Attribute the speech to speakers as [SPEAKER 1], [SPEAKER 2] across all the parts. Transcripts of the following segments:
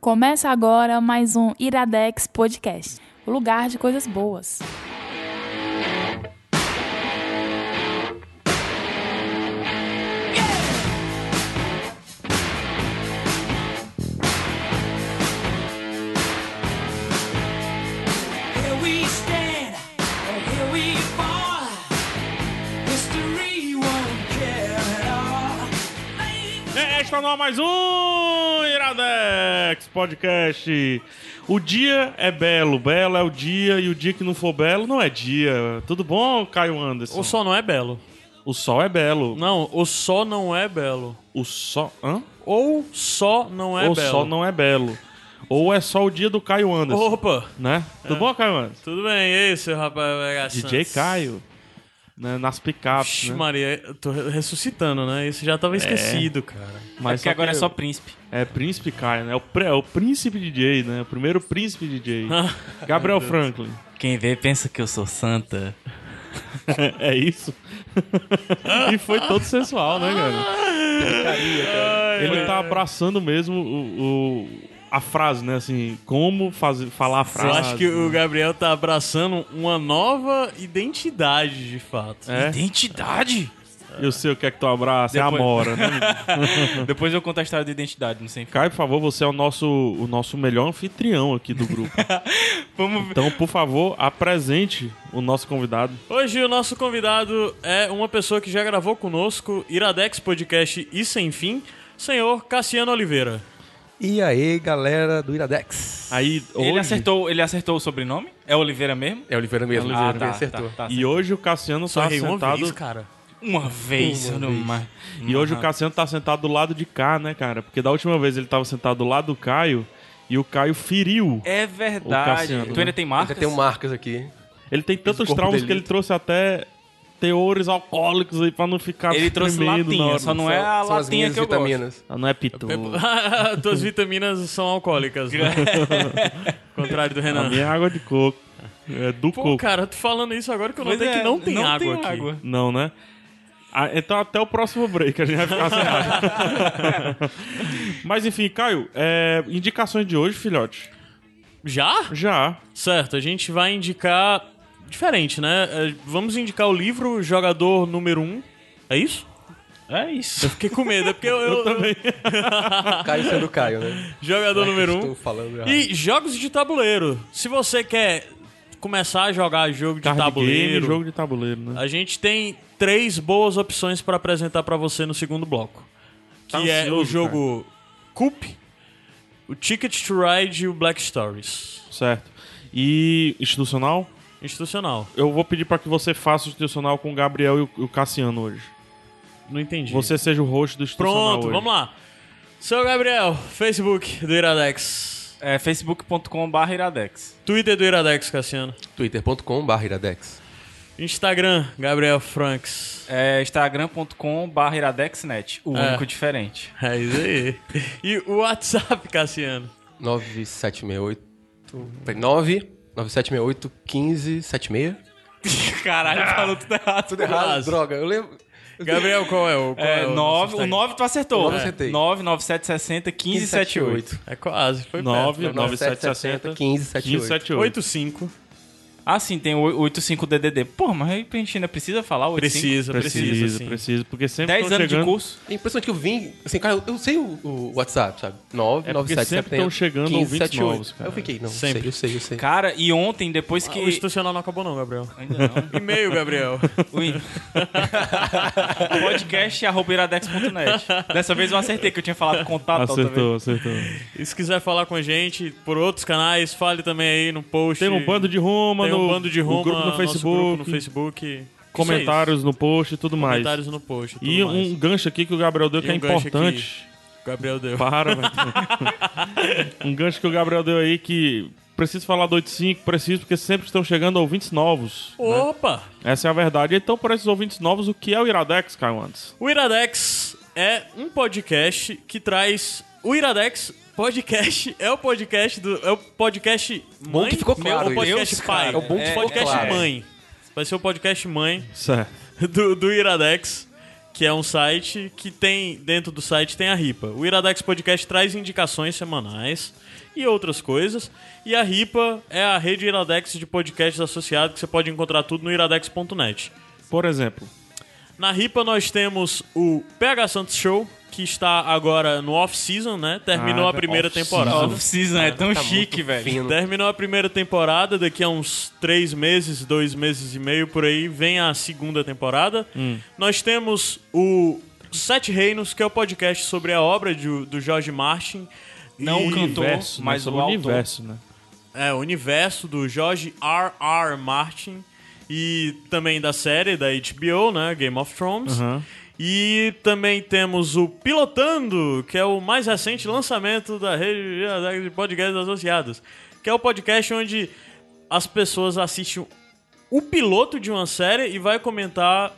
[SPEAKER 1] Começa agora mais um Iradex Podcast o lugar de coisas boas.
[SPEAKER 2] Here we stand, and here we fall. History won't care at all.
[SPEAKER 3] É, Está no ar mais um Iradex Podcast. O dia é belo, belo é o dia, e o dia que não for belo não é dia. Tudo bom, Caio Anderson?
[SPEAKER 4] O sol não é belo.
[SPEAKER 3] O sol é belo.
[SPEAKER 4] Não, o sol não é belo.
[SPEAKER 3] O sol. Hã?
[SPEAKER 4] Ou só não é
[SPEAKER 3] Ou
[SPEAKER 4] belo.
[SPEAKER 3] sol não é belo. Ou é só o dia do Caio Anderson.
[SPEAKER 4] Opa! É.
[SPEAKER 3] Né? Tudo bom, Caio Anderson?
[SPEAKER 4] Tudo bem, e aí, seu rapaz? Vega
[SPEAKER 3] DJ
[SPEAKER 4] Santos?
[SPEAKER 3] Caio. né, Nas picapes.
[SPEAKER 4] Vixe,
[SPEAKER 3] Né? É.
[SPEAKER 4] Maria, eu tô re- ressuscitando, né? Isso já tava esquecido, cara.
[SPEAKER 3] Mas
[SPEAKER 5] Porque agora é só príncipe.
[SPEAKER 3] É Príncipe Caio, né? É o, pré- é o príncipe DJ, né? O primeiro príncipe DJ. Gabriel Franklin.
[SPEAKER 5] Quem vê pensa que eu sou santa.
[SPEAKER 3] É isso? e foi todo sensual, né, cara? Ele
[SPEAKER 5] é.
[SPEAKER 3] tá abraçando mesmo o, o- a frase, né? Assim, como fazer, falar a frase. né?
[SPEAKER 4] Eu acho que o Gabriel tá abraçando uma nova identidade, de fato.
[SPEAKER 3] É?
[SPEAKER 5] Identidade?
[SPEAKER 3] Eu sei o que é que tu abraça, é a
[SPEAKER 5] Depois-
[SPEAKER 3] Amora, né?
[SPEAKER 5] Depois eu conto a história da identidade, não sei.
[SPEAKER 3] Caio, por favor, você é o nosso, o nosso melhor anfitrião aqui do grupo.
[SPEAKER 5] Vamos ver.
[SPEAKER 3] Então, por favor, apresente o nosso convidado.
[SPEAKER 4] Hoje o nosso convidado é uma pessoa que já gravou conosco, Iradex Podcast e Sem Fim, senhor Cassiano Oliveira.
[SPEAKER 6] E aí, galera do Iradex.
[SPEAKER 3] Aí, hoje,
[SPEAKER 5] Ele acertou, ele acertou o sobrenome? É Oliveira mesmo?
[SPEAKER 6] É Oliveira mesmo.
[SPEAKER 5] Ah,
[SPEAKER 6] Ele
[SPEAKER 5] tá,
[SPEAKER 6] acertou.
[SPEAKER 5] tá, tá,
[SPEAKER 3] E hoje o Cassiano tá
[SPEAKER 4] errei uma
[SPEAKER 3] sentado...
[SPEAKER 4] vez, cara.
[SPEAKER 5] Uma vez, eu não mais.
[SPEAKER 3] E hoje o Cassiano tá sentado do lado de cá, né, cara? Porque da última vez ele tava sentado do lado do Caio e o Caio feriu.
[SPEAKER 5] É
[SPEAKER 3] O
[SPEAKER 5] verdade.
[SPEAKER 3] Cassiano,
[SPEAKER 5] tu ainda tem marcas?
[SPEAKER 6] Ainda tem um marcas aqui.
[SPEAKER 3] Ele tem tantos
[SPEAKER 6] corpo
[SPEAKER 3] traumas
[SPEAKER 6] dele.
[SPEAKER 3] que ele trouxe até teores alcoólicos aí pra não ficar
[SPEAKER 5] Ele trouxe
[SPEAKER 3] tremendo na
[SPEAKER 5] latinha,
[SPEAKER 3] hora.
[SPEAKER 5] só não é a
[SPEAKER 6] São as
[SPEAKER 5] latinha
[SPEAKER 6] minhas
[SPEAKER 5] que eu gosto.
[SPEAKER 6] vitaminas.
[SPEAKER 3] Ah, Não é pitu.
[SPEAKER 4] Tuas vitaminas são alcoólicas, né? Contrário do
[SPEAKER 3] A
[SPEAKER 4] Renan.
[SPEAKER 3] minha é água de coco. É do
[SPEAKER 4] Pô,
[SPEAKER 3] coco.
[SPEAKER 4] cara, tu falando isso agora que eu
[SPEAKER 5] Pois
[SPEAKER 4] notei
[SPEAKER 5] é,
[SPEAKER 4] que não tem água aqui.
[SPEAKER 3] Não, né? Ah, então até o próximo break a gente vai ficar sem água. Mas enfim, Caio, é, indicações de hoje, filhote.
[SPEAKER 4] Já?
[SPEAKER 3] Já.
[SPEAKER 4] Certo, a gente vai indicar diferente, né? É, Vamos indicar o livro Jogador Número 1. É isso?
[SPEAKER 5] É isso.
[SPEAKER 4] Fiquei com medo, é porque eu, eu-
[SPEAKER 6] Caio sendo Caio, né?
[SPEAKER 4] Jogador número 1.
[SPEAKER 6] Estou falando errado.
[SPEAKER 4] E jogos de tabuleiro. Se você quer começar a jogar jogo de
[SPEAKER 3] Card
[SPEAKER 4] tabuleiro,
[SPEAKER 3] game, jogo de tabuleiro, né?
[SPEAKER 4] a gente tem três boas opções pra apresentar pra você no segundo bloco. Que
[SPEAKER 3] Tá
[SPEAKER 4] é o
[SPEAKER 3] ansioso,
[SPEAKER 4] jogo Coop, o Ticket to Ride e o Black Stories.
[SPEAKER 3] Certo. E institucional?
[SPEAKER 4] Institucional.
[SPEAKER 3] Eu vou pedir pra que você faça o institucional com o Gabriel e o- e o Cassiano hoje.
[SPEAKER 4] Não entendi.
[SPEAKER 5] é
[SPEAKER 3] Você seja o host do institucional
[SPEAKER 4] Pronto, vamos lá. Seu Gabriel, Facebook do Iradex.
[SPEAKER 5] É facebook.com.br iradex.
[SPEAKER 4] Twitter do Iradex, Cassiano.
[SPEAKER 6] Twitter.com.br Iradex.
[SPEAKER 4] Instagram, Gabriel Franks.
[SPEAKER 5] É instagram.com.br iradexnet. O
[SPEAKER 4] É.
[SPEAKER 5] único diferente.
[SPEAKER 4] É isso aí. E o WhatsApp, Cassiano.
[SPEAKER 6] 9768. Peraí, 9. 9768 1576.
[SPEAKER 5] Caralho, falou tudo errado.
[SPEAKER 6] Tudo errado,
[SPEAKER 4] Quase.
[SPEAKER 6] Ah, droga. Eu lembro.
[SPEAKER 4] Gabriel, qual é o? Qual
[SPEAKER 5] É,
[SPEAKER 4] o nosso
[SPEAKER 5] nove, o
[SPEAKER 4] Instagram?
[SPEAKER 5] 9 tu acertou.
[SPEAKER 6] O nove eu acertei.
[SPEAKER 5] 9, 9, 7, 60, 15, 7, 8.
[SPEAKER 4] É quase, foi perto. né?
[SPEAKER 3] 9, 9760,
[SPEAKER 6] 9760, 1578.
[SPEAKER 3] 1578.
[SPEAKER 4] 85.
[SPEAKER 5] Ah, sim, tem o 85 DDD. Porra, mas aí a gente ainda precisa falar o 85?
[SPEAKER 4] Precisa, precisa,
[SPEAKER 3] Precisa,
[SPEAKER 4] sim.
[SPEAKER 3] precisa, porque sempre
[SPEAKER 5] 10
[SPEAKER 3] estão
[SPEAKER 5] anos de
[SPEAKER 3] chegando...
[SPEAKER 5] curso.
[SPEAKER 6] É impressionante que eu vim. Assim, cara, eu- eu sei o, o WhatsApp, sabe? 9,
[SPEAKER 3] É porque
[SPEAKER 6] 9770,
[SPEAKER 3] sempre estão chegando ouvintes novos, cara.
[SPEAKER 6] Eu fiquei, não,
[SPEAKER 4] Sempre.
[SPEAKER 6] sempre. sei, eu sei, eu sei.
[SPEAKER 5] Cara, e ontem,
[SPEAKER 3] Ah,
[SPEAKER 5] depois
[SPEAKER 4] O
[SPEAKER 5] que.
[SPEAKER 4] institucional não acabou não, Gabriel.
[SPEAKER 5] Ainda não.
[SPEAKER 3] É.
[SPEAKER 4] E-mail, Gabriel.
[SPEAKER 5] O podcast é arroba iradex.net. Dessa vez eu acertei, que eu tinha falado
[SPEAKER 4] tá,
[SPEAKER 5] contato outra
[SPEAKER 3] Acertou, acertou.
[SPEAKER 4] e se quiser falar com a gente por outros canais, fale também aí no post.
[SPEAKER 3] Tem um bando de Roma,
[SPEAKER 4] Tem
[SPEAKER 3] no,
[SPEAKER 4] um bando de Roma,
[SPEAKER 3] o grupo no
[SPEAKER 4] nosso
[SPEAKER 3] Facebook,
[SPEAKER 4] grupo no Facebook. Isso é
[SPEAKER 3] comentários no post e tudo
[SPEAKER 4] isso.
[SPEAKER 3] mais.
[SPEAKER 4] Comentários no post. tudo
[SPEAKER 3] E
[SPEAKER 4] mais.
[SPEAKER 3] um gancho aqui que o Gabriel deu que
[SPEAKER 4] E
[SPEAKER 3] é
[SPEAKER 4] um gancho
[SPEAKER 3] importante.
[SPEAKER 4] Gabriel deu.
[SPEAKER 3] Para, velho. Um gancho que o Gabriel deu aí que preciso falar do 85, preciso, porque sempre estão chegando ouvintes novos.
[SPEAKER 4] Opa!
[SPEAKER 3] Essa é a verdade. Então, para esses ouvintes novos, o que é o Iradex, Caio Antes?
[SPEAKER 4] O Iradex é um podcast que traz o Iradex podcast é o podcast do é o podcast
[SPEAKER 6] Bom
[SPEAKER 4] mãe,
[SPEAKER 6] que ficou
[SPEAKER 4] meu,
[SPEAKER 6] claro
[SPEAKER 4] o podcast
[SPEAKER 6] isso,
[SPEAKER 4] pai,
[SPEAKER 6] cara. É bom que
[SPEAKER 4] o
[SPEAKER 6] ficou
[SPEAKER 4] podcast
[SPEAKER 6] claro.
[SPEAKER 4] mãe. Vai ser o podcast mãe
[SPEAKER 3] Certo.
[SPEAKER 4] do, do Iradex. que é um site que tem, dentro do site tem a RIPA. O Iradex Podcast traz indicações semanais e outras coisas. E a RIPA é a rede Iradex de podcasts associado que você pode encontrar tudo no iradex.net.
[SPEAKER 3] Por exemplo,
[SPEAKER 4] Na RIPA nós temos o PH Santos Show, que está agora no off-season, né? Terminou
[SPEAKER 3] Ah,
[SPEAKER 4] a primeira
[SPEAKER 3] off-season.
[SPEAKER 4] temporada.
[SPEAKER 5] Off-season é tão
[SPEAKER 6] Tá muito
[SPEAKER 5] chique, velho.
[SPEAKER 6] fino.
[SPEAKER 4] Terminou a primeira temporada, daqui a uns três meses, dois meses e meio, por aí, vem a segunda temporada.
[SPEAKER 3] Hum.
[SPEAKER 4] Nós temos o Sete Reinos, que é o podcast sobre a obra de- do Jorge Martin.
[SPEAKER 5] Não
[SPEAKER 4] e,
[SPEAKER 5] o cantor,
[SPEAKER 3] universo, né?
[SPEAKER 5] mas
[SPEAKER 3] Sobre
[SPEAKER 5] o
[SPEAKER 3] o
[SPEAKER 5] autor.
[SPEAKER 3] universo, né?
[SPEAKER 4] É, o universo do Jorge R.R. Martin. E também da série da HBO, né? Game of Thrones.
[SPEAKER 3] Aham.
[SPEAKER 4] E também temos o Pilotando, que é o mais recente lançamento da rede de podcasts associados, que é o podcast onde as pessoas assistem o piloto de uma série e vai comentar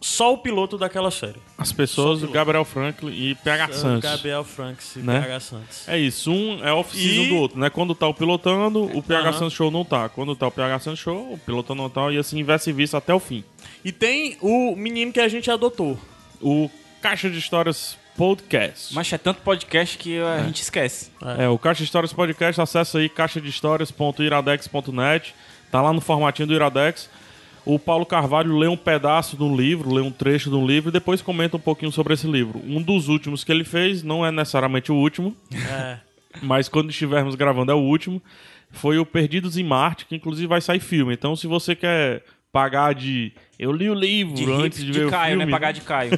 [SPEAKER 4] só o piloto daquela série. É
[SPEAKER 3] As pessoas, o Gabriel Franklin e PH Santos.
[SPEAKER 4] Gabriel Franks e
[SPEAKER 3] Né?
[SPEAKER 4] PH Santos.
[SPEAKER 3] É isso, um é off-season
[SPEAKER 4] E-
[SPEAKER 3] do outro, né? Quando tá o pilotando, o PH
[SPEAKER 4] Aham.
[SPEAKER 3] Santos Show não tá. Quando tá o PH Santos Show, o pilotando não tá, e assim vice-versa até o fim.
[SPEAKER 4] E tem o menino que a gente adotou.
[SPEAKER 3] O Caixa de Histórias Podcast.
[SPEAKER 5] Mas é tanto podcast que a gente esquece.
[SPEAKER 3] É, o Caixa de Histórias Podcast, acessa aí caixadehistórias.iradex.net, tá lá no formatinho do Iradex. O Paulo Carvalho lê um pedaço de um livro, lê um trecho de um livro e depois comenta um pouquinho sobre esse livro. Um dos últimos que ele fez, não é necessariamente o último,
[SPEAKER 4] É.
[SPEAKER 3] mas quando estivermos gravando é o último, foi o Perdidos em Marte, que inclusive vai sair filme. Então se você quer pagar de eu li o livro
[SPEAKER 5] De,
[SPEAKER 3] antes
[SPEAKER 5] hip-
[SPEAKER 3] de,
[SPEAKER 5] de
[SPEAKER 3] ver o
[SPEAKER 5] Caio,
[SPEAKER 3] filme,
[SPEAKER 5] né? Pagar de Caio.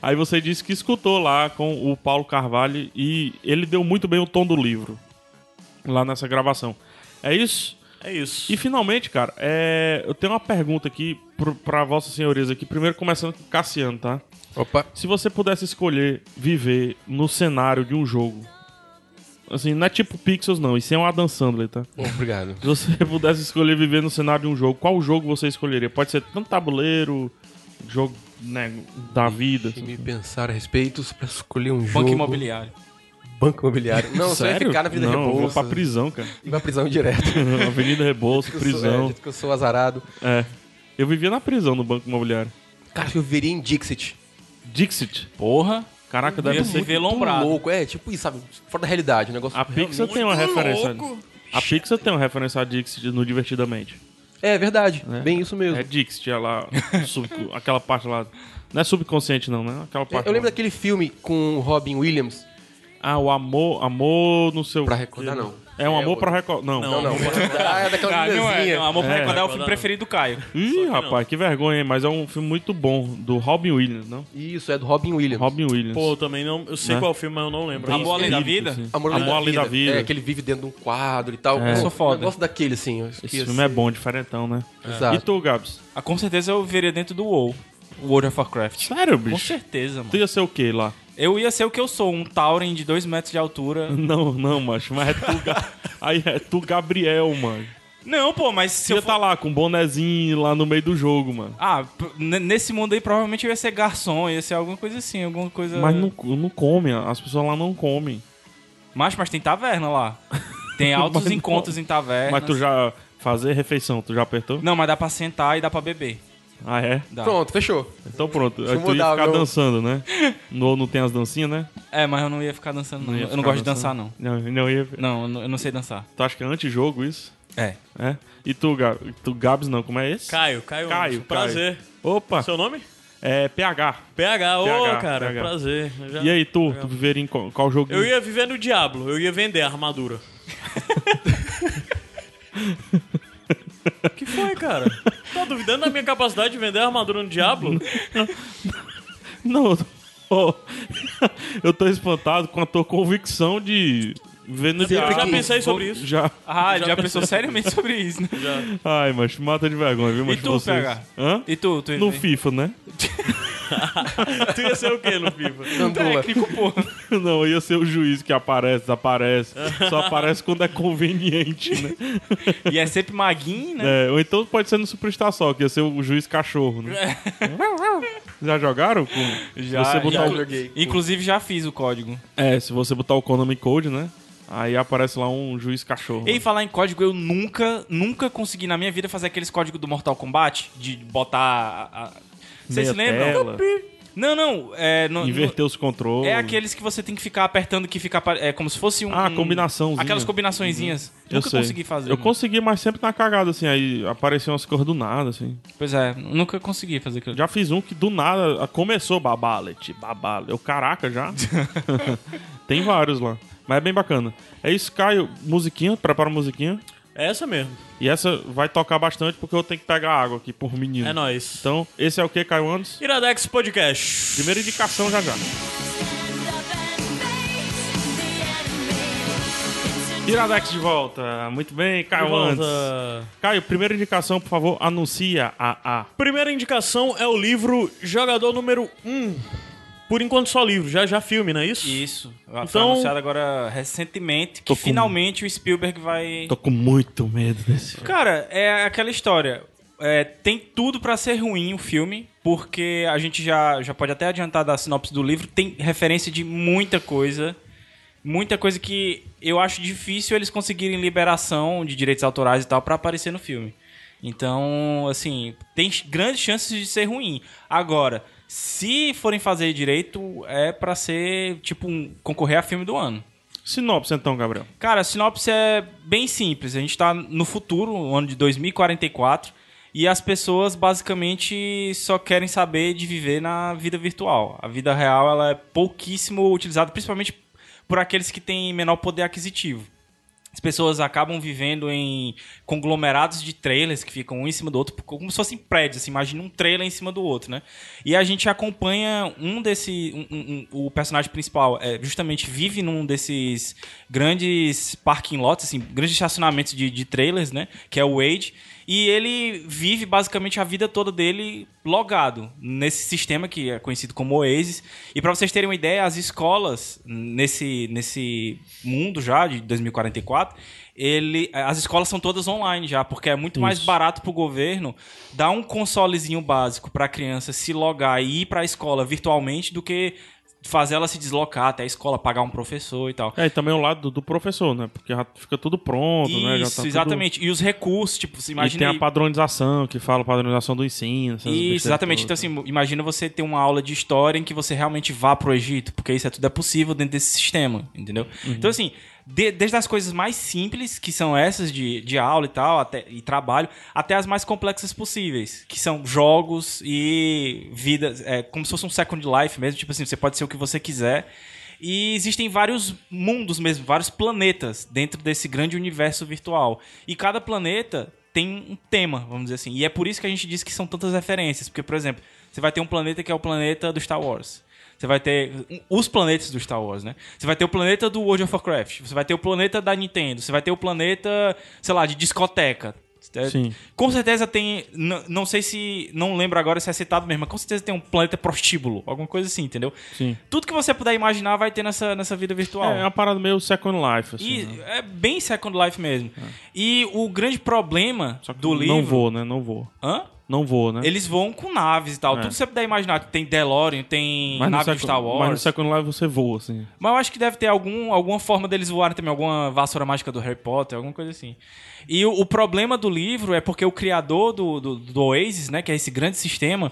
[SPEAKER 3] Aí você disse que escutou lá com o Paulo Carvalho e ele deu muito bem o tom do livro lá nessa gravação. É isso?
[SPEAKER 4] É isso.
[SPEAKER 3] E finalmente, cara, é, eu tenho uma pergunta aqui pro, pra Vossa Senhorias aqui. Primeiro começando com o Cassiano, tá?
[SPEAKER 6] Opa.
[SPEAKER 3] Se você pudesse escolher viver no cenário de um jogo, assim, não é tipo Pixels não, isso é um Adam Sandler, tá?
[SPEAKER 6] Obrigado.
[SPEAKER 3] Se você pudesse escolher viver no cenário de um jogo, qual jogo você escolheria? Pode ser tanto tabuleiro, jogo né, da vida. assim.
[SPEAKER 6] Deixa me pensar a respeito pra escolher um jogo.
[SPEAKER 5] Banco imobiliário.
[SPEAKER 6] Banco imobiliário. Não, você vai
[SPEAKER 3] Sério?
[SPEAKER 6] ficar na Avenida
[SPEAKER 3] não, eu
[SPEAKER 6] Rebouças.
[SPEAKER 3] vou pra prisão, cara.
[SPEAKER 6] Vai pra prisão direto.
[SPEAKER 3] Avenida Rebouças,
[SPEAKER 6] Eu sou- é,
[SPEAKER 3] prisão.
[SPEAKER 6] dito que eu sou azarado.
[SPEAKER 3] É. Eu vivia na prisão no Banco Imobiliário.
[SPEAKER 6] Cara, eu viria em Dixit.
[SPEAKER 3] Dixit.
[SPEAKER 5] Porra.
[SPEAKER 3] Caraca,
[SPEAKER 5] Ia
[SPEAKER 3] deve
[SPEAKER 5] ser É
[SPEAKER 3] ser.
[SPEAKER 6] Tão
[SPEAKER 5] velombrado.
[SPEAKER 6] louco. É, tipo isso, sabe? Fora da realidade. Um negócio...
[SPEAKER 3] A Pixar tem uma referência. A Pixar tem uma referência a Dixit no Divertidamente.
[SPEAKER 6] É verdade. Bem isso mesmo.
[SPEAKER 3] É Dixit, ela. sub- aquela parte lá. Não é subconsciente, não, né? Aquela parte.
[SPEAKER 6] É, Eu lembro
[SPEAKER 3] lá.
[SPEAKER 6] daquele filme com o Robin Williams.
[SPEAKER 3] Ah, o amor. Amor no seu.
[SPEAKER 6] Pra recordar, não.
[SPEAKER 3] É um amor
[SPEAKER 6] outro.
[SPEAKER 3] pra recordar. Não.
[SPEAKER 4] Não,
[SPEAKER 6] Não, pra recordar é daquela
[SPEAKER 5] Ah, não é,
[SPEAKER 6] menininha.
[SPEAKER 5] não, Amor pra
[SPEAKER 3] É.
[SPEAKER 5] Recordar é o filme preferido do Caio.
[SPEAKER 3] Ih, rapaz, que vergonha, hein? Mas é um filme muito bom, do Robin Williams, não?
[SPEAKER 6] Isso, é do Robin Williams.
[SPEAKER 3] Robin Williams.
[SPEAKER 4] Pô, eu também não. Eu sei
[SPEAKER 3] Né?
[SPEAKER 4] qual filme, mas eu não lembro.
[SPEAKER 5] Amor Além é da
[SPEAKER 3] Espírito,
[SPEAKER 5] Vida?
[SPEAKER 3] assim.
[SPEAKER 6] Amor,
[SPEAKER 3] Amor Além da Vida.
[SPEAKER 6] É, que ele vive dentro de um quadro e tal.
[SPEAKER 3] É.
[SPEAKER 6] Eu
[SPEAKER 5] sou foda.
[SPEAKER 6] Eu gosto daquele, assim. Eu
[SPEAKER 3] Esse filme é bom, diferentão, né?
[SPEAKER 6] Exato.
[SPEAKER 3] E tu, Gabs?
[SPEAKER 5] Ah, com certeza eu viria dentro do WoW. World of Warcraft.
[SPEAKER 3] Sério,
[SPEAKER 5] Com
[SPEAKER 3] bicho?
[SPEAKER 5] certeza, mano.
[SPEAKER 3] Tu ia ser o quê lá?
[SPEAKER 5] Eu ia ser o que eu sou, um Tauren de 2 metros de altura.
[SPEAKER 3] Não, não, macho, mas é tu, Ga- Aí é tu Gabriel, mano.
[SPEAKER 5] Não, pô, mas se
[SPEAKER 3] Você
[SPEAKER 5] eu
[SPEAKER 3] ia
[SPEAKER 5] for...
[SPEAKER 3] tá lá com um bonezinho lá no meio do jogo, mano.
[SPEAKER 5] Ah, p- n- nesse mundo aí provavelmente eu ia ser garçom, ia ser alguma coisa assim, alguma coisa...
[SPEAKER 3] Mas não, não come, as pessoas lá não comem.
[SPEAKER 5] Mas, mas tem taverna lá. Tem altos
[SPEAKER 3] Mas não-
[SPEAKER 5] encontros em taverna.
[SPEAKER 3] É, Mas tu já. Fazer refeição, tu já apertou?
[SPEAKER 5] Não, mas dá pra sentar e dá pra beber.
[SPEAKER 3] Ah, é?
[SPEAKER 5] Dá.
[SPEAKER 6] Pronto, fechou.
[SPEAKER 3] Então pronto. Aí
[SPEAKER 6] eu
[SPEAKER 3] tu ia
[SPEAKER 6] mudar o
[SPEAKER 3] ficar
[SPEAKER 6] meu-
[SPEAKER 3] dançando, né? No, não tem as dancinhas, né?
[SPEAKER 5] É, mas eu não ia ficar dançando, não.
[SPEAKER 3] ia
[SPEAKER 5] eu
[SPEAKER 3] ficar
[SPEAKER 5] não gosto
[SPEAKER 3] dançando.
[SPEAKER 5] de dançar, não.
[SPEAKER 3] Não, não ia.
[SPEAKER 5] Não, eu não- eu não sei dançar.
[SPEAKER 3] Tu acha que é antijogo isso?
[SPEAKER 5] É.
[SPEAKER 3] É? E tu, Ga- tu Gabs, não, como é esse?
[SPEAKER 4] Caio, Caio.
[SPEAKER 3] Caio,
[SPEAKER 4] Prazer.
[SPEAKER 3] Caio. Opa,
[SPEAKER 4] Seu nome?
[SPEAKER 3] é PH.
[SPEAKER 4] PH, ô,
[SPEAKER 3] PH,
[SPEAKER 4] cara,
[SPEAKER 3] PH.
[SPEAKER 4] prazer. Eu já-
[SPEAKER 3] E aí, tu,
[SPEAKER 5] Tá
[SPEAKER 3] tu viveria em qual, qual jogo?
[SPEAKER 4] Eu ia viver no Diablo, eu ia vender a armadura. que foi, cara? Tá duvidando da minha capacidade de vender a armadura no Diablo?
[SPEAKER 3] Não, eu tô- oh, eu tô espantado com a tua convicção de ver no
[SPEAKER 4] Eu já
[SPEAKER 3] diabo.
[SPEAKER 4] pensei sobre isso.
[SPEAKER 3] Já.
[SPEAKER 5] Ah, ele
[SPEAKER 4] Já
[SPEAKER 5] já, pensou seriamente sobre isso, né?
[SPEAKER 3] Ai, macho, mata de vergonha, viu, macho?
[SPEAKER 5] tu,
[SPEAKER 3] vocês?
[SPEAKER 5] PH?
[SPEAKER 3] Hã?
[SPEAKER 5] E tu, tu ia
[SPEAKER 3] No
[SPEAKER 5] ser-
[SPEAKER 3] FIFA, né?
[SPEAKER 4] Tu ia ser o quê no FIFA?
[SPEAKER 6] Andula.
[SPEAKER 5] Técnico, pô.
[SPEAKER 3] Não, ia ser o juiz que aparece, desaparece. Só aparece quando é conveniente, né?
[SPEAKER 5] E é sempre maguinho, né?
[SPEAKER 3] É, ou então pode ser no Superstar Só, que ia ser o juiz cachorro, né? Já jogaram? Com...
[SPEAKER 5] É. Já,
[SPEAKER 3] você botar
[SPEAKER 5] já
[SPEAKER 3] o-
[SPEAKER 6] joguei.
[SPEAKER 5] Inclusive já fiz o código.
[SPEAKER 3] É, se você botar o Konami Code, né? Aí aparece lá um juiz cachorro.
[SPEAKER 5] E falar em código, eu nunca, nunca consegui na minha vida fazer aqueles códigos do Mortal Kombat, de botar. a- a- Vocês
[SPEAKER 3] Meia
[SPEAKER 5] se lembram?
[SPEAKER 3] tela.
[SPEAKER 5] Não, não. É, no-
[SPEAKER 3] Inverter os
[SPEAKER 5] no-
[SPEAKER 3] controles.
[SPEAKER 5] é aqueles que você tem que ficar apertando que fica. apa- É como se fosse um.
[SPEAKER 3] Ah,
[SPEAKER 5] um-
[SPEAKER 3] combinaçãozinha. Uhum.
[SPEAKER 5] Aquelas combinaçõezinhas.
[SPEAKER 3] Eu
[SPEAKER 5] nunca
[SPEAKER 3] sei.
[SPEAKER 5] consegui fazer. né?
[SPEAKER 3] Eu
[SPEAKER 5] mano.
[SPEAKER 3] consegui, mas sempre na cagada, assim. Aí apareciam umas cores do nada, assim.
[SPEAKER 5] Pois é, nunca consegui fazer aquilo.
[SPEAKER 3] Já fiz um que do nada começou babalete, babalete. Eu, caraca, já? Tem vários lá. Mas é bem bacana. É isso, Caio. Musiquinha, prepara a musiquinha.
[SPEAKER 4] É essa mesmo.
[SPEAKER 3] E essa vai tocar bastante porque eu tenho que pegar água aqui por menino.
[SPEAKER 4] É nóis.
[SPEAKER 3] Então, esse é o que, Caio Andes?
[SPEAKER 4] Iradex Podcast.
[SPEAKER 3] Primeira indicação já já. Iradex de volta. Muito bem, Caio Andes.
[SPEAKER 4] Volta.
[SPEAKER 3] Caio, primeira indicação, por favor, anuncia a A.
[SPEAKER 4] Primeira indicação é o livro Jogador Número 1. Por enquanto só livro, já já filme, não é isso?
[SPEAKER 5] Isso. Foi
[SPEAKER 4] Então-
[SPEAKER 5] anunciado agora recentemente que
[SPEAKER 3] Tô com-
[SPEAKER 5] finalmente o Spielberg vai.
[SPEAKER 3] Tô com muito medo desse filme.
[SPEAKER 5] Cara, é aquela história. É, tem tudo pra ser ruim o filme, porque a gente já, já pode até adiantar da sinopse do livro. Tem referência de muita coisa. Muita coisa que eu acho difícil eles conseguirem liberação de direitos autorais e tal pra aparecer no filme. Então, assim, tem ch- grandes chances de ser ruim. Agora, se forem fazer direito, é pra ser, tipo, um, concorrer a filme do ano.
[SPEAKER 3] Sinopse, então, Gabriel.
[SPEAKER 5] Cara, a sinopse é bem simples. A gente tá no futuro, no ano de 2044, e as pessoas basicamente só querem saber de viver na vida virtual. A vida real ela é pouquíssimo utilizada, principalmente por aqueles que têm menor poder aquisitivo. As pessoas acabam vivendo em conglomerados de trailers que ficam um em cima do outro, como se fossem prédios. Assim, imagina um trailer em cima do outro, né? E a gente acompanha um desse. um- um- um- o personagem principal é, justamente vive num desses grandes parking lots, assim, grandes estacionamentos de, de trailers, né? Que é o Wade. E ele vive basicamente a vida toda dele logado nesse sistema que é conhecido como Oasis. E para vocês terem uma ideia, as escolas nesse, nesse mundo já de 2044, ele, as escolas são todas online já, porque é muito mais barato pro governo dar um consolezinho básico pra criança se logar e ir pra escola virtualmente do que fazer ela se deslocar até a escola, pagar um professor e tal.
[SPEAKER 3] É, e também o lado do, do professor, né? Porque já fica tudo pronto, né? Já tá
[SPEAKER 5] Isso,
[SPEAKER 3] tudo-
[SPEAKER 5] exatamente. E os recursos, tipo, você imagina.
[SPEAKER 3] E tem a padronização, que fala padronização do ensino. essas besteiras
[SPEAKER 5] Isso, exatamente. Então,
[SPEAKER 3] todas. né?
[SPEAKER 5] assim, imagina você ter uma aula de história em que você realmente vá pro Egito, porque isso é tudo é possível dentro desse sistema, entendeu?
[SPEAKER 3] Uhum.
[SPEAKER 5] Então, assim, de- desde as coisas mais simples, que são essas de, de aula e tal, até, e trabalho, até as mais complexas possíveis, que são jogos e vidas, é, como se fosse um Second Life mesmo, tipo assim, você pode ser o que você quiser. E existem vários mundos mesmo, vários planetas dentro desse grande universo virtual. E cada planeta tem um tema, vamos dizer assim. E é por isso que a gente diz que são tantas referências. Porque, por exemplo, você vai ter um planeta que é o planeta do Star Wars. Você vai ter um- os planetas do Star Wars, né? Você vai ter o planeta do World of Warcraft. Você vai ter o planeta da Nintendo. Você vai ter o planeta, sei lá, de discoteca. É,
[SPEAKER 3] Sim.
[SPEAKER 5] Com certeza tem. n- Não sei se. Não lembro agora se é citado mesmo, mas com certeza tem um planeta prostíbulo. Alguma coisa assim, entendeu?
[SPEAKER 3] Sim.
[SPEAKER 5] Tudo que você puder imaginar vai ter nessa, nessa vida virtual.
[SPEAKER 3] É, é uma parada meio Second Life, assim.
[SPEAKER 5] assim, E
[SPEAKER 3] né? É.
[SPEAKER 5] é bem Second Life mesmo. E o grande problema
[SPEAKER 3] Só que
[SPEAKER 5] do
[SPEAKER 3] não
[SPEAKER 5] livro.
[SPEAKER 3] vou, né? Não vou.
[SPEAKER 5] Hã?
[SPEAKER 3] Não vou, né?
[SPEAKER 5] Eles voam com naves e tal.
[SPEAKER 3] É.
[SPEAKER 5] Tudo que você puder imaginar. Tem DeLorean, tem
[SPEAKER 3] no
[SPEAKER 5] nave do
[SPEAKER 3] Second-
[SPEAKER 5] Star
[SPEAKER 3] Mas no
[SPEAKER 5] Wars. Mas,
[SPEAKER 3] Second Life você voa, assim.
[SPEAKER 5] eu acho que deve ter algum, alguma forma deles voarem também. Alguma vassoura mágica do Harry Potter, alguma coisa assim. E o, o problema do livro é porque o criador do, do, do Oasis, né? Que é esse grande sistema.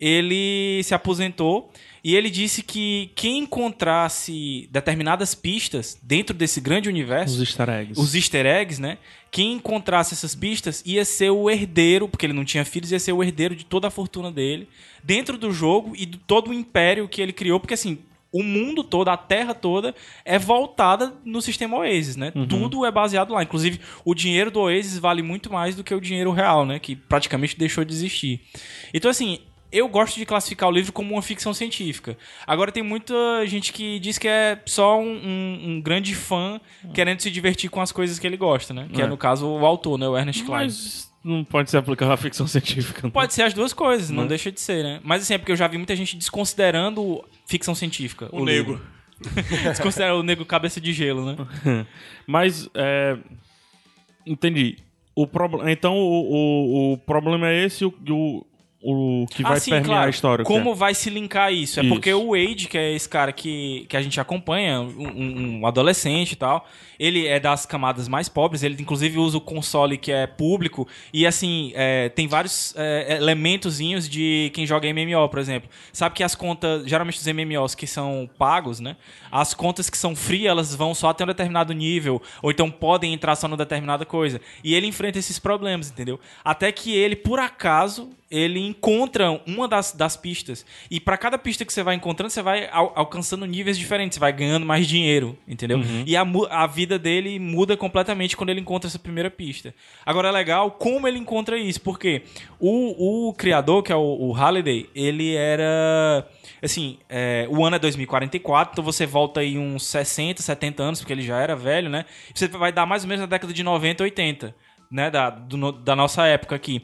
[SPEAKER 5] Ele se aposentou. E ele disse que quem encontrasse determinadas pistas dentro desse grande universo
[SPEAKER 3] Os easter eggs.
[SPEAKER 5] os easter eggs, né? Quem encontrasse essas pistas ia ser o herdeiro, porque ele não tinha filhos, ia ser o herdeiro de toda a fortuna dele, dentro do jogo e de todo o império que ele criou, porque assim, o mundo todo, a terra toda, é voltada no sistema Oasis, né? Tudo é baseado lá. Inclusive, o dinheiro do Oasis vale muito mais do que o dinheiro real, né? Que praticamente deixou de existir. Então, assim. Eu gosto de classificar o livro como uma ficção científica. Agora tem muita gente que diz que é só um, um- um grande fã querendo se divertir com as coisas que ele gosta, né? Que é,
[SPEAKER 3] É.
[SPEAKER 5] no caso o autor, né? O Ernest Klein.
[SPEAKER 3] Mas não pode ser aplicado à ficção científica. não.
[SPEAKER 5] Pode ser as duas coisas, não
[SPEAKER 3] Né?
[SPEAKER 5] deixa de ser, né? Mas assim, é porque eu já vi muita gente desconsiderando ficção científica.
[SPEAKER 4] O negro.
[SPEAKER 5] livro. Desconsidera o negro cabeça de gelo, né?
[SPEAKER 3] Mas, é... Entendi. O proble- Então, o, o, o problema é esse e o, e o- o que vai
[SPEAKER 5] Ah, sim,
[SPEAKER 3] permear
[SPEAKER 5] claro.
[SPEAKER 3] a história.
[SPEAKER 5] Como
[SPEAKER 3] cara.
[SPEAKER 5] vai se linkar isso? É
[SPEAKER 3] Isso.
[SPEAKER 5] porque o Wade, que é esse cara que, que a gente acompanha, um, um adolescente e tal, ele é das camadas mais pobres, ele inclusive usa o console que é público, e assim, é, tem vários é, elementozinhos de quem joga MMO, por exemplo. Sabe que as contas, geralmente os MMOs que são pagos, né? As contas que são free, elas vão só até um determinado nível, ou então podem entrar só numa determinada coisa. E ele enfrenta esses problemas, entendeu? Até que ele, por acaso, ele encontra uma das, das pistas. E pra cada pista que você vai encontrando, você vai al- alcançando níveis diferentes, você vai ganhando mais dinheiro, entendeu? E a, mu- a vida dele muda completamente quando ele encontra essa primeira pista. Agora é legal como ele encontra isso, porque o, o criador, que é o, o Halliday, ele era. Assim, é, o ano é 2044, então você volta aí uns 60, 70 anos, porque ele já era velho, né? Você vai dar mais ou menos na década de 90, 80 né, da, do no- da nossa época aqui.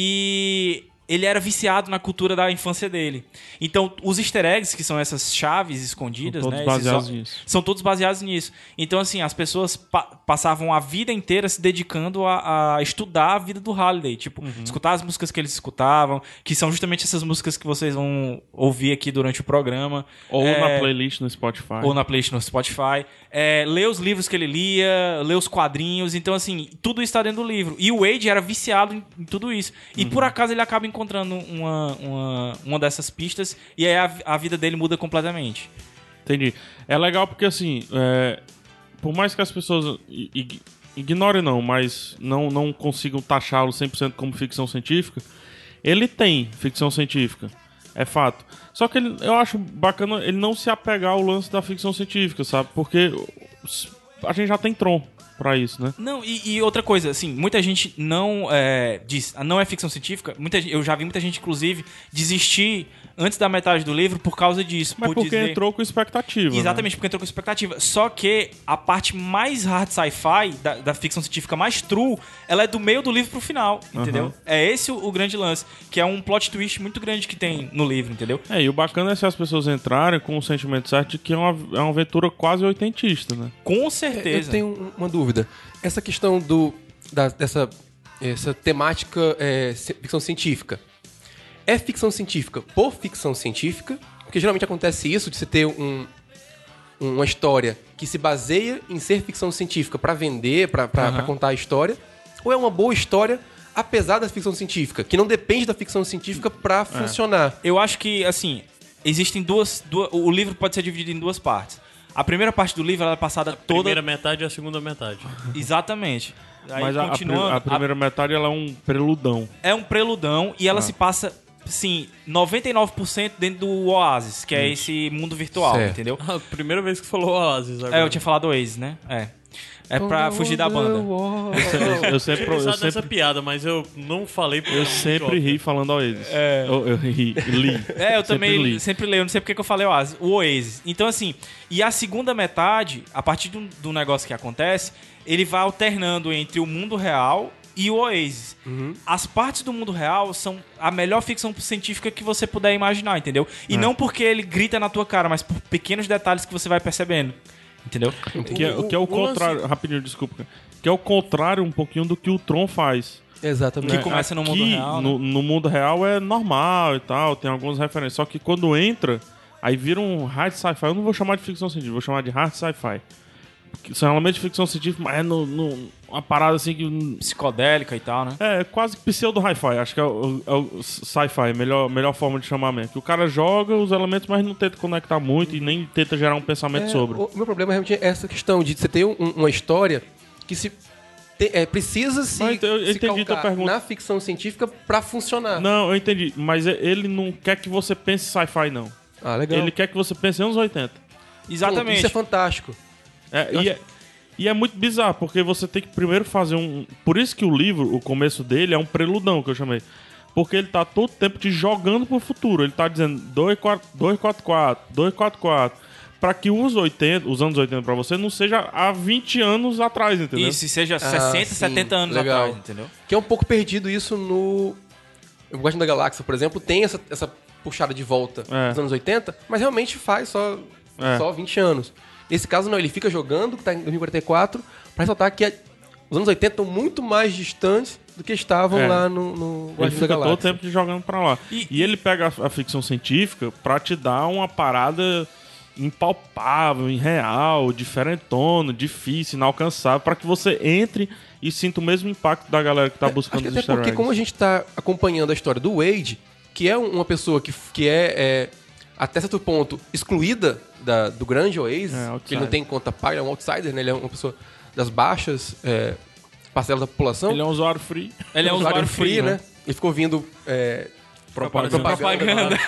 [SPEAKER 5] E ele era viciado na cultura da infância dele. Então, os easter eggs, que são essas chaves escondidas,
[SPEAKER 3] São todos
[SPEAKER 5] né, esses
[SPEAKER 3] baseados
[SPEAKER 5] o-
[SPEAKER 3] nisso.
[SPEAKER 5] São todos baseados nisso. Então, assim, as pessoas pa- passavam a vida inteira se dedicando a, a estudar a vida do Halliday. Tipo,
[SPEAKER 3] Uhum.
[SPEAKER 5] escutar as músicas que eles escutavam, que são justamente essas músicas que vocês vão ouvir aqui durante o programa.
[SPEAKER 3] Ou
[SPEAKER 5] É,
[SPEAKER 3] na playlist no Spotify.
[SPEAKER 5] ou na playlist no Spotify. É, ler os livros que ele lia, ler os quadrinhos. Então, assim, tudo isso tá dentro do livro. E o Wade era viciado em, em tudo isso. E por
[SPEAKER 3] Uhum.
[SPEAKER 5] acaso ele acaba encontrando uma, uma, uma dessas pistas e aí a, vi- a vida dele muda completamente.
[SPEAKER 3] Entendi. É legal porque, assim, é, por mais que as pessoas i- ig- ignorem, não, mas não, não consigam taxá-lo 100% como ficção científica, ele tem ficção científica. É fato. Só que ele- eu acho bacana ele não se apegar ao lance da ficção científica, sabe? Porque s- a gente já tem Tron pra isso, né?
[SPEAKER 5] Não, e, e outra coisa, assim, muita gente não é, diz, "Ah, não é ficção científica. Muita, gen- eu já vi muita gente, inclusive, desistir antes da metade do livro por causa disso.
[SPEAKER 3] Mas
[SPEAKER 5] por
[SPEAKER 3] porque
[SPEAKER 5] dizer-
[SPEAKER 3] entrou com expectativa. né?
[SPEAKER 5] Exatamente, porque entrou com expectativa. Só que a parte mais hard sci-fi, da, da ficção científica mais true, ela é do meio do livro pro final, entendeu? É esse o, o grande lance, que é um plot twist muito grande que tem no livro, entendeu?
[SPEAKER 3] É, e o bacana é se as pessoas entrarem com o sentimento certo de que é uma, é uma aventura quase oitentista, né?
[SPEAKER 5] Com
[SPEAKER 6] Eu
[SPEAKER 5] certeza.
[SPEAKER 6] tenho um- uma dúvida. Essa questão do, da- dessa essa temática é, ci- ficção científica. É ficção científica por ficção científica? Porque geralmente acontece isso de você ter um- uma história que se baseia em ser ficção científica para vender, para contar a história. Ou é uma boa história apesar da ficção científica, que não depende da ficção científica para funcionar?
[SPEAKER 5] Eu acho que, assim, existem duas, duas- O livro pode ser dividido em duas partes. A primeira parte do livro ela é passada toda.
[SPEAKER 4] Primeira metade e a segunda metade.
[SPEAKER 5] Exatamente. Aí
[SPEAKER 3] Mas a- a, pri-
[SPEAKER 5] continua
[SPEAKER 3] a primeira Ah. metade ela é um preludão.
[SPEAKER 5] é um preludão e ela se passa, sim, 99% dentro do Oasis, que é esse mundo virtual,
[SPEAKER 6] Certo.
[SPEAKER 5] entendeu?
[SPEAKER 4] A primeira vez que falou Oasis agora.
[SPEAKER 5] É, eu tinha falado Oasis, né? É. É pra fugir da banda.
[SPEAKER 3] Eu sempre,
[SPEAKER 4] tinha pensado
[SPEAKER 3] eu sempre,
[SPEAKER 4] nessa piada, mas eu não falei pra
[SPEAKER 3] eu sempre ri falando ao eles. Eu, eu ri, li.
[SPEAKER 5] É, eu
[SPEAKER 3] Sempre
[SPEAKER 5] também
[SPEAKER 3] li.
[SPEAKER 5] sempre leio, não sei porque que eu falei Oasis, o Oasis. Então, assim, e a segunda metade, a partir de um, do negócio que acontece, ele vai alternando entre o mundo real e o Oasis. As partes do mundo real são a melhor ficção científica que você puder imaginar, entendeu? E não porque ele grita na tua cara, mas por pequenos detalhes que você vai percebendo. Entendeu?
[SPEAKER 3] Que é, que é o, contrário, rapidinho, desculpa. cara. Que é o contrário um pouquinho do que o Tron faz.
[SPEAKER 6] Exatamente.
[SPEAKER 5] Que começa no mundo
[SPEAKER 3] Aqui,
[SPEAKER 5] real, né?
[SPEAKER 3] No, no mundo real é normal e tal, tem algumas referências. Só que quando entra, aí vira um hard sci-fi. Eu não vou chamar de ficção científica, vou chamar de hard sci-fi. Que São realmente ficção científica, mas é no, no- uma parada assim que.
[SPEAKER 5] Psicodélica e tal, né?
[SPEAKER 3] É, quase pseudo hi-fi, acho que é o, é o sci-fi, melhor, melhor forma de chamar mesmo. Que o cara joga os elementos, mas não tenta conectar muito e nem tenta gerar um pensamento
[SPEAKER 6] É,
[SPEAKER 3] sobre.
[SPEAKER 6] O meu problema realmente é essa questão de você ter um- uma história que se te- é, precisa se,
[SPEAKER 3] Mas eu- eu
[SPEAKER 6] se
[SPEAKER 3] entendi
[SPEAKER 6] calcar
[SPEAKER 3] tua pergunta.
[SPEAKER 6] na ficção científica pra funcionar.
[SPEAKER 3] Não, eu entendi, mas ele não quer que você pense sci-fi, não.
[SPEAKER 6] Ah, legal.
[SPEAKER 3] Ele quer que você pense anos 80.
[SPEAKER 6] Pronto,
[SPEAKER 5] Exatamente.
[SPEAKER 6] Isso é fantástico.
[SPEAKER 3] É, e, é, e é muito bizarro, porque você tem que primeiro fazer um. Por isso que o livro, o começo dele, é um preludão que eu chamei. Porque ele tá todo tempo te jogando pro futuro. Ele tá dizendo 244, 244. Pra que os 80, os anos 80 pra você não seja há 20 anos atrás, entendeu?
[SPEAKER 5] Isso, e seja
[SPEAKER 3] Ah,
[SPEAKER 5] 60,
[SPEAKER 6] Ah, sim,
[SPEAKER 5] 70 anos
[SPEAKER 6] legal.
[SPEAKER 5] atrás, entendeu?
[SPEAKER 6] Que é um pouco perdido isso no. O Guardião da Galáxia, por exemplo, tem essa, essa puxada de volta
[SPEAKER 3] É.
[SPEAKER 6] dos anos 80, mas realmente faz só,
[SPEAKER 3] É.
[SPEAKER 6] só 20 anos. Nesse caso, não, ele fica jogando, que tá em 2044, pra ressaltar que a, Os anos 80 estão muito mais distantes do que estavam
[SPEAKER 3] É.
[SPEAKER 6] lá no, no
[SPEAKER 3] Ele
[SPEAKER 6] Guardiões da
[SPEAKER 3] fica todo o
[SPEAKER 6] Galáxia.
[SPEAKER 3] tempo te jogando pra lá. E, ele pega a, a ficção científica pra te dar uma parada impalpável, irreal, diferentona, difícil, inalcançável, pra que você entre e sinta o mesmo impacto da galera que tá
[SPEAKER 6] É, Acho
[SPEAKER 3] buscando
[SPEAKER 6] que
[SPEAKER 3] os
[SPEAKER 6] até
[SPEAKER 3] easter
[SPEAKER 6] porque
[SPEAKER 3] eggs.
[SPEAKER 6] como a gente tá acompanhando a história do Wade, que é um- uma pessoa que, que é, é, até certo ponto excluída da- do grande Oasis,
[SPEAKER 3] É,
[SPEAKER 6] que ele não
[SPEAKER 3] outsider.
[SPEAKER 6] tem conta paga, é um outsider, né? Ele é uma pessoa das baixas é, parcelas da população.
[SPEAKER 3] Ele é um usuário free.
[SPEAKER 5] Ele é um usuário free, né?
[SPEAKER 6] Ele ficou vindo é,
[SPEAKER 3] Propaganda.
[SPEAKER 5] Propaganda.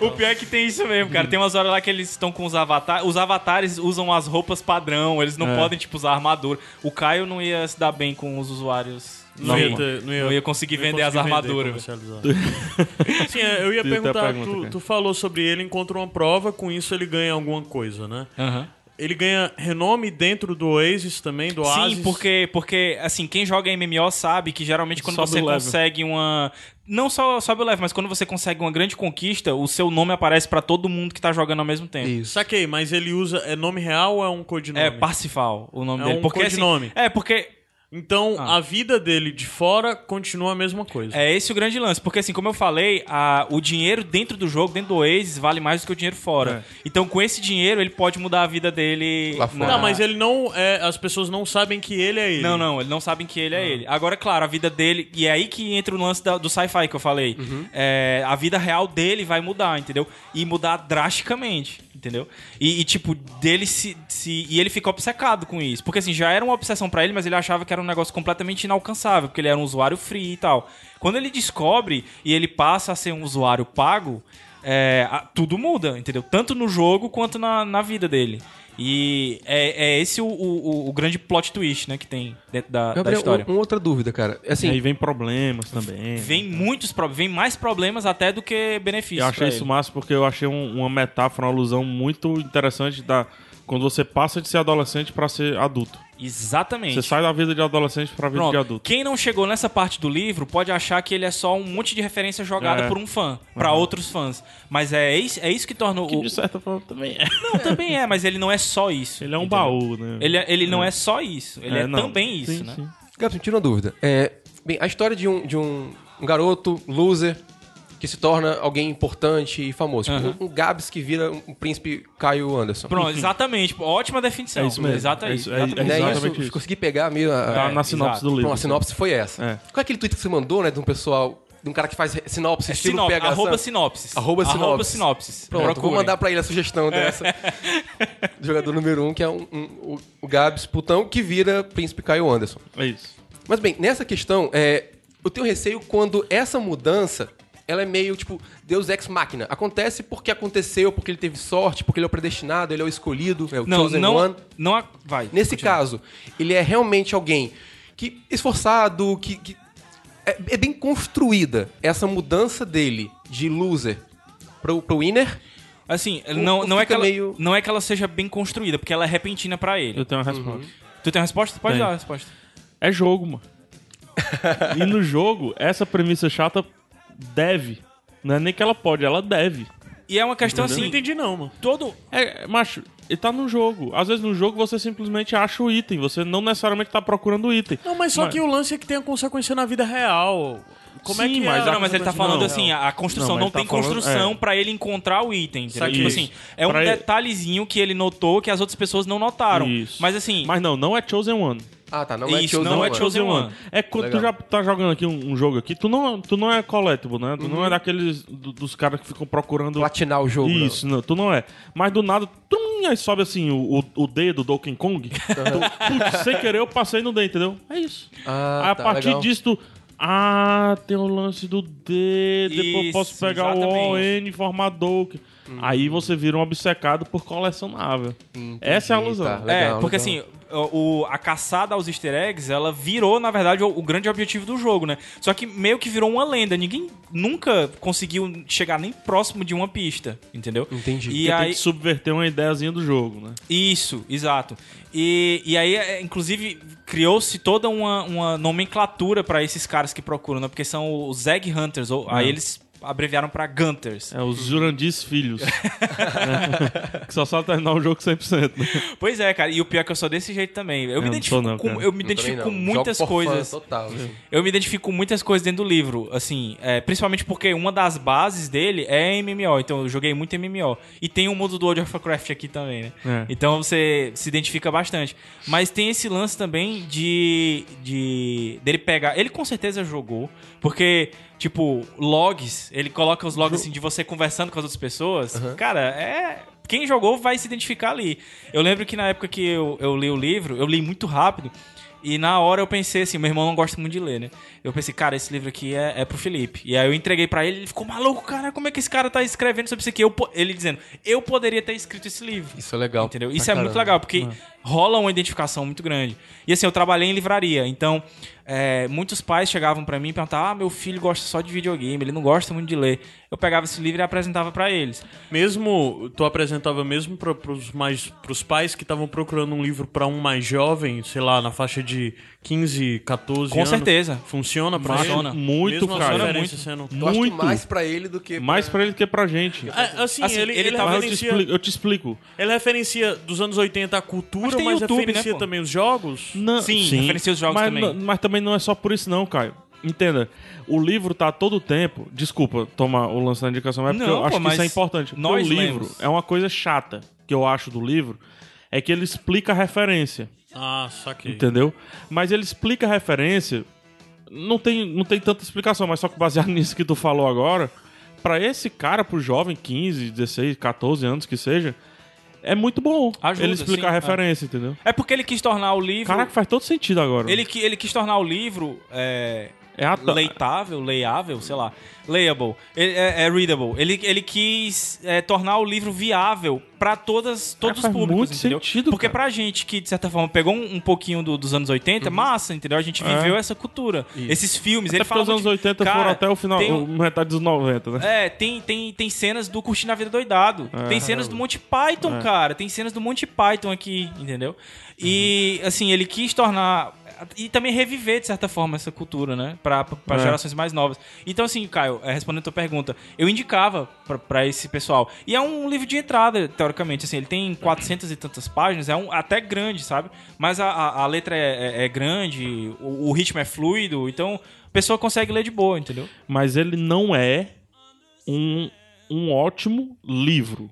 [SPEAKER 5] o pior é que tem isso mesmo, cara. Tem umas horas lá que eles estão com os avatares. Os avatares usam as roupas padrão, eles não podem, tipo, usar armadura. O Caio não ia se dar bem com os usuários.
[SPEAKER 4] Não ia,
[SPEAKER 5] Sim.
[SPEAKER 4] ter- não ia-
[SPEAKER 5] não ia conseguir
[SPEAKER 4] não
[SPEAKER 5] vender as
[SPEAKER 4] conseguir
[SPEAKER 5] armaduras.
[SPEAKER 4] comercializar. Sim, é, eu ia
[SPEAKER 3] Tu ia ter a
[SPEAKER 4] perguntar,
[SPEAKER 3] pergunta,
[SPEAKER 4] tu,
[SPEAKER 3] cara.
[SPEAKER 4] tu falou sobre ele, encontra uma prova, com isso ele ganha alguma coisa, né?
[SPEAKER 5] Aham.
[SPEAKER 4] Ele ganha renome dentro do Oasis também, do Oasis.
[SPEAKER 5] Sim, porque, porque, assim, quem joga MMO sabe que geralmente quando
[SPEAKER 3] Sobe
[SPEAKER 5] você
[SPEAKER 3] o level.
[SPEAKER 5] consegue uma. Não só sobe o level, mas quando você consegue uma grande conquista, o seu nome aparece pra todo mundo que tá jogando ao mesmo tempo.
[SPEAKER 6] isso.
[SPEAKER 4] Saquei, mas ele usa. É nome real ou é um codinome?
[SPEAKER 5] É Parsifal o nome
[SPEAKER 4] É
[SPEAKER 5] dele.
[SPEAKER 4] um
[SPEAKER 5] porque, assim,
[SPEAKER 4] codinome.
[SPEAKER 5] é, porque
[SPEAKER 4] Então
[SPEAKER 5] Ah.
[SPEAKER 4] a vida dele de fora continua a mesma coisa.
[SPEAKER 5] É esse o grande lance, porque assim, como eu falei, a- o dinheiro dentro do jogo, dentro do Oasis, vale mais do que o dinheiro fora. Então, com esse dinheiro, ele pode mudar a vida dele.
[SPEAKER 6] Lá fora.
[SPEAKER 4] Não, mas ele não. é, as pessoas não sabem que ele é ele.
[SPEAKER 5] Não, não, eles não sabem que ele é ele. Agora, claro, a vida dele. E é aí que entra o lance da- do sci-fi que eu falei. É, a vida real dele vai mudar, entendeu? E mudar drasticamente, entendeu? E, e, tipo, dele se, se- E ele fica obcecado com isso. Porque assim, já era uma obsessão pra ele, mas ele achava que era um negócio completamente inalcançável, porque ele era um usuário free e tal. Quando ele descobre e ele passa a ser um usuário pago. é, a- tudo muda, entendeu? Tanto no jogo quanto na, na vida dele. E é, é esse o, o- o- o grande plot twist, né, que tem dentro da, da
[SPEAKER 6] Gabriel,
[SPEAKER 5] história.
[SPEAKER 6] um- uma outra dúvida, cara.
[SPEAKER 3] E
[SPEAKER 6] Assim,
[SPEAKER 3] aí vem problemas também. né?
[SPEAKER 5] Vem muitos pro- vem mais problemas até do que benefícios.
[SPEAKER 3] Eu achei
[SPEAKER 5] pra
[SPEAKER 3] isso
[SPEAKER 5] ele.
[SPEAKER 3] massa porque eu achei um- uma metáfora, uma alusão muito interessante da quando você passa de ser adolescente pra ser adulto.
[SPEAKER 5] Exatamente.
[SPEAKER 3] Você sai da vida de adolescente pra vida de
[SPEAKER 5] Pronto.
[SPEAKER 3] adulto.
[SPEAKER 5] Quem não chegou nessa parte do livro pode achar que ele é só um monte de referência jogada
[SPEAKER 3] É.
[SPEAKER 5] por um fã, pra outros fãs. Mas é, isso- é isso que torna o.
[SPEAKER 3] certa forma também é.
[SPEAKER 5] Não, também é, mas ele não é só isso.
[SPEAKER 3] Ele é um
[SPEAKER 5] entendeu?
[SPEAKER 3] baú, né?
[SPEAKER 5] Ele, é- ele não é só isso. Ele é,
[SPEAKER 3] não.
[SPEAKER 5] também isso,
[SPEAKER 3] Sim,
[SPEAKER 5] né?
[SPEAKER 3] sim.
[SPEAKER 6] Gabriel, me tira uma dúvida. É, bem, a história de um, de um, um garoto, loser, que se torna alguém importante e famoso. Tipo,
[SPEAKER 5] Aham.
[SPEAKER 6] um Gabs que vira um príncipe Caio Anderson.
[SPEAKER 5] Pronto, exatamente. Ótima definição.
[SPEAKER 3] É isso mesmo.
[SPEAKER 5] Exata
[SPEAKER 3] É isso- é- é
[SPEAKER 5] exatamente.
[SPEAKER 6] Né,
[SPEAKER 3] exatamente
[SPEAKER 6] isso,
[SPEAKER 3] isso.
[SPEAKER 6] consegui pegar meio a,
[SPEAKER 3] Tá
[SPEAKER 6] é,
[SPEAKER 3] na sinopse
[SPEAKER 5] exato.
[SPEAKER 3] do livro.
[SPEAKER 6] Bom, a sinopse foi essa.
[SPEAKER 3] É.
[SPEAKER 6] Qual é aquele tweet que você mandou, né, de um pessoal, de um cara que faz
[SPEAKER 3] É
[SPEAKER 6] sinopse, estilo
[SPEAKER 5] É Sinop-
[SPEAKER 6] PH?
[SPEAKER 5] arroba
[SPEAKER 6] sabe?
[SPEAKER 5] sinopses.
[SPEAKER 6] Arroba
[SPEAKER 5] Arroba
[SPEAKER 6] sinopses.
[SPEAKER 5] sinopses.
[SPEAKER 6] Pronto, vou
[SPEAKER 5] Procurem.
[SPEAKER 6] mandar pra ele a sugestão
[SPEAKER 3] É.
[SPEAKER 6] dessa. Do jogador número um, que é um, um- o, o Gabs Putão, que vira príncipe Caio Anderson.
[SPEAKER 3] É isso.
[SPEAKER 6] Mas bem, nessa questão, é, eu tenho receio quando essa mudança ela é meio tipo Deus ex máquina. Acontece porque aconteceu, porque ele teve sorte, porque ele é o predestinado, ele é o escolhido, é o
[SPEAKER 5] Não,
[SPEAKER 6] chosen one.
[SPEAKER 5] não, não. a- Vai.
[SPEAKER 6] Nesse
[SPEAKER 5] continua.
[SPEAKER 6] caso, ele é realmente alguém que esforçado, que, que- é, é bem construída essa mudança dele de loser pro, pro winner.
[SPEAKER 5] Assim,
[SPEAKER 6] O-
[SPEAKER 5] não,
[SPEAKER 6] o
[SPEAKER 5] não, é
[SPEAKER 6] fica
[SPEAKER 5] que ela,
[SPEAKER 6] meio-
[SPEAKER 5] não é que ela seja bem construída, porque ela é repentina pra ele.
[SPEAKER 3] Eu tenho uma
[SPEAKER 4] Uhum.
[SPEAKER 3] resposta.
[SPEAKER 5] Tu tem a resposta? Pode
[SPEAKER 3] Tenho.
[SPEAKER 5] dar a resposta.
[SPEAKER 3] É jogo, mano. e no jogo, essa premissa chata deve. Não é nem que ela pode, ela deve.
[SPEAKER 5] E é uma questão
[SPEAKER 4] Eu não
[SPEAKER 5] assim.
[SPEAKER 4] entendi, não, mano.
[SPEAKER 5] Todo.
[SPEAKER 3] É, macho, e tá no jogo. Às vezes no jogo você simplesmente acha o item, você não necessariamente tá procurando o item.
[SPEAKER 4] Não, mas só
[SPEAKER 3] Mas-
[SPEAKER 4] que o lance é que tem a consequência na vida real. Como é
[SPEAKER 3] Sim,
[SPEAKER 4] que
[SPEAKER 3] mas
[SPEAKER 4] é?
[SPEAKER 3] a-
[SPEAKER 5] Não, mas ele tá falando
[SPEAKER 3] Não.
[SPEAKER 5] assim, a a
[SPEAKER 3] Não,
[SPEAKER 5] construção
[SPEAKER 3] mas
[SPEAKER 5] não,
[SPEAKER 3] ele tá
[SPEAKER 5] tem
[SPEAKER 3] falando-
[SPEAKER 5] construção
[SPEAKER 3] é.
[SPEAKER 5] pra ele encontrar o item, entendeu?
[SPEAKER 4] Saquei.
[SPEAKER 5] Tipo assim, é um
[SPEAKER 3] Pra ele-
[SPEAKER 5] detalhezinho que ele notou que as outras pessoas não notaram.
[SPEAKER 3] Isso.
[SPEAKER 5] Mas assim,
[SPEAKER 3] Mas não, não é Chosen One.
[SPEAKER 6] Ah, tá, não é
[SPEAKER 5] Isso,
[SPEAKER 6] chosen
[SPEAKER 5] não é
[SPEAKER 6] one.
[SPEAKER 5] chosen one.
[SPEAKER 3] É quando
[SPEAKER 6] Legal.
[SPEAKER 3] tu já tá jogando aqui um, um jogo aqui, tu não, tu não é collectible, né? Tu não é daqueles do- dos caras que ficam procurando.
[SPEAKER 6] Uhum. platinar o jogo. não.
[SPEAKER 3] Isso, não, tu não é. Mas do nada, tum, aí sobe assim o, o, o dedo do Donkey Kong.
[SPEAKER 6] Uhum.
[SPEAKER 3] Tu, putz, sem querer eu passei no dedo, entendeu? É isso.
[SPEAKER 6] Ah,
[SPEAKER 3] aí a
[SPEAKER 6] tá,
[SPEAKER 3] partir
[SPEAKER 6] legal.
[SPEAKER 3] disso tu. Ah, tem o lance do D, depois eu posso
[SPEAKER 5] Isso,
[SPEAKER 3] pegar o
[SPEAKER 5] exatamente.
[SPEAKER 3] ON, formar Donkey.
[SPEAKER 6] Uhum.
[SPEAKER 3] Aí você vira um obcecado por colecionável. Essa é a alusão.
[SPEAKER 6] tá.
[SPEAKER 5] É,
[SPEAKER 6] Legal,
[SPEAKER 5] porque
[SPEAKER 6] legal.
[SPEAKER 5] assim, o, o- a caçada aos easter eggs, ela virou, na verdade, o, o grande objetivo do jogo, né? Só que meio que virou uma lenda. Ninguém nunca conseguiu chegar nem próximo de uma pista, entendeu?
[SPEAKER 6] Entendi.
[SPEAKER 5] E
[SPEAKER 3] Porque tem
[SPEAKER 5] aí,
[SPEAKER 3] que subverter uma ideiazinha do jogo, né?
[SPEAKER 5] Isso, exato. E, e aí, é, inclusive, criou-se toda uma, uma nomenclatura pra esses caras que procuram, né? Porque são os Egg Hunters, ou, aí eles abreviaram pra Gunters.
[SPEAKER 3] Ah. É, os Jurandis filhos. É, que só sabe terminar o jogo 100%. né?
[SPEAKER 5] Pois é, cara, e o pior é que eu sou desse jeito também. Eu, me
[SPEAKER 3] não
[SPEAKER 5] identifico,
[SPEAKER 3] sou não,
[SPEAKER 5] com,
[SPEAKER 3] cara.
[SPEAKER 5] eu me
[SPEAKER 6] Não tô nem
[SPEAKER 5] identifico com
[SPEAKER 6] não.
[SPEAKER 5] muitas
[SPEAKER 6] Jogo por fã
[SPEAKER 5] coisas.
[SPEAKER 6] Total, assim.
[SPEAKER 5] Eu me identifico com muitas coisas dentro do livro, assim, é, principalmente porque uma das bases dele é MMO, então eu joguei muito MMO. E tem o mundo do World of Warcraft aqui também, né?
[SPEAKER 3] É.
[SPEAKER 5] Então você se identifica bastante. Mas tem esse lance também de, de. dele pegar. Ele com certeza jogou, porque, tipo, logs, ele coloca os logs assim de você conversando com as outras pessoas. Cara, é. Quem jogou vai se identificar ali. Eu lembro que na época que eu, eu li o livro, eu li muito rápido. E na hora eu pensei assim, meu irmão não gosta muito de ler, né? Eu pensei, cara, esse livro aqui é, é pro Felipe. E aí eu entreguei pra ele, ele ficou maluco, cara, como é que esse cara tá escrevendo sobre isso aqui? Eu, po-" ele dizendo, eu poderia ter escrito esse livro.
[SPEAKER 6] Isso é legal.
[SPEAKER 5] Entendeu?
[SPEAKER 6] pra
[SPEAKER 5] Isso é
[SPEAKER 6] caramba.
[SPEAKER 5] muito legal, porque rola uma identificação muito grande. E assim, eu trabalhei em livraria, então é, muitos pais chegavam pra mim e perguntavam: Ah, meu filho gosta só de videogame, ele não gosta muito de ler. Eu pegava esse livro e apresentava pra eles.
[SPEAKER 4] Mesmo, tu apresentava mesmo para pros, mais, pros pais que estavam procurando um livro pra um mais jovem, sei lá, na faixa de 15, 14
[SPEAKER 5] Com
[SPEAKER 4] anos?
[SPEAKER 5] certeza.
[SPEAKER 4] Funciona pra
[SPEAKER 5] Funciona.
[SPEAKER 4] ele?
[SPEAKER 3] Muito,
[SPEAKER 4] Mesmo a
[SPEAKER 3] cara.
[SPEAKER 4] referência
[SPEAKER 6] Eu
[SPEAKER 4] Sendo...
[SPEAKER 6] acho que
[SPEAKER 3] Muito.
[SPEAKER 6] mais pra ele do que.
[SPEAKER 3] Mais pra ele que pra gente.
[SPEAKER 4] É, assim,
[SPEAKER 5] Assim,
[SPEAKER 4] ele,
[SPEAKER 5] ele
[SPEAKER 4] ele,
[SPEAKER 5] tava-
[SPEAKER 3] Mas eu te
[SPEAKER 4] referencia,
[SPEAKER 3] explico. Eu te explico.
[SPEAKER 4] ele referencia dos anos 80 a cultura, mas,
[SPEAKER 5] Mas tem YouTube, né,
[SPEAKER 4] referencia
[SPEAKER 5] pô?
[SPEAKER 4] também os jogos.
[SPEAKER 3] Não,
[SPEAKER 5] Sim, referencia os jogos
[SPEAKER 3] mas,
[SPEAKER 5] também.
[SPEAKER 3] n- Mas também não é só por isso, não, Caio. Entenda. O livro tá a todo tempo. Desculpa tomar o lance da indicação, mas é porque
[SPEAKER 5] Não,
[SPEAKER 3] eu
[SPEAKER 5] pô,
[SPEAKER 3] acho que
[SPEAKER 5] mas
[SPEAKER 3] isso é importante. Porque
[SPEAKER 5] nós
[SPEAKER 3] o livro
[SPEAKER 5] lemos.
[SPEAKER 3] é uma coisa chata que eu acho do livro. É que ele explica a referência,
[SPEAKER 4] Ah, saquei.
[SPEAKER 5] Então,
[SPEAKER 3] entendeu? Mas ele explica a referência. Não tem, não tem tanta explicação, mas só que baseado nisso que tu falou agora, pra esse cara, pro jovem, 15, 16, 14 anos que seja, é muito bom
[SPEAKER 5] Ajuda,
[SPEAKER 3] ele explicar a
[SPEAKER 5] sim, é.
[SPEAKER 3] referência, entendeu?
[SPEAKER 5] É porque ele quis tornar o livro.
[SPEAKER 3] Caraca, faz todo sentido agora.
[SPEAKER 5] ele, qui- ele quis tornar o livro. é,
[SPEAKER 3] é a ta-
[SPEAKER 5] leitável, leiável, sei lá, layable, ele- é, é readable. Ele, ele quis é, tornar o livro viável pra todas todos
[SPEAKER 3] faz
[SPEAKER 5] os públicos,
[SPEAKER 3] muito
[SPEAKER 5] entendeu?
[SPEAKER 3] sentido,
[SPEAKER 5] Porque
[SPEAKER 3] cara. Uhum.
[SPEAKER 5] pra gente que de certa forma pegou um, um pouquinho do- dos anos 80, massa, entendeu? A gente viveu essa cultura, esses filmes.
[SPEAKER 3] É. Até
[SPEAKER 5] ele
[SPEAKER 3] porque
[SPEAKER 5] fala
[SPEAKER 3] os anos
[SPEAKER 5] muito-
[SPEAKER 3] 80
[SPEAKER 5] Cara,
[SPEAKER 3] foram até o final,
[SPEAKER 5] tem um-
[SPEAKER 3] o- metade dos 90, né?
[SPEAKER 5] é, tem, tem, tem cenas do Curtindo a Vida Doidado. Tem cenas do Monty Python, cara. Tem cenas do Monty Python aqui, entendeu? E, assim, ele quis tornar. E também reviver, de certa forma, essa cultura, né? Pra, pra
[SPEAKER 3] É.
[SPEAKER 5] gerações mais novas. Então, assim, Caio, é, respondendo a tua pergunta, eu indicava pra, pra esse pessoal. E é um livro de entrada, teoricamente. Assim, ele tem 400 e tantas páginas, é um até grande, sabe? Mas a, a- a letra é, é- é grande, o, o ritmo é fluido, então a pessoa consegue ler de boa, entendeu?
[SPEAKER 3] Mas ele não é um, um ótimo livro,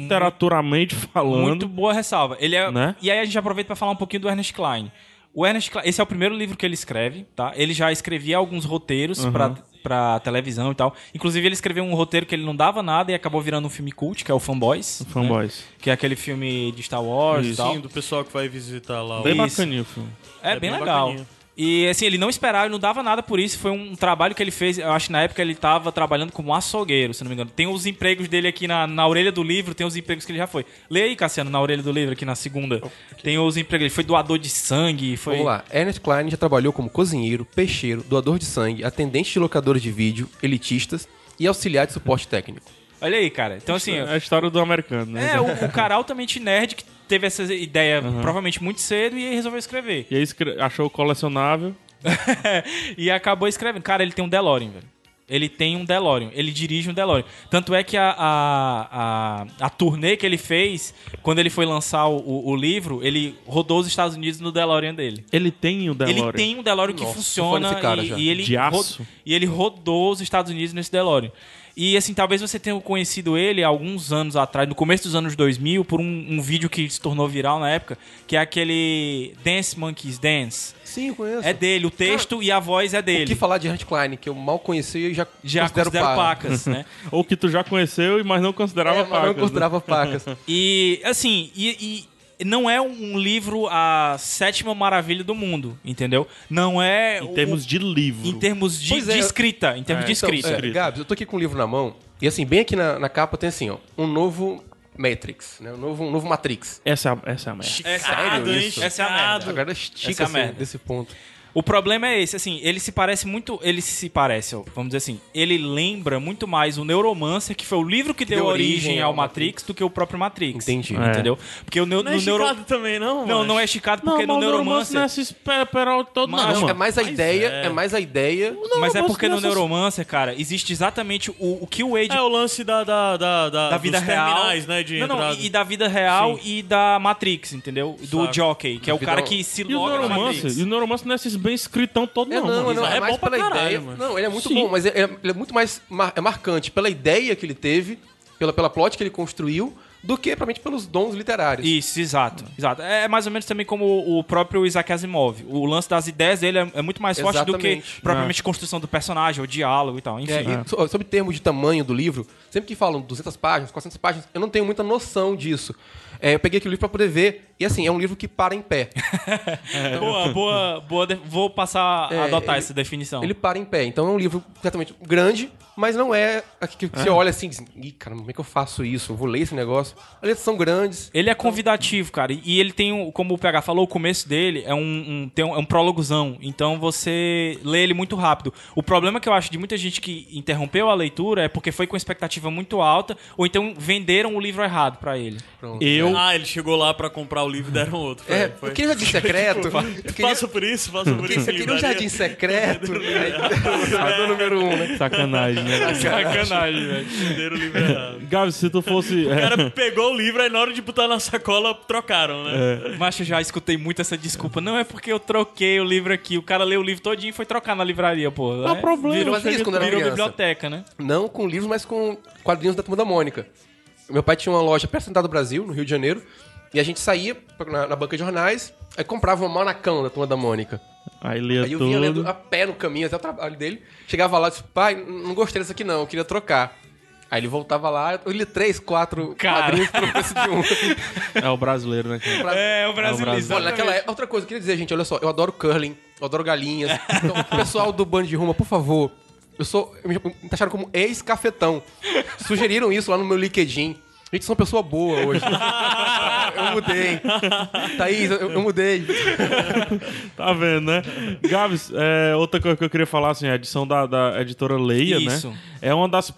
[SPEAKER 3] literaturamente falando.
[SPEAKER 5] Muito boa ressalva. Ele é,
[SPEAKER 3] Né?
[SPEAKER 5] E aí a gente aproveita pra falar um pouquinho do Ernest Klein. O Ernest Klein, esse é o primeiro livro que ele escreve, tá? Ele já escrevia alguns roteiros
[SPEAKER 3] Uhum.
[SPEAKER 5] pra, pra televisão e tal. Inclusive, ele escreveu um roteiro que ele não dava nada e acabou virando um filme cult, que é o Fanboys. né?
[SPEAKER 3] Fanboys.
[SPEAKER 5] Que é aquele filme de Star Wars e tal.
[SPEAKER 4] Sim, do pessoal que vai visitar lá. o-
[SPEAKER 3] Bem
[SPEAKER 5] Isso.
[SPEAKER 3] bacaninho o filme.
[SPEAKER 5] É,
[SPEAKER 4] É
[SPEAKER 5] bem,
[SPEAKER 4] bem
[SPEAKER 5] legal.
[SPEAKER 4] bacaninha.
[SPEAKER 5] E assim, ele não esperava, ele não dava nada por isso. Foi um trabalho que ele fez. Eu acho que na época ele tava trabalhando como açougueiro, se não me engano. Tem os empregos dele aqui na, na orelha do livro, tem os empregos que ele já foi. Lê aí, Cassiano, na orelha do livro, aqui na segunda. Tem os empregos. Ele foi doador de sangue, foi.
[SPEAKER 6] Vamos lá. Ernest Klein já trabalhou como cozinheiro, peixeiro, doador de sangue, atendente de locadores de vídeo, elitistas e auxiliar de suporte técnico.
[SPEAKER 5] Olha aí, cara. Então, assim.
[SPEAKER 3] É a história do americano, né?
[SPEAKER 5] É, o, o cara altamente nerd que teve essa ideia
[SPEAKER 6] Uhum.
[SPEAKER 5] provavelmente muito cedo e resolveu escrever.
[SPEAKER 3] E aí escre- achou o colecionável.
[SPEAKER 5] e acabou escrevendo. Cara, ele tem um DeLorean, velho. Ele tem um DeLorean, ele dirige um DeLorean. Tanto é que a, a, a, a turnê que ele fez, quando ele foi lançar o, o- o livro, ele rodou os Estados Unidos no DeLorean dele.
[SPEAKER 3] Ele tem o DeLorean.
[SPEAKER 5] Ele tem um DeLorean que
[SPEAKER 6] Nossa,
[SPEAKER 5] funciona
[SPEAKER 6] eu fui nesse cara
[SPEAKER 5] e,
[SPEAKER 6] já.
[SPEAKER 5] e ele
[SPEAKER 3] De
[SPEAKER 5] ro-
[SPEAKER 3] aço?
[SPEAKER 5] e ele rodou os Estados Unidos nesse DeLorean. E assim, talvez você tenha conhecido ele há alguns anos atrás, no começo dos anos 2000, por um, um vídeo que se tornou viral na época, que é aquele Dance Monkeys Dance.
[SPEAKER 6] Sim, eu conheço.
[SPEAKER 5] É dele, o texto e a voz é dele.
[SPEAKER 6] O que falar de Ernest Klein, que eu mal conheci e já,
[SPEAKER 5] já
[SPEAKER 6] considero,
[SPEAKER 5] considero
[SPEAKER 6] paca.
[SPEAKER 5] pacas, né?
[SPEAKER 3] Ou que tu já conheceu, mas não considerava
[SPEAKER 6] É, mas
[SPEAKER 3] pacas,
[SPEAKER 6] não
[SPEAKER 3] né?
[SPEAKER 6] considerava pacas.
[SPEAKER 5] E, assim, e, e não é um livro a sétima maravilha do mundo, entendeu? Não é...
[SPEAKER 3] Em termos de livro.
[SPEAKER 5] Em termos de,
[SPEAKER 6] Pois é,
[SPEAKER 5] de
[SPEAKER 6] eu-
[SPEAKER 5] escrita, em termos de
[SPEAKER 6] Então,
[SPEAKER 5] escrita.
[SPEAKER 6] é, Gabs, eu tô aqui com o livro na mão e assim, bem aqui na, na capa tem assim, ó, um novo Matrix, né? Um novo, um novo Matrix.
[SPEAKER 3] Essa, é a- essa é a merda.
[SPEAKER 5] Essa,
[SPEAKER 6] Sério isso?
[SPEAKER 5] essa é a merda.
[SPEAKER 6] Agora estica
[SPEAKER 5] Essa é a
[SPEAKER 6] assim,
[SPEAKER 5] merda.
[SPEAKER 6] desse ponto.
[SPEAKER 5] O problema é esse, assim, ele se parece muito. Ele se parece, ó, vamos dizer assim, ele lembra muito mais o Neuromancer, que foi o livro que deu,
[SPEAKER 6] Deu
[SPEAKER 5] origem,
[SPEAKER 6] origem
[SPEAKER 5] ao
[SPEAKER 6] ao
[SPEAKER 5] Matrix, do que o próprio Matrix.
[SPEAKER 6] Entendi.
[SPEAKER 5] Entendeu? Porque o neu,
[SPEAKER 4] Não é
[SPEAKER 5] no Neuro-
[SPEAKER 4] esticado também, não?
[SPEAKER 5] Não,
[SPEAKER 4] macho?
[SPEAKER 5] não é esticado porque no Neuromancer.
[SPEAKER 3] não é esse peral todo,
[SPEAKER 5] Mas-
[SPEAKER 3] não,
[SPEAKER 5] Ah, Não,
[SPEAKER 3] mano.
[SPEAKER 6] É mais a ideia,
[SPEAKER 4] é.
[SPEAKER 6] é. mais a ideia.
[SPEAKER 5] Mas é
[SPEAKER 3] Neuromancer
[SPEAKER 5] porque no
[SPEAKER 3] não é essas-
[SPEAKER 5] Neuromancer, cara, existe exatamente o, o que o Wade
[SPEAKER 4] É o lance da, da, da, da,
[SPEAKER 5] da vida
[SPEAKER 4] dos
[SPEAKER 5] real.
[SPEAKER 4] terminais, né? De
[SPEAKER 5] não, não,
[SPEAKER 4] entrada.
[SPEAKER 5] e da vida real e da Matrix, entendeu? Do
[SPEAKER 4] Saco.
[SPEAKER 5] Jockey, que é o
[SPEAKER 6] vida
[SPEAKER 5] cara
[SPEAKER 6] real.
[SPEAKER 5] que se
[SPEAKER 3] E o
[SPEAKER 5] loga na Matrix.
[SPEAKER 3] Neuromancer, e o Neuromancer não é esses bem escritão todo,
[SPEAKER 6] É,
[SPEAKER 3] não.
[SPEAKER 6] não,
[SPEAKER 3] mano.
[SPEAKER 6] é, não, é,
[SPEAKER 4] é
[SPEAKER 6] mais
[SPEAKER 4] bom pra
[SPEAKER 6] pela
[SPEAKER 4] caralho,
[SPEAKER 6] ideia.
[SPEAKER 4] mano.
[SPEAKER 6] Não, ele é muito
[SPEAKER 3] Sim.
[SPEAKER 6] bom, mas é, é- ele é muito mais mar- é marcante pela ideia que ele teve, pela, pela plot que ele construiu, do que provavelmente pelos dons literários.
[SPEAKER 5] Isso, exato, exato. É mais ou menos também como o- o próprio Isaac Asimov. O lance das ideias dele é é muito mais forte do
[SPEAKER 6] Exatamente.
[SPEAKER 5] que propriamente construção do personagem, o diálogo e tal, enfim.
[SPEAKER 6] É, e so- sobre termos de tamanho do livro, sempre que falam 200 páginas, 400 páginas, eu não tenho muita noção disso. É, eu peguei aquele livro pra poder ver, e assim, é um livro que para em pé.
[SPEAKER 5] Boa, boa, boa. de- Vou passar a
[SPEAKER 6] É,
[SPEAKER 5] adotar
[SPEAKER 6] ele-
[SPEAKER 5] essa definição.
[SPEAKER 6] Ele para em pé. Então é um livro certamente grande, mas não é aquele que você olha assim e diz, Ih, cara, como é que eu faço isso? Eu vou ler esse negócio. As letras são grandes.
[SPEAKER 5] Ele é convidativo, cara. E- E ele tem, um- como o PH falou, o começo dele é um, um- tem um, é um prólogozão. Então você lê ele muito rápido. O problema que eu acho de muita gente que interrompeu a leitura é porque foi com expectativa muito alta, ou então venderam o livro errado pra ele.
[SPEAKER 6] Pronto.
[SPEAKER 3] Eu,
[SPEAKER 4] Ah, ele chegou lá pra comprar o livro e deram outro.
[SPEAKER 6] É,
[SPEAKER 4] Foi, foi.
[SPEAKER 6] eu queria um jardim secreto. Eu queria,
[SPEAKER 4] Passa por isso, passa por
[SPEAKER 6] eu
[SPEAKER 4] isso.
[SPEAKER 6] queria um
[SPEAKER 4] livraria.
[SPEAKER 6] jardim secreto. Aí, Razão número um, né?
[SPEAKER 3] sacanagem, né?
[SPEAKER 5] Sacanagem, velho.
[SPEAKER 4] Venderam o livro errado.
[SPEAKER 3] Gabi, se tu fosse...
[SPEAKER 4] O cara pegou o livro, aí na hora de botar na sacola, trocaram,
[SPEAKER 5] É.
[SPEAKER 4] né?
[SPEAKER 5] Mas eu já escutei muito essa desculpa. Não, é porque eu troquei o livro aqui. O cara leu o livro todinho e foi trocar na livraria, pô. Não
[SPEAKER 3] é problema,
[SPEAKER 5] Virou,
[SPEAKER 6] eu fazia isso quando era
[SPEAKER 5] virou
[SPEAKER 6] criança.
[SPEAKER 5] biblioteca, né?
[SPEAKER 6] Não com livros, mas com quadrinhos da Turma da Mônica. Meu pai tinha uma loja perto da Central do Brasil, no Rio de Janeiro, e a gente saía pra- na, na banca de jornais, aí comprava uma manacão da Turma da Mônica.
[SPEAKER 3] é, Aí lia
[SPEAKER 6] Aí é eu vinha lendo
[SPEAKER 3] tudo.
[SPEAKER 6] a pé no caminho até o trabalho dele. Chegava lá e disse, pai, não gostei dessa aqui não, eu queria trocar. Aí ele voltava lá, eu li três, quatro
[SPEAKER 5] Cara.
[SPEAKER 6] quadrinhos pelo preço de um.
[SPEAKER 3] É o brasileiro, né? cara?
[SPEAKER 6] Pra-
[SPEAKER 5] É, o brasileiro.
[SPEAKER 3] Brasil.
[SPEAKER 6] Olha, naquela época, outra coisa, eu queria dizer, gente, olha só, eu adoro curling, eu adoro galinhas. Então, pessoal do Bando de Ruma, por favor, eu sou. Me taxaram como ex-cafetão. Sugeriram isso lá no meu LinkedIn. Gente, sou uma pessoa boa hoje. Eu mudei. Thaís, eu, eu mudei.
[SPEAKER 3] Tá vendo, né? Gabs, é, outra coisa que eu queria falar, assim, a edição da, da editora Leia,
[SPEAKER 5] Isso.
[SPEAKER 3] né? É uma das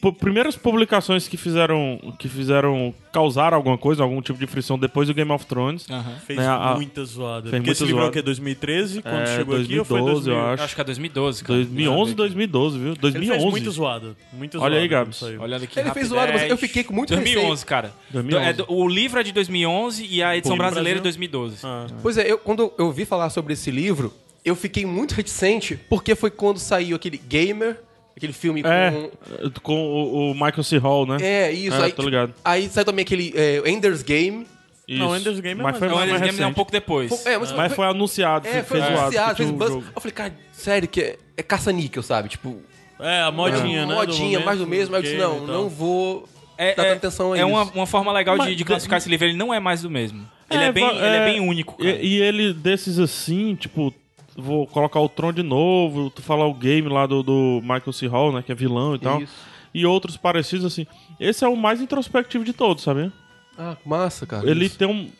[SPEAKER 3] pu- primeiras publicações que fizeram, que fizeram causar alguma coisa, algum tipo de frição depois do Game of Thrones.
[SPEAKER 5] Aham.
[SPEAKER 4] Fez
[SPEAKER 3] Né, a-
[SPEAKER 4] muita zoada.
[SPEAKER 3] fez
[SPEAKER 4] Porque esse
[SPEAKER 3] muita
[SPEAKER 4] livro é o
[SPEAKER 3] zoada.
[SPEAKER 4] quê? 2013? Quando
[SPEAKER 3] É,
[SPEAKER 4] chegou aqui? Ou foi
[SPEAKER 3] 2012,
[SPEAKER 4] 2000?
[SPEAKER 3] eu acho.
[SPEAKER 5] Eu Acho que é 2012, cara.
[SPEAKER 3] 2011, 2012, viu?
[SPEAKER 4] um? Ele fez muito
[SPEAKER 3] 2011.
[SPEAKER 4] zoada. Muito
[SPEAKER 3] Olha aí,
[SPEAKER 4] zoada quando
[SPEAKER 3] Gabs.
[SPEAKER 4] saiu.
[SPEAKER 5] Olhando aqui
[SPEAKER 6] Ele fez
[SPEAKER 5] rápido.
[SPEAKER 6] zoado, mas eu
[SPEAKER 5] É,
[SPEAKER 6] fiquei com muito
[SPEAKER 5] 2011, cara.
[SPEAKER 3] 2011.
[SPEAKER 5] É, do- o livro é de 2011 e a
[SPEAKER 4] Pô,
[SPEAKER 5] edição
[SPEAKER 4] e no
[SPEAKER 5] brasileira é
[SPEAKER 4] Brasil?
[SPEAKER 5] 2012.
[SPEAKER 4] Ah.
[SPEAKER 6] Pois é, eu, quando eu vi falar sobre esse livro, eu fiquei muito reticente, porque foi quando saiu aquele Gamer, aquele filme
[SPEAKER 3] É,
[SPEAKER 6] com.
[SPEAKER 3] com o, o Michael C. Hall, né?
[SPEAKER 6] É, isso.
[SPEAKER 3] É,
[SPEAKER 6] aí,
[SPEAKER 3] tô ligado.
[SPEAKER 6] aí saiu também aquele é, Ender's Game.
[SPEAKER 3] Isso.
[SPEAKER 4] o Ender's Game é
[SPEAKER 3] mas
[SPEAKER 4] mais-
[SPEAKER 3] foi
[SPEAKER 5] Não,
[SPEAKER 3] mais
[SPEAKER 5] eles
[SPEAKER 3] recente.
[SPEAKER 5] lembram um pouco depois.
[SPEAKER 6] É, mas,
[SPEAKER 3] Mas foi anunciado,
[SPEAKER 6] É,
[SPEAKER 3] fe-
[SPEAKER 6] foi
[SPEAKER 3] fez zoado.
[SPEAKER 6] anunciado,
[SPEAKER 3] que
[SPEAKER 6] fez
[SPEAKER 3] tinha um
[SPEAKER 6] buzz.
[SPEAKER 3] jogo.
[SPEAKER 6] Eu falei, cara, sério que é, é caça-níquel, sabe? Tipo,
[SPEAKER 4] É, a modinha, né? do
[SPEAKER 6] modinha, mais do
[SPEAKER 4] momento, então."
[SPEAKER 6] mesmo. Aí eu disse,
[SPEAKER 4] game
[SPEAKER 6] não,
[SPEAKER 4] e tal.
[SPEAKER 6] não vou
[SPEAKER 5] É,
[SPEAKER 6] dar
[SPEAKER 5] é,
[SPEAKER 6] tanta atenção a
[SPEAKER 5] é
[SPEAKER 6] isso.
[SPEAKER 5] uma, uma forma legal de,
[SPEAKER 3] Mas-
[SPEAKER 5] de classificar esse livro. Ele não é mais do mesmo. Ele é, bem,
[SPEAKER 3] va-
[SPEAKER 5] ele é bem único. cara.
[SPEAKER 3] E, e ele, desses assim, tipo, vou colocar o Tron de novo, tu falar o game lá do, do Michael C. Hall, né, que é vilão e tal.
[SPEAKER 6] Isso.
[SPEAKER 3] E outros parecidos, assim. Esse é o mais introspectivo de todos, sabe?
[SPEAKER 6] Ah, massa, cara.
[SPEAKER 3] Ele
[SPEAKER 6] isso.
[SPEAKER 3] tem um...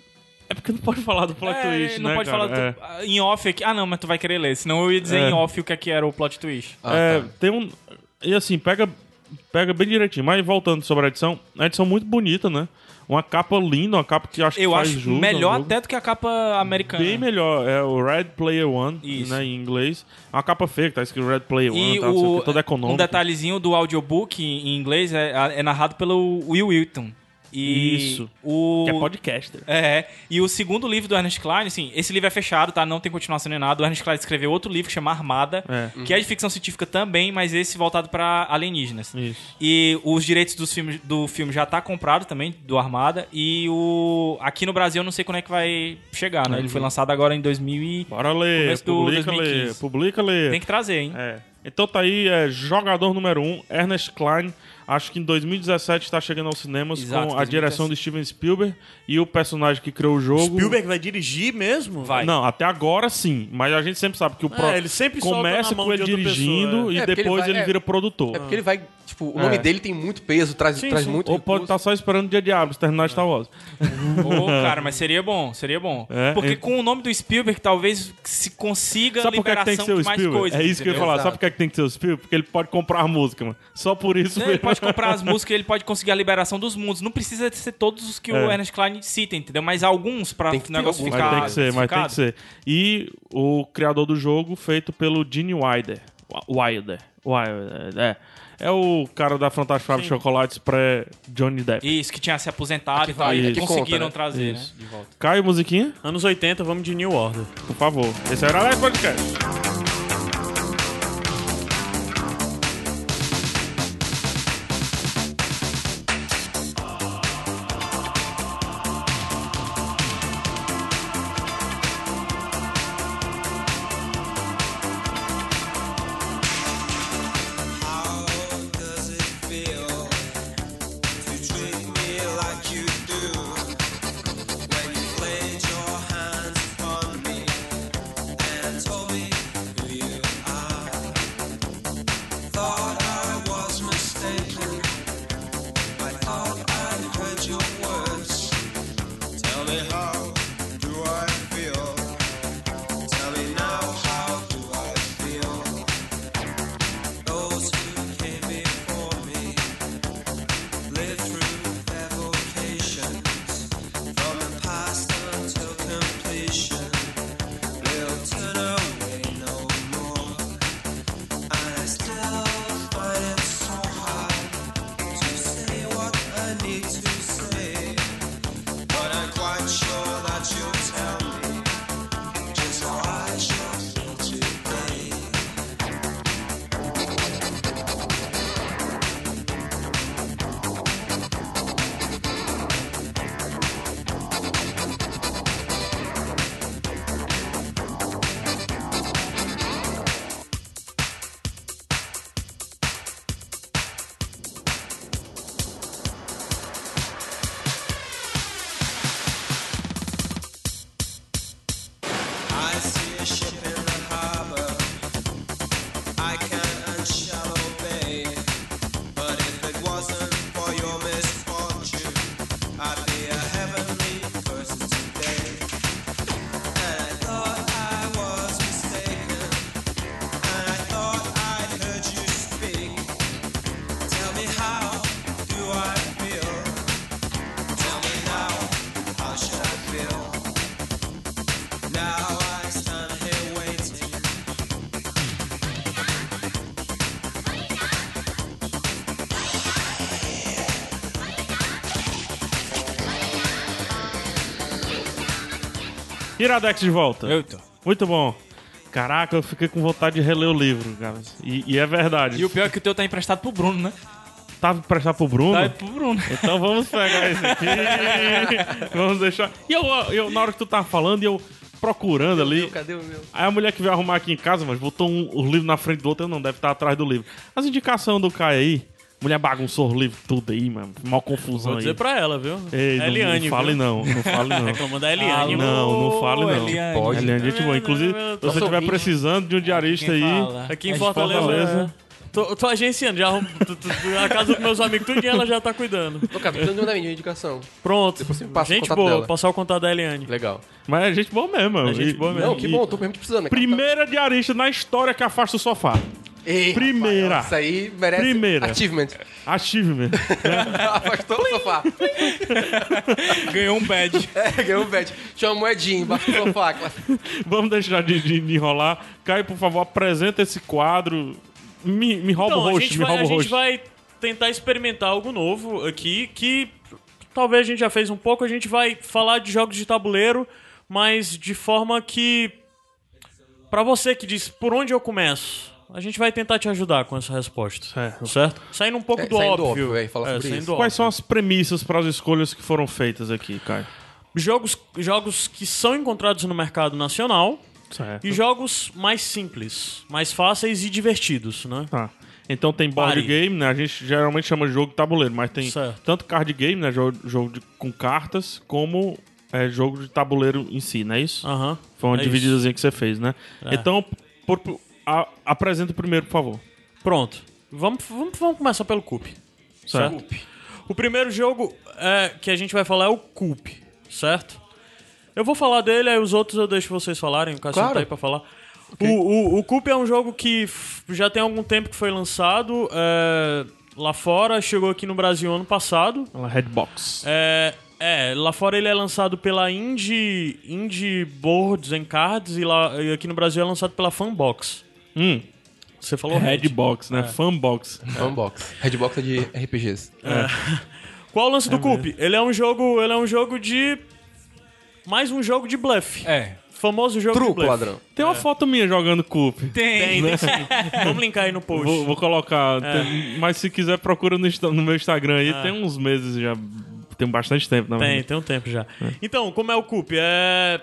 [SPEAKER 3] É porque não pode falar do plot
[SPEAKER 5] É,
[SPEAKER 3] twist,
[SPEAKER 5] não
[SPEAKER 3] né,
[SPEAKER 5] pode
[SPEAKER 3] cara?
[SPEAKER 5] falar
[SPEAKER 3] É.
[SPEAKER 5] do- ah, em off aqui. Ah, não, mas tu vai querer ler. Senão eu ia dizer
[SPEAKER 3] É.
[SPEAKER 5] em off o que, é que era o plot twist.
[SPEAKER 6] Ah,
[SPEAKER 3] é,
[SPEAKER 6] tá.
[SPEAKER 3] tem um. E assim, pega, pega bem direitinho. Mas voltando sobre a edição, a edição muito bonita, né? Uma capa linda, uma capa que acho
[SPEAKER 5] Eu
[SPEAKER 3] que faz
[SPEAKER 5] acho
[SPEAKER 3] jus ao
[SPEAKER 5] melhor
[SPEAKER 3] jogo.
[SPEAKER 5] até do que a capa americana.
[SPEAKER 3] Bem melhor, é o Red Player One,
[SPEAKER 5] Isso.
[SPEAKER 3] né, em inglês. Uma capa feia que tá escrito Red Player One,
[SPEAKER 5] E
[SPEAKER 3] tá, não sei o
[SPEAKER 5] o,
[SPEAKER 3] que, toda econômica.
[SPEAKER 5] um detalhezinho do audiobook em inglês é, é narrado pelo Will Wilton. E
[SPEAKER 3] Isso.
[SPEAKER 5] O,
[SPEAKER 3] Que é podcaster.
[SPEAKER 5] É, e o segundo livro do Ernest Klein, assim, esse livro é fechado, tá? Não tem continuação nem nada. O Ernest Klein escreveu outro livro que chama Armada,
[SPEAKER 3] É.
[SPEAKER 5] que é de ficção científica também, mas esse voltado pra alienígenas.
[SPEAKER 3] Isso.
[SPEAKER 5] E os direitos dos filmes, do filme já tá comprado também, do Armada, e o aqui no Brasil eu não sei quando é que vai chegar, né? Ele
[SPEAKER 3] Uhum.
[SPEAKER 5] foi lançado agora em 2000 e...
[SPEAKER 3] Bora ler,
[SPEAKER 5] Começo do
[SPEAKER 3] publica
[SPEAKER 5] 2015.
[SPEAKER 3] ler, publica ler.
[SPEAKER 5] Tem que trazer, hein?
[SPEAKER 3] É. Então tá aí, é, jogador número um, Ernest Klein, Acho que em 2017 está tá chegando aos cinemas
[SPEAKER 5] Exato,
[SPEAKER 3] com a
[SPEAKER 5] 2017.
[SPEAKER 3] direção do Steven Spielberg e o personagem que criou o jogo.
[SPEAKER 4] Spielberg vai dirigir mesmo?
[SPEAKER 5] Vai.
[SPEAKER 3] Não, até agora sim, mas a gente sempre sabe que o
[SPEAKER 4] É,
[SPEAKER 3] pro...
[SPEAKER 4] ele sempre solta
[SPEAKER 3] começa
[SPEAKER 4] na mão
[SPEAKER 3] com
[SPEAKER 4] de
[SPEAKER 3] ele
[SPEAKER 4] outra
[SPEAKER 3] dirigindo
[SPEAKER 4] pessoa,
[SPEAKER 3] e
[SPEAKER 6] É, porque ele
[SPEAKER 3] depois
[SPEAKER 6] vai-
[SPEAKER 3] ele,
[SPEAKER 6] é.
[SPEAKER 3] vira produtor.
[SPEAKER 6] É porque ele vai. Tipo, o nome
[SPEAKER 3] É.
[SPEAKER 6] dele tem muito peso, traz,
[SPEAKER 4] Sim,
[SPEAKER 6] traz
[SPEAKER 4] sim.
[SPEAKER 6] muito.
[SPEAKER 3] Ou pode
[SPEAKER 6] recurso.
[SPEAKER 3] estar só esperando o dia de Abrams terminar Star Wars.
[SPEAKER 5] Ô, cara, mas seria bom, seria bom.
[SPEAKER 3] É,
[SPEAKER 5] porque
[SPEAKER 3] ent-
[SPEAKER 5] com o nome do Spielberg talvez se consiga
[SPEAKER 3] Sabe por que é que tem que
[SPEAKER 5] liberação
[SPEAKER 3] ser o
[SPEAKER 5] de mais
[SPEAKER 3] Spielberg?
[SPEAKER 5] coisas.
[SPEAKER 3] é isso que eu ia
[SPEAKER 5] entendeu?
[SPEAKER 3] falar.
[SPEAKER 6] Exato.
[SPEAKER 3] Sabe por que é que tem que ser o Spielberg? Porque ele pode comprar a música, mano. Só por isso.
[SPEAKER 5] Né, Ele
[SPEAKER 3] mesmo.
[SPEAKER 5] pode comprar as músicas, ele pode conseguir a liberação dos mundos. Não precisa ser todos os que o
[SPEAKER 3] É.
[SPEAKER 5] Ernest Klein cita, entendeu? Mas alguns pra
[SPEAKER 6] Tem que ter
[SPEAKER 5] o negócio
[SPEAKER 6] alguns.
[SPEAKER 5] ficar.
[SPEAKER 3] Mas tem que ser, mas tem que
[SPEAKER 5] ficado.
[SPEAKER 3] ser. E o criador do jogo feito pelo Gene Wilder. Wi- Wilder. Wilder, é. É o cara da Fantástica Fábrica de Chocolates pré-Johnny Depp.
[SPEAKER 5] Isso, que tinha se aposentado e
[SPEAKER 3] tá,
[SPEAKER 6] vai,
[SPEAKER 5] tal, e
[SPEAKER 6] aqui conta,
[SPEAKER 5] conseguiram
[SPEAKER 6] né?
[SPEAKER 5] trazer, né?
[SPEAKER 3] Isso.
[SPEAKER 5] De volta.
[SPEAKER 3] Caio, musiquinha,
[SPEAKER 4] Anos 80, vamos de New Order.
[SPEAKER 3] por favor. Esse era o podcast.
[SPEAKER 7] How does it feel to treat me like you do when you laid your hands on me and told me who you are? Thought I was mistaken. I thought I heard your words. Tell me how do I feel? Tell me now how do I feel? Those who came before me lived through their vocations from the past until completion. Will turn away no more, and I still find it so hard to say what I need to say. But I'm quite sure that you'll tell me just how I should feel today. I see a ship in the harbor. I can and shall obey. But if it wasn't for your misfortune, I'd be a heavenly person today. And I thought I was mistaken. And I thought I heard you speak. Tell me how do I feel? Tell me now, how should I feel? Now I stand here waiting.
[SPEAKER 3] Iradex de volta.
[SPEAKER 5] Eita.
[SPEAKER 3] Muito bom. Caraca, eu fiquei com vontade de reler o livro, cara. E, e é verdade.
[SPEAKER 5] E o pior é que o teu tá emprestado pro Bruno, né?
[SPEAKER 3] Tava pra prestar pro Bruno?
[SPEAKER 5] Tá pro Bruno.
[SPEAKER 3] Então vamos pegar esse aqui. vamos deixar. E eu, eu, na hora que tu tava falando, e eu procurando ali.
[SPEAKER 6] Cadê o meu?
[SPEAKER 3] Aí a mulher que veio arrumar aqui em casa, mas botou um, o livro na frente do outro, eu não, deve estar atrás do livro. As indicações do Caio aí, mulher bagunçou o livro tudo aí, mano. Mó confusão aí.
[SPEAKER 4] Vou dizer pra ela, viu?
[SPEAKER 3] Ei, não,
[SPEAKER 4] Eliane,
[SPEAKER 3] não fale
[SPEAKER 4] viu?
[SPEAKER 3] não, não fale não.
[SPEAKER 4] Reclamando da Eliane. mano.
[SPEAKER 3] não, não fale não.
[SPEAKER 5] Eliane.
[SPEAKER 6] Pode.
[SPEAKER 3] Eliane, gente boa. Inclusive, se você estiver precisando de um diarista aí,
[SPEAKER 4] Aqui em
[SPEAKER 5] É de
[SPEAKER 4] Fortaleza.
[SPEAKER 3] Fortaleza.
[SPEAKER 4] é. Tô, tô agenciando, já arrumo- tu- tu- tu- a casa dos meus amigos, tudo ela já tá cuidando.
[SPEAKER 6] Ô, cara, tô precisando de uma minha indicação.
[SPEAKER 4] Pronto.
[SPEAKER 6] Depois você me passa o
[SPEAKER 4] gente
[SPEAKER 6] contato
[SPEAKER 4] boa,
[SPEAKER 6] dela.
[SPEAKER 4] passar o contato da Eliane.
[SPEAKER 6] Legal.
[SPEAKER 3] mas é gente boa mesmo. mano.
[SPEAKER 4] gente
[SPEAKER 3] E-
[SPEAKER 4] boa mesmo.
[SPEAKER 6] Não, que
[SPEAKER 3] e-
[SPEAKER 6] bom, tô realmente precisando. né?
[SPEAKER 3] Primeira diarista na história que afasta o sofá.
[SPEAKER 6] Ei,
[SPEAKER 3] Primeira.
[SPEAKER 6] Rafael, isso aí merece
[SPEAKER 3] Primeira.
[SPEAKER 6] achievement.
[SPEAKER 3] Achievement.
[SPEAKER 6] Afastou o sofá.
[SPEAKER 5] Ganhou um badge.
[SPEAKER 6] É, ganhou o bet. Tinha uma moedinha embaixo do sofá.
[SPEAKER 3] Vamos deixar de, de- de enrolar. Caio, por favor, apresenta esse quadro. Me, me rouba
[SPEAKER 4] Então,
[SPEAKER 3] o
[SPEAKER 4] a
[SPEAKER 3] rosto,
[SPEAKER 4] gente,
[SPEAKER 3] me
[SPEAKER 4] vai,
[SPEAKER 3] rouba
[SPEAKER 4] a
[SPEAKER 3] o
[SPEAKER 4] gente
[SPEAKER 3] rosto.
[SPEAKER 4] vai tentar experimentar algo novo aqui, que talvez a gente já fez um pouco. A gente vai falar de jogos de tabuleiro, mas de forma que. Pra você que diz por onde eu começo, a gente vai tentar te ajudar com essa resposta.
[SPEAKER 3] Certo.
[SPEAKER 4] Certo? Saindo um pouco
[SPEAKER 6] É,
[SPEAKER 4] do
[SPEAKER 6] saindo
[SPEAKER 4] óbvio.
[SPEAKER 6] do óbvio, é, falar sobre
[SPEAKER 4] saindo
[SPEAKER 6] isso.
[SPEAKER 4] do
[SPEAKER 3] Quais
[SPEAKER 4] óbvio.
[SPEAKER 3] são as premissas para as escolhas que foram feitas aqui, Caio?
[SPEAKER 4] Jogos, jogos que são encontrados no mercado nacional
[SPEAKER 3] Certo.
[SPEAKER 4] e jogos mais simples, mais fáceis e divertidos, né?
[SPEAKER 3] Tá. Então tem board
[SPEAKER 4] Pare.
[SPEAKER 3] game, né? A gente geralmente chama de jogo de tabuleiro, mas tem
[SPEAKER 4] Certo.
[SPEAKER 3] tanto card game, né? Jogo, jogo de- com cartas, como é, jogo de tabuleiro em si, não é isso?
[SPEAKER 4] Aham.
[SPEAKER 3] Foi uma
[SPEAKER 4] é isso.
[SPEAKER 3] divididazinha que você fez, né?
[SPEAKER 4] É.
[SPEAKER 3] Então, por- por- a- apresenta o primeiro, por favor.
[SPEAKER 4] Pronto. Vamos, vamos, vamos começar pelo Coop. Certo? O primeiro jogo é, que a gente vai falar é o Coop, certo? Eu vou falar dele, aí os outros eu deixo vocês falarem, o Cassio
[SPEAKER 6] Claro.
[SPEAKER 4] tá aí pra falar. O, o, o Coop é um jogo que f- já tem algum tempo que foi lançado é, lá fora, chegou aqui no Brasil ano passado.
[SPEAKER 3] Redbox.
[SPEAKER 4] É, é, lá fora ele é lançado pela Indie, Indie Boards and Cards e, lá, e aqui no Brasil é lançado pela Fanbox.
[SPEAKER 3] Hum,
[SPEAKER 4] Você falou É, Red.
[SPEAKER 3] Redbox, né? Fanbox.
[SPEAKER 6] Unbox. Redbox é de RPGs.
[SPEAKER 4] Qual o lance do Coop? Ele é um jogo, ele é um jogo de mais um jogo de bluff.
[SPEAKER 5] É.
[SPEAKER 4] Famoso jogo de
[SPEAKER 6] Truco,
[SPEAKER 4] bluff.
[SPEAKER 6] ladrão.
[SPEAKER 3] Tem uma foto minha jogando Coop.
[SPEAKER 5] Tem.
[SPEAKER 4] Tem, tem sim. Vamos linkar aí no post.
[SPEAKER 3] Vou, vou colocar.
[SPEAKER 5] É.
[SPEAKER 3] tem- mas se quiser, procura no, Insta- no meu Instagram aí. Tem uns meses já. Tem bastante tempo, né, na
[SPEAKER 4] Tem,
[SPEAKER 3] verdade.
[SPEAKER 4] tem um tempo já. Então, como é o Coop? É.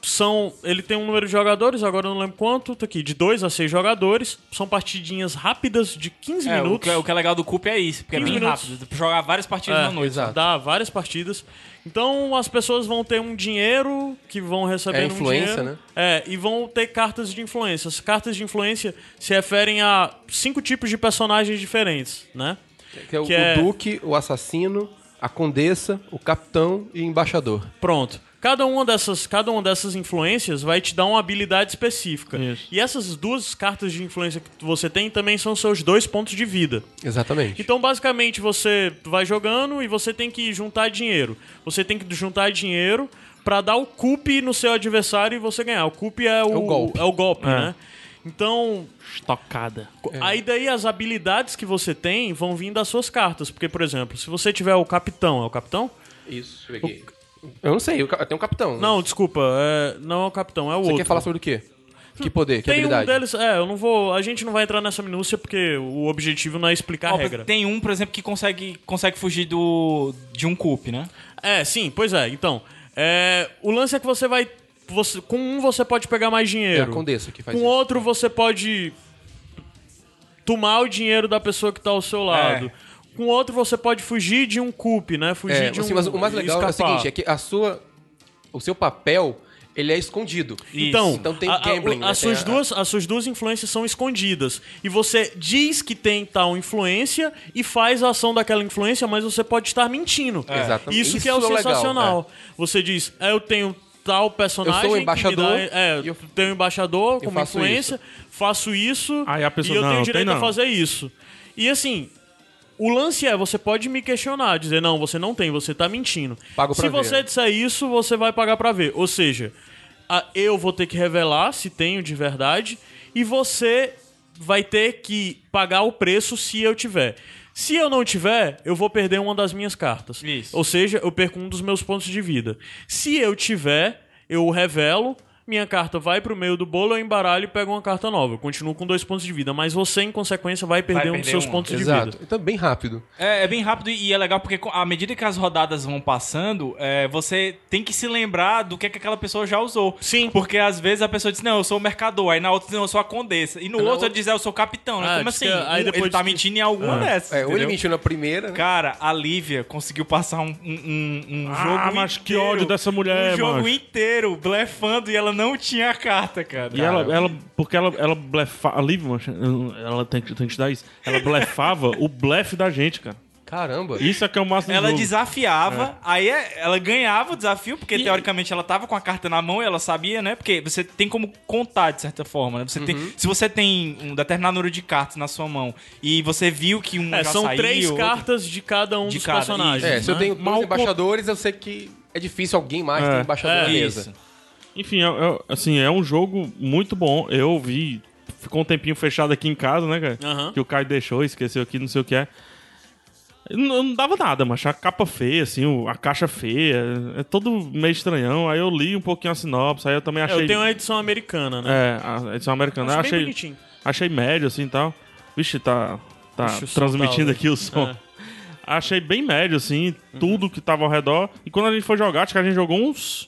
[SPEAKER 4] São. Ele tem um número de jogadores, agora eu não lembro quanto, tá aqui, de 2 a 6 jogadores. São partidinhas rápidas de 15
[SPEAKER 5] É, o,
[SPEAKER 4] minutos.
[SPEAKER 5] que, o que é legal do Coop é isso, porque é
[SPEAKER 4] 15
[SPEAKER 5] bem
[SPEAKER 4] minutos.
[SPEAKER 5] rápido. Dá pra Jogar várias partidas
[SPEAKER 4] É,
[SPEAKER 5] na noite.
[SPEAKER 6] exato.
[SPEAKER 4] Dá várias partidas. Então as pessoas vão ter um dinheiro que vão receber
[SPEAKER 6] É,
[SPEAKER 4] um
[SPEAKER 6] influência,
[SPEAKER 4] dinheiro,
[SPEAKER 6] né?
[SPEAKER 4] É, e vão ter cartas de influência. As cartas de influência se referem a cinco tipos de personagens diferentes, né?
[SPEAKER 6] Que é o,
[SPEAKER 4] Que é-
[SPEAKER 6] o Duque, o assassino, a condessa, o capitão e o embaixador.
[SPEAKER 4] Pronto. Cada uma dessas, cada uma dessas influências vai te dar uma habilidade específica.
[SPEAKER 3] Isso.
[SPEAKER 4] E essas duas cartas de influência que você tem também são seus dois pontos de vida.
[SPEAKER 6] Exatamente.
[SPEAKER 4] Então, basicamente, você vai jogando e você tem que juntar dinheiro. Você tem que juntar dinheiro pra dar o cupe no seu adversário e você ganhar. O cupe é o,
[SPEAKER 6] É o golpe.
[SPEAKER 4] é o golpe,
[SPEAKER 3] É.
[SPEAKER 4] né? Então,
[SPEAKER 3] Estocada.
[SPEAKER 4] aí daí as habilidades que você tem vão vir das suas cartas. Porque, por exemplo, se você tiver o capitão, é o capitão?
[SPEAKER 6] Isso, peguei. Eu não sei, eu ca- tem um capitão.
[SPEAKER 4] Não, desculpa, é- não é o capitão, é o
[SPEAKER 6] Você
[SPEAKER 4] outro.
[SPEAKER 6] quer falar sobre o quê? Que poder, que
[SPEAKER 4] tem um
[SPEAKER 6] habilidade?
[SPEAKER 4] deles, é, eu não vou, a gente não vai entrar nessa minúcia porque o objetivo não é explicar
[SPEAKER 5] Ó,
[SPEAKER 4] a regra.
[SPEAKER 5] Tem um, por exemplo, que consegue, consegue fugir do, de um Coop, né?
[SPEAKER 4] É, sim, pois é. Então, é, o lance é que você vai. você- com um você pode pegar mais
[SPEAKER 6] É
[SPEAKER 4] dinheiro.
[SPEAKER 6] a condessa que faz
[SPEAKER 4] com
[SPEAKER 6] isso.
[SPEAKER 4] outro você pode tomar o dinheiro da pessoa que tá ao seu lado. Com outro você pode fugir de um coup, né? Fugir
[SPEAKER 6] É,
[SPEAKER 4] de
[SPEAKER 6] assim,
[SPEAKER 4] um.
[SPEAKER 6] mas o mais legal é o
[SPEAKER 4] escapar.
[SPEAKER 6] seguinte, é que a sua, o seu papel, ele é escondido.
[SPEAKER 4] Então,
[SPEAKER 6] Então tem
[SPEAKER 4] a- a-
[SPEAKER 6] gambling,
[SPEAKER 4] o-
[SPEAKER 6] né?
[SPEAKER 4] as,
[SPEAKER 6] Tem
[SPEAKER 4] suas
[SPEAKER 6] a-
[SPEAKER 4] duas, as suas duas influências são escondidas. E você diz que tem tal influência e faz a ação daquela influência, mas você pode estar mentindo.
[SPEAKER 6] É. Exatamente.
[SPEAKER 4] Isso, que é o
[SPEAKER 6] Isso é o legal,
[SPEAKER 4] sensacional. Você diz, "É, eu tenho tal personagem.
[SPEAKER 6] Eu sou o
[SPEAKER 4] que me
[SPEAKER 6] embaixador
[SPEAKER 4] dá- é,
[SPEAKER 6] e
[SPEAKER 4] eu
[SPEAKER 6] eu-
[SPEAKER 4] tenho um embaixador como
[SPEAKER 6] faço
[SPEAKER 4] influência, faço isso
[SPEAKER 3] Aí a pessoa,
[SPEAKER 4] e eu
[SPEAKER 3] "Não,
[SPEAKER 4] tenho
[SPEAKER 3] tem
[SPEAKER 4] direito a
[SPEAKER 3] não."
[SPEAKER 4] fazer isso. E assim, o lance é, você pode me questionar, dizer, não, você não tem, você tá mentindo.
[SPEAKER 6] Pago pra
[SPEAKER 4] Se
[SPEAKER 6] ver.
[SPEAKER 4] você disser isso, você vai pagar pra ver. Ou seja, a- eu vou ter que revelar se tenho de verdade e você vai ter que pagar o preço se eu tiver. Se eu não tiver, eu vou perder uma das minhas cartas.
[SPEAKER 5] Isso.
[SPEAKER 4] Ou seja, eu perco um dos meus pontos de vida. Se eu tiver, eu revelo, minha carta vai pro meio do bolo, eu embaralho e pego uma carta nova. Eu continuo com dois pontos de vida, mas você, em consequência, vai perder um dos
[SPEAKER 5] perder
[SPEAKER 4] seus
[SPEAKER 5] uma.
[SPEAKER 4] pontos de
[SPEAKER 6] Exato.
[SPEAKER 4] vida.
[SPEAKER 6] Então bem rápido.
[SPEAKER 5] É, é bem rápido e é legal porque co- à medida que as rodadas vão passando, é, você tem que se lembrar do que, é que aquela pessoa já usou.
[SPEAKER 4] Sim.
[SPEAKER 5] Porque às vezes a pessoa diz, não, eu sou o mercador. Aí na outra diz, não, eu sou a condessa. E no outro ele diz, é, eu sou o capitão. né?
[SPEAKER 4] Ah,
[SPEAKER 5] Como
[SPEAKER 4] diz que-
[SPEAKER 5] assim?
[SPEAKER 4] aí
[SPEAKER 3] é-
[SPEAKER 5] Um-
[SPEAKER 4] depois
[SPEAKER 5] ele tá
[SPEAKER 4] diz que-
[SPEAKER 5] mentindo em alguma
[SPEAKER 3] Ah.
[SPEAKER 5] dessas.
[SPEAKER 6] É, ou ele
[SPEAKER 5] entendeu?
[SPEAKER 6] mentiu na primeira, né?
[SPEAKER 5] Cara, a Lívia conseguiu passar um, um- um- um
[SPEAKER 3] Ah,
[SPEAKER 5] jogo
[SPEAKER 3] mas que
[SPEAKER 5] inteiro,
[SPEAKER 3] ódio dessa mulher,
[SPEAKER 5] Um jogo
[SPEAKER 3] macho.
[SPEAKER 5] inteiro, blefando, e ela não tinha a carta, cara.
[SPEAKER 3] E ela, ela, porque ela, ela blefava. A Liv, mano, ela tem que, tem que te dar isso. Ela blefava o blefe da gente, cara.
[SPEAKER 6] Caramba.
[SPEAKER 3] Isso é que é o máximo do
[SPEAKER 5] Ela
[SPEAKER 3] jogo.
[SPEAKER 5] desafiava, aí é- ela ganhava o desafio, porque teoricamente ela tava com a carta na mão e ela sabia, né? Porque você tem como contar de certa forma, né? Você
[SPEAKER 3] Uhum.
[SPEAKER 5] tem, se você tem um determinado número de cartas na sua mão e você viu que um
[SPEAKER 4] É,
[SPEAKER 5] já
[SPEAKER 4] são
[SPEAKER 5] saiu,
[SPEAKER 4] três
[SPEAKER 5] outro-
[SPEAKER 4] cartas de cada um
[SPEAKER 5] De
[SPEAKER 4] dos
[SPEAKER 5] cada,
[SPEAKER 4] personagens.
[SPEAKER 6] É, se eu
[SPEAKER 4] né?
[SPEAKER 6] tenho dois
[SPEAKER 3] Mal-
[SPEAKER 6] embaixadores, eu sei que é difícil alguém mais
[SPEAKER 3] É,
[SPEAKER 6] ter um embaixador
[SPEAKER 4] é,
[SPEAKER 6] na mesa.
[SPEAKER 5] Isso.
[SPEAKER 3] Enfim, é, é- assim, é um jogo muito bom. Eu vi. Ficou um tempinho fechado aqui em casa, né, cara?
[SPEAKER 5] Ah.
[SPEAKER 4] Aham.
[SPEAKER 3] Que o Caio deixou, esqueceu aqui, não sei o que é. Não, não dava nada, mas a capa feia, assim, o- a caixa feia, é todo meio estranhão. Aí eu li um pouquinho a sinopse, aí eu também
[SPEAKER 4] É,
[SPEAKER 3] achei.
[SPEAKER 4] Eu tenho a edição americana, né?
[SPEAKER 3] É, a edição americana.
[SPEAKER 4] Acho
[SPEAKER 3] Eu
[SPEAKER 4] bem
[SPEAKER 3] achei,
[SPEAKER 4] bonitinho.
[SPEAKER 3] achei médio, assim e tal. Vixe, tá, tá
[SPEAKER 4] Vixe, o som
[SPEAKER 3] transmitindo
[SPEAKER 4] tá-
[SPEAKER 3] aqui o som.
[SPEAKER 4] Uhum.
[SPEAKER 3] Achei bem médio, assim, tudo que tava ao redor. E quando a gente foi jogar, acho que a gente jogou uns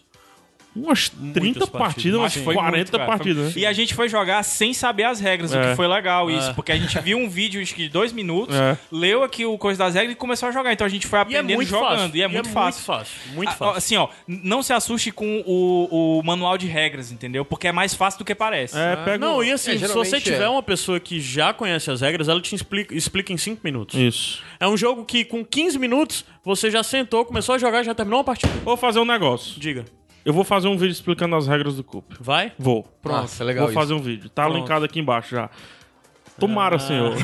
[SPEAKER 3] umas 30
[SPEAKER 4] Muitas
[SPEAKER 3] partidas,
[SPEAKER 4] partidas,
[SPEAKER 3] umas
[SPEAKER 5] Sim.
[SPEAKER 3] 40
[SPEAKER 5] muito, cara.
[SPEAKER 3] partidas, né?
[SPEAKER 5] E a gente foi jogar sem saber as regras, o
[SPEAKER 3] É.
[SPEAKER 5] que foi legal isso.
[SPEAKER 4] É.
[SPEAKER 5] Porque a gente viu um vídeo acho que de dois minutos,
[SPEAKER 3] É.
[SPEAKER 5] leu aqui o coisa das regras e começou a jogar. Então a gente foi
[SPEAKER 4] E é
[SPEAKER 5] aprendendo
[SPEAKER 4] muito
[SPEAKER 5] jogando.
[SPEAKER 4] fácil.
[SPEAKER 5] E é muito fácil.
[SPEAKER 4] Muito fácil. Muito
[SPEAKER 5] Ah,
[SPEAKER 4] fácil.
[SPEAKER 5] Assim, ó, n- não se assuste com o, o manual de regras, entendeu? Porque é mais fácil do que parece.
[SPEAKER 3] É, pega
[SPEAKER 4] Não,
[SPEAKER 3] um-
[SPEAKER 4] e assim,
[SPEAKER 6] É,
[SPEAKER 4] se
[SPEAKER 6] geralmente
[SPEAKER 4] você tiver
[SPEAKER 6] é.
[SPEAKER 4] uma pessoa que já conhece as regras, ela te explica, explica em 5 minutos.
[SPEAKER 3] Isso.
[SPEAKER 4] É um jogo que com 15 minutos você já sentou, começou a jogar, já terminou uma partida.
[SPEAKER 3] Vou fazer um negócio.
[SPEAKER 4] Diga,
[SPEAKER 3] Eu vou fazer um vídeo explicando as regras do Coop.
[SPEAKER 4] vai?
[SPEAKER 3] Vou.
[SPEAKER 6] Pronto. Nossa, legal
[SPEAKER 3] Vou fazer um vídeo. Tá
[SPEAKER 4] Pronto.
[SPEAKER 3] linkado aqui embaixo já. Tomara, senhor.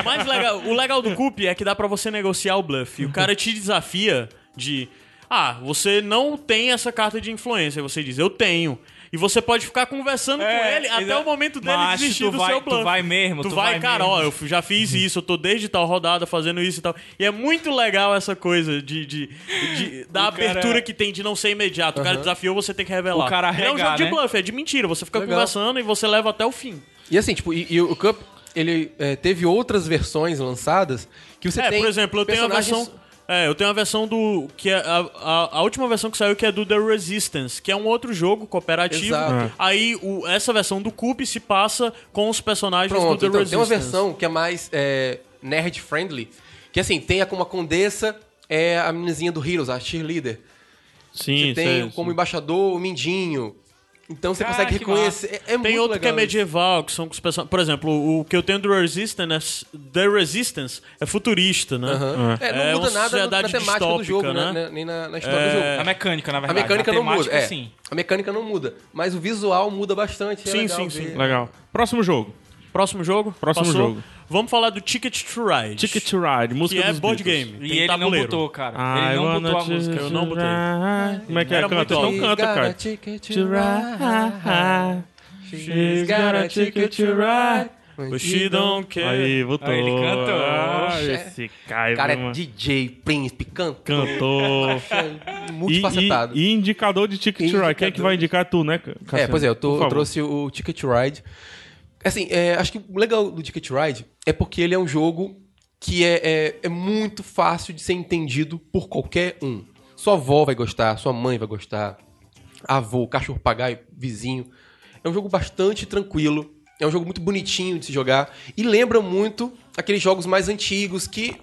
[SPEAKER 4] O mais legal, o legal do Coop é que dá pra você negociar o bluff. E o cara te desafia de ah, você não tem essa carta de influência, você diz eu tenho. E você pode ficar conversando com
[SPEAKER 5] É,
[SPEAKER 4] ele até
[SPEAKER 5] exa-
[SPEAKER 4] o momento dele
[SPEAKER 5] Macho,
[SPEAKER 4] desistir
[SPEAKER 5] tu
[SPEAKER 4] do
[SPEAKER 5] vai-
[SPEAKER 4] seu
[SPEAKER 5] tu
[SPEAKER 4] plano.
[SPEAKER 5] vai mesmo,
[SPEAKER 4] tu,
[SPEAKER 5] tu
[SPEAKER 4] vai,
[SPEAKER 5] vai
[SPEAKER 4] cara,
[SPEAKER 5] mesmo.
[SPEAKER 4] ó, eu já fiz
[SPEAKER 6] Uhum.
[SPEAKER 4] isso, eu tô desde tal rodada fazendo isso e tal. E é muito legal essa coisa de, de- de- da
[SPEAKER 5] O cara-
[SPEAKER 4] abertura
[SPEAKER 6] é-
[SPEAKER 4] que tem de não ser imediato. O cara desafiou, você tem que revelar.
[SPEAKER 5] O cara
[SPEAKER 4] Ele é um
[SPEAKER 5] arregar,
[SPEAKER 4] jogo de
[SPEAKER 5] né?
[SPEAKER 4] bluff, é de mentira. Você fica
[SPEAKER 6] Legal.
[SPEAKER 4] conversando e você leva até o fim.
[SPEAKER 6] E assim, tipo, e, e o Cup, ele é, teve outras versões lançadas que você
[SPEAKER 4] É,
[SPEAKER 6] tem.
[SPEAKER 4] por exemplo, eu tenho a
[SPEAKER 6] personagens-
[SPEAKER 4] versão. É, eu tenho a versão do. que é a, a- a última versão que saiu que é do The Resistance, que é um outro jogo cooperativo.
[SPEAKER 6] Exato.
[SPEAKER 4] Aí o- essa versão do Coop se passa com os personagens do
[SPEAKER 6] Pronto,
[SPEAKER 4] The
[SPEAKER 6] então,
[SPEAKER 4] Resistance.
[SPEAKER 6] tem uma versão que é mais é, nerd-friendly, que assim, tem a como a Condessa, é a meninazinha do Heroes, a cheerleader.
[SPEAKER 3] Sim,
[SPEAKER 6] você
[SPEAKER 4] é,
[SPEAKER 6] tem
[SPEAKER 3] sim,
[SPEAKER 6] como
[SPEAKER 3] sim.
[SPEAKER 6] embaixador o Mindinho. Então você
[SPEAKER 5] Ah,
[SPEAKER 6] consegue
[SPEAKER 5] que
[SPEAKER 6] reconhecer. É, é muito
[SPEAKER 4] Tem outro
[SPEAKER 6] legal
[SPEAKER 4] que é
[SPEAKER 6] isso.
[SPEAKER 4] medieval, que são com os personagens. Por exemplo, o que eu tenho do Resistance é, The Resistance é futurista, né?
[SPEAKER 6] Aham. É, não
[SPEAKER 4] É
[SPEAKER 6] muda
[SPEAKER 4] uma
[SPEAKER 6] nada na
[SPEAKER 4] sociedade
[SPEAKER 6] temática do jogo,
[SPEAKER 4] distópica,
[SPEAKER 6] né?
[SPEAKER 4] né?
[SPEAKER 6] Nem na, na história do jogo.
[SPEAKER 5] A mecânica, na
[SPEAKER 6] A
[SPEAKER 5] verdade.
[SPEAKER 6] mecânica não muda.
[SPEAKER 5] temática,
[SPEAKER 6] É.
[SPEAKER 5] Sim.
[SPEAKER 6] A mecânica não muda. Mas o visual muda bastante. é
[SPEAKER 4] Sim,
[SPEAKER 6] legal
[SPEAKER 4] sim,
[SPEAKER 6] ver.
[SPEAKER 4] sim.
[SPEAKER 3] Legal. Próximo jogo.
[SPEAKER 4] Próximo jogo?
[SPEAKER 3] Próximo
[SPEAKER 4] Passou?
[SPEAKER 3] jogo.
[SPEAKER 4] Vamos falar do Ticket to Ride.
[SPEAKER 3] Ticket to Ride,
[SPEAKER 4] que
[SPEAKER 3] música
[SPEAKER 4] é
[SPEAKER 3] dos
[SPEAKER 4] board
[SPEAKER 3] Beatles.
[SPEAKER 4] game.
[SPEAKER 5] E
[SPEAKER 4] tem
[SPEAKER 5] ele
[SPEAKER 4] tabuleiro.
[SPEAKER 5] não botou, cara.
[SPEAKER 3] I
[SPEAKER 6] Ah,
[SPEAKER 5] ele não botou
[SPEAKER 3] wanna
[SPEAKER 5] a música.
[SPEAKER 3] to
[SPEAKER 4] eu não botei.
[SPEAKER 3] ride. Como é que é?
[SPEAKER 4] Era
[SPEAKER 3] Canta.
[SPEAKER 4] muito
[SPEAKER 3] Não
[SPEAKER 4] óbvio.
[SPEAKER 3] canta, cara. She's got a ticket to ride.
[SPEAKER 4] But she don't care.
[SPEAKER 3] Aí, voltou.
[SPEAKER 5] Aí ele cantou.
[SPEAKER 3] Ah, esse Caio,
[SPEAKER 6] Cara, é
[SPEAKER 3] mano.
[SPEAKER 6] DJ, príncipe, cantor,
[SPEAKER 3] Cantou.
[SPEAKER 6] multifacetado.
[SPEAKER 3] E, e- e indicador de Ticket to Ride. Quem é que
[SPEAKER 6] Indicador.
[SPEAKER 3] vai indicar tu, né,
[SPEAKER 6] É,
[SPEAKER 3] Cassiano?
[SPEAKER 6] pois é, eu, tô-
[SPEAKER 3] Por
[SPEAKER 6] eu
[SPEAKER 3] favor.
[SPEAKER 6] trouxe o Ticket to Ride. Assim, é, acho que o legal do Ticket to Ride é porque ele é um jogo que é, é- é muito fácil de ser entendido por qualquer um. Sua avó vai gostar, sua mãe vai gostar, avô, cachorro pagaio, vizinho. É um jogo bastante tranquilo, é um jogo muito bonitinho de se jogar e lembra muito aqueles jogos mais antigos que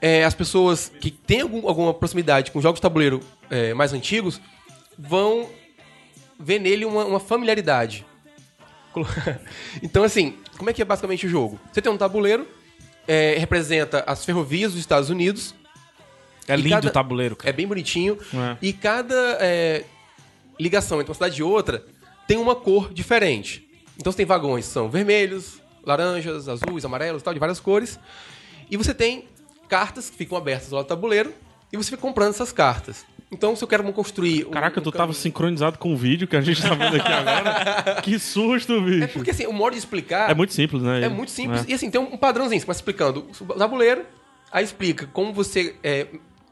[SPEAKER 6] é, as pessoas que têm algum- alguma proximidade com jogos de tabuleiro é, mais antigos vão vê nele uma, uma familiaridade. Colo- então, assim, como é que é basicamente o jogo? Você tem um tabuleiro, é, representa as ferrovias dos Estados Unidos,
[SPEAKER 5] É lindo
[SPEAKER 6] cada-
[SPEAKER 5] o tabuleiro, cara.
[SPEAKER 6] é bem bonitinho,
[SPEAKER 3] É.
[SPEAKER 6] e cada é, ligação entre uma cidade e outra tem uma cor diferente. Então você tem vagões que são vermelhos, laranjas, azuis, amarelos e tal, de várias cores. E você tem cartas que ficam abertas lá do tabuleiro, e você fica comprando essas cartas. Então, se eu quero construir... um-
[SPEAKER 3] Caraca,
[SPEAKER 6] um
[SPEAKER 3] tu tava
[SPEAKER 6] caminho-
[SPEAKER 3] sincronizado com o vídeo que a gente tá vendo aqui agora. que susto,
[SPEAKER 6] É
[SPEAKER 3] bicho.
[SPEAKER 6] porque, assim, o modo de explicar...
[SPEAKER 3] É muito simples, né?
[SPEAKER 6] É muito simples.
[SPEAKER 3] É.
[SPEAKER 6] E assim, tem um padrãozinho. Você começa explicando o tabuleiro, aí explica como você é,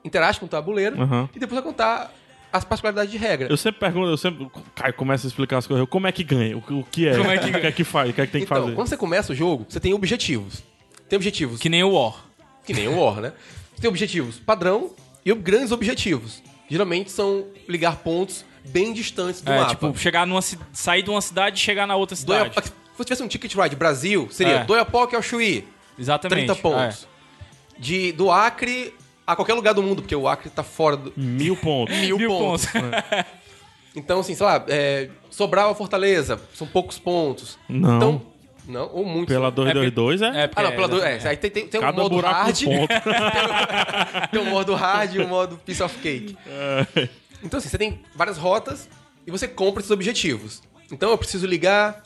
[SPEAKER 6] interage com o tabuleiro,
[SPEAKER 3] Aham.
[SPEAKER 6] e depois vai contar as particularidades de regra.
[SPEAKER 3] Eu sempre pergunto, eu sempre. Caio começa a explicar as coisas. eu, Como é que ganha? O, o que é?
[SPEAKER 5] Como é que
[SPEAKER 3] o que é que faz? O que é que tem que
[SPEAKER 6] então,
[SPEAKER 3] fazer?
[SPEAKER 6] quando você começa o jogo, você tem objetivos. Tem objetivos
[SPEAKER 5] É Que
[SPEAKER 6] que,
[SPEAKER 5] nem o War.
[SPEAKER 6] nem o War, né? Você tem objetivos padrão e grandes objetivos. Geralmente são ligar pontos bem distantes do
[SPEAKER 5] É,
[SPEAKER 6] mapa.
[SPEAKER 5] tipo, chegar numa, ci- sair de uma cidade e chegar na outra cidade.
[SPEAKER 6] Doiapoque- se tivesse um ticket ride Brasil, seria
[SPEAKER 5] É.
[SPEAKER 6] Doiapoque ao Chuí,
[SPEAKER 5] Exatamente.
[SPEAKER 6] 30 pontos. De, do Acre a qualquer lugar do mundo, porque o Acre tá fora do,
[SPEAKER 3] Mil pontos.
[SPEAKER 5] É. Mil, pontos.
[SPEAKER 6] Então, assim, sei lá, é, Sobral a Fortaleza, são poucos pontos.
[SPEAKER 3] Não.
[SPEAKER 6] Então, não, ou muitos.
[SPEAKER 3] Pela 222 é?
[SPEAKER 5] É, porque-
[SPEAKER 6] Ah, não, pela do...
[SPEAKER 5] exatamente.
[SPEAKER 6] é, aí tem, tem, tem um
[SPEAKER 3] Cada
[SPEAKER 6] modo
[SPEAKER 3] buraco
[SPEAKER 6] hard,
[SPEAKER 3] um ponto.
[SPEAKER 5] É.
[SPEAKER 6] tem um modo hard e um modo piece of cake.
[SPEAKER 3] É.
[SPEAKER 6] Então, assim, você tem várias rotas e você compra esses objetivos. Então, eu preciso ligar...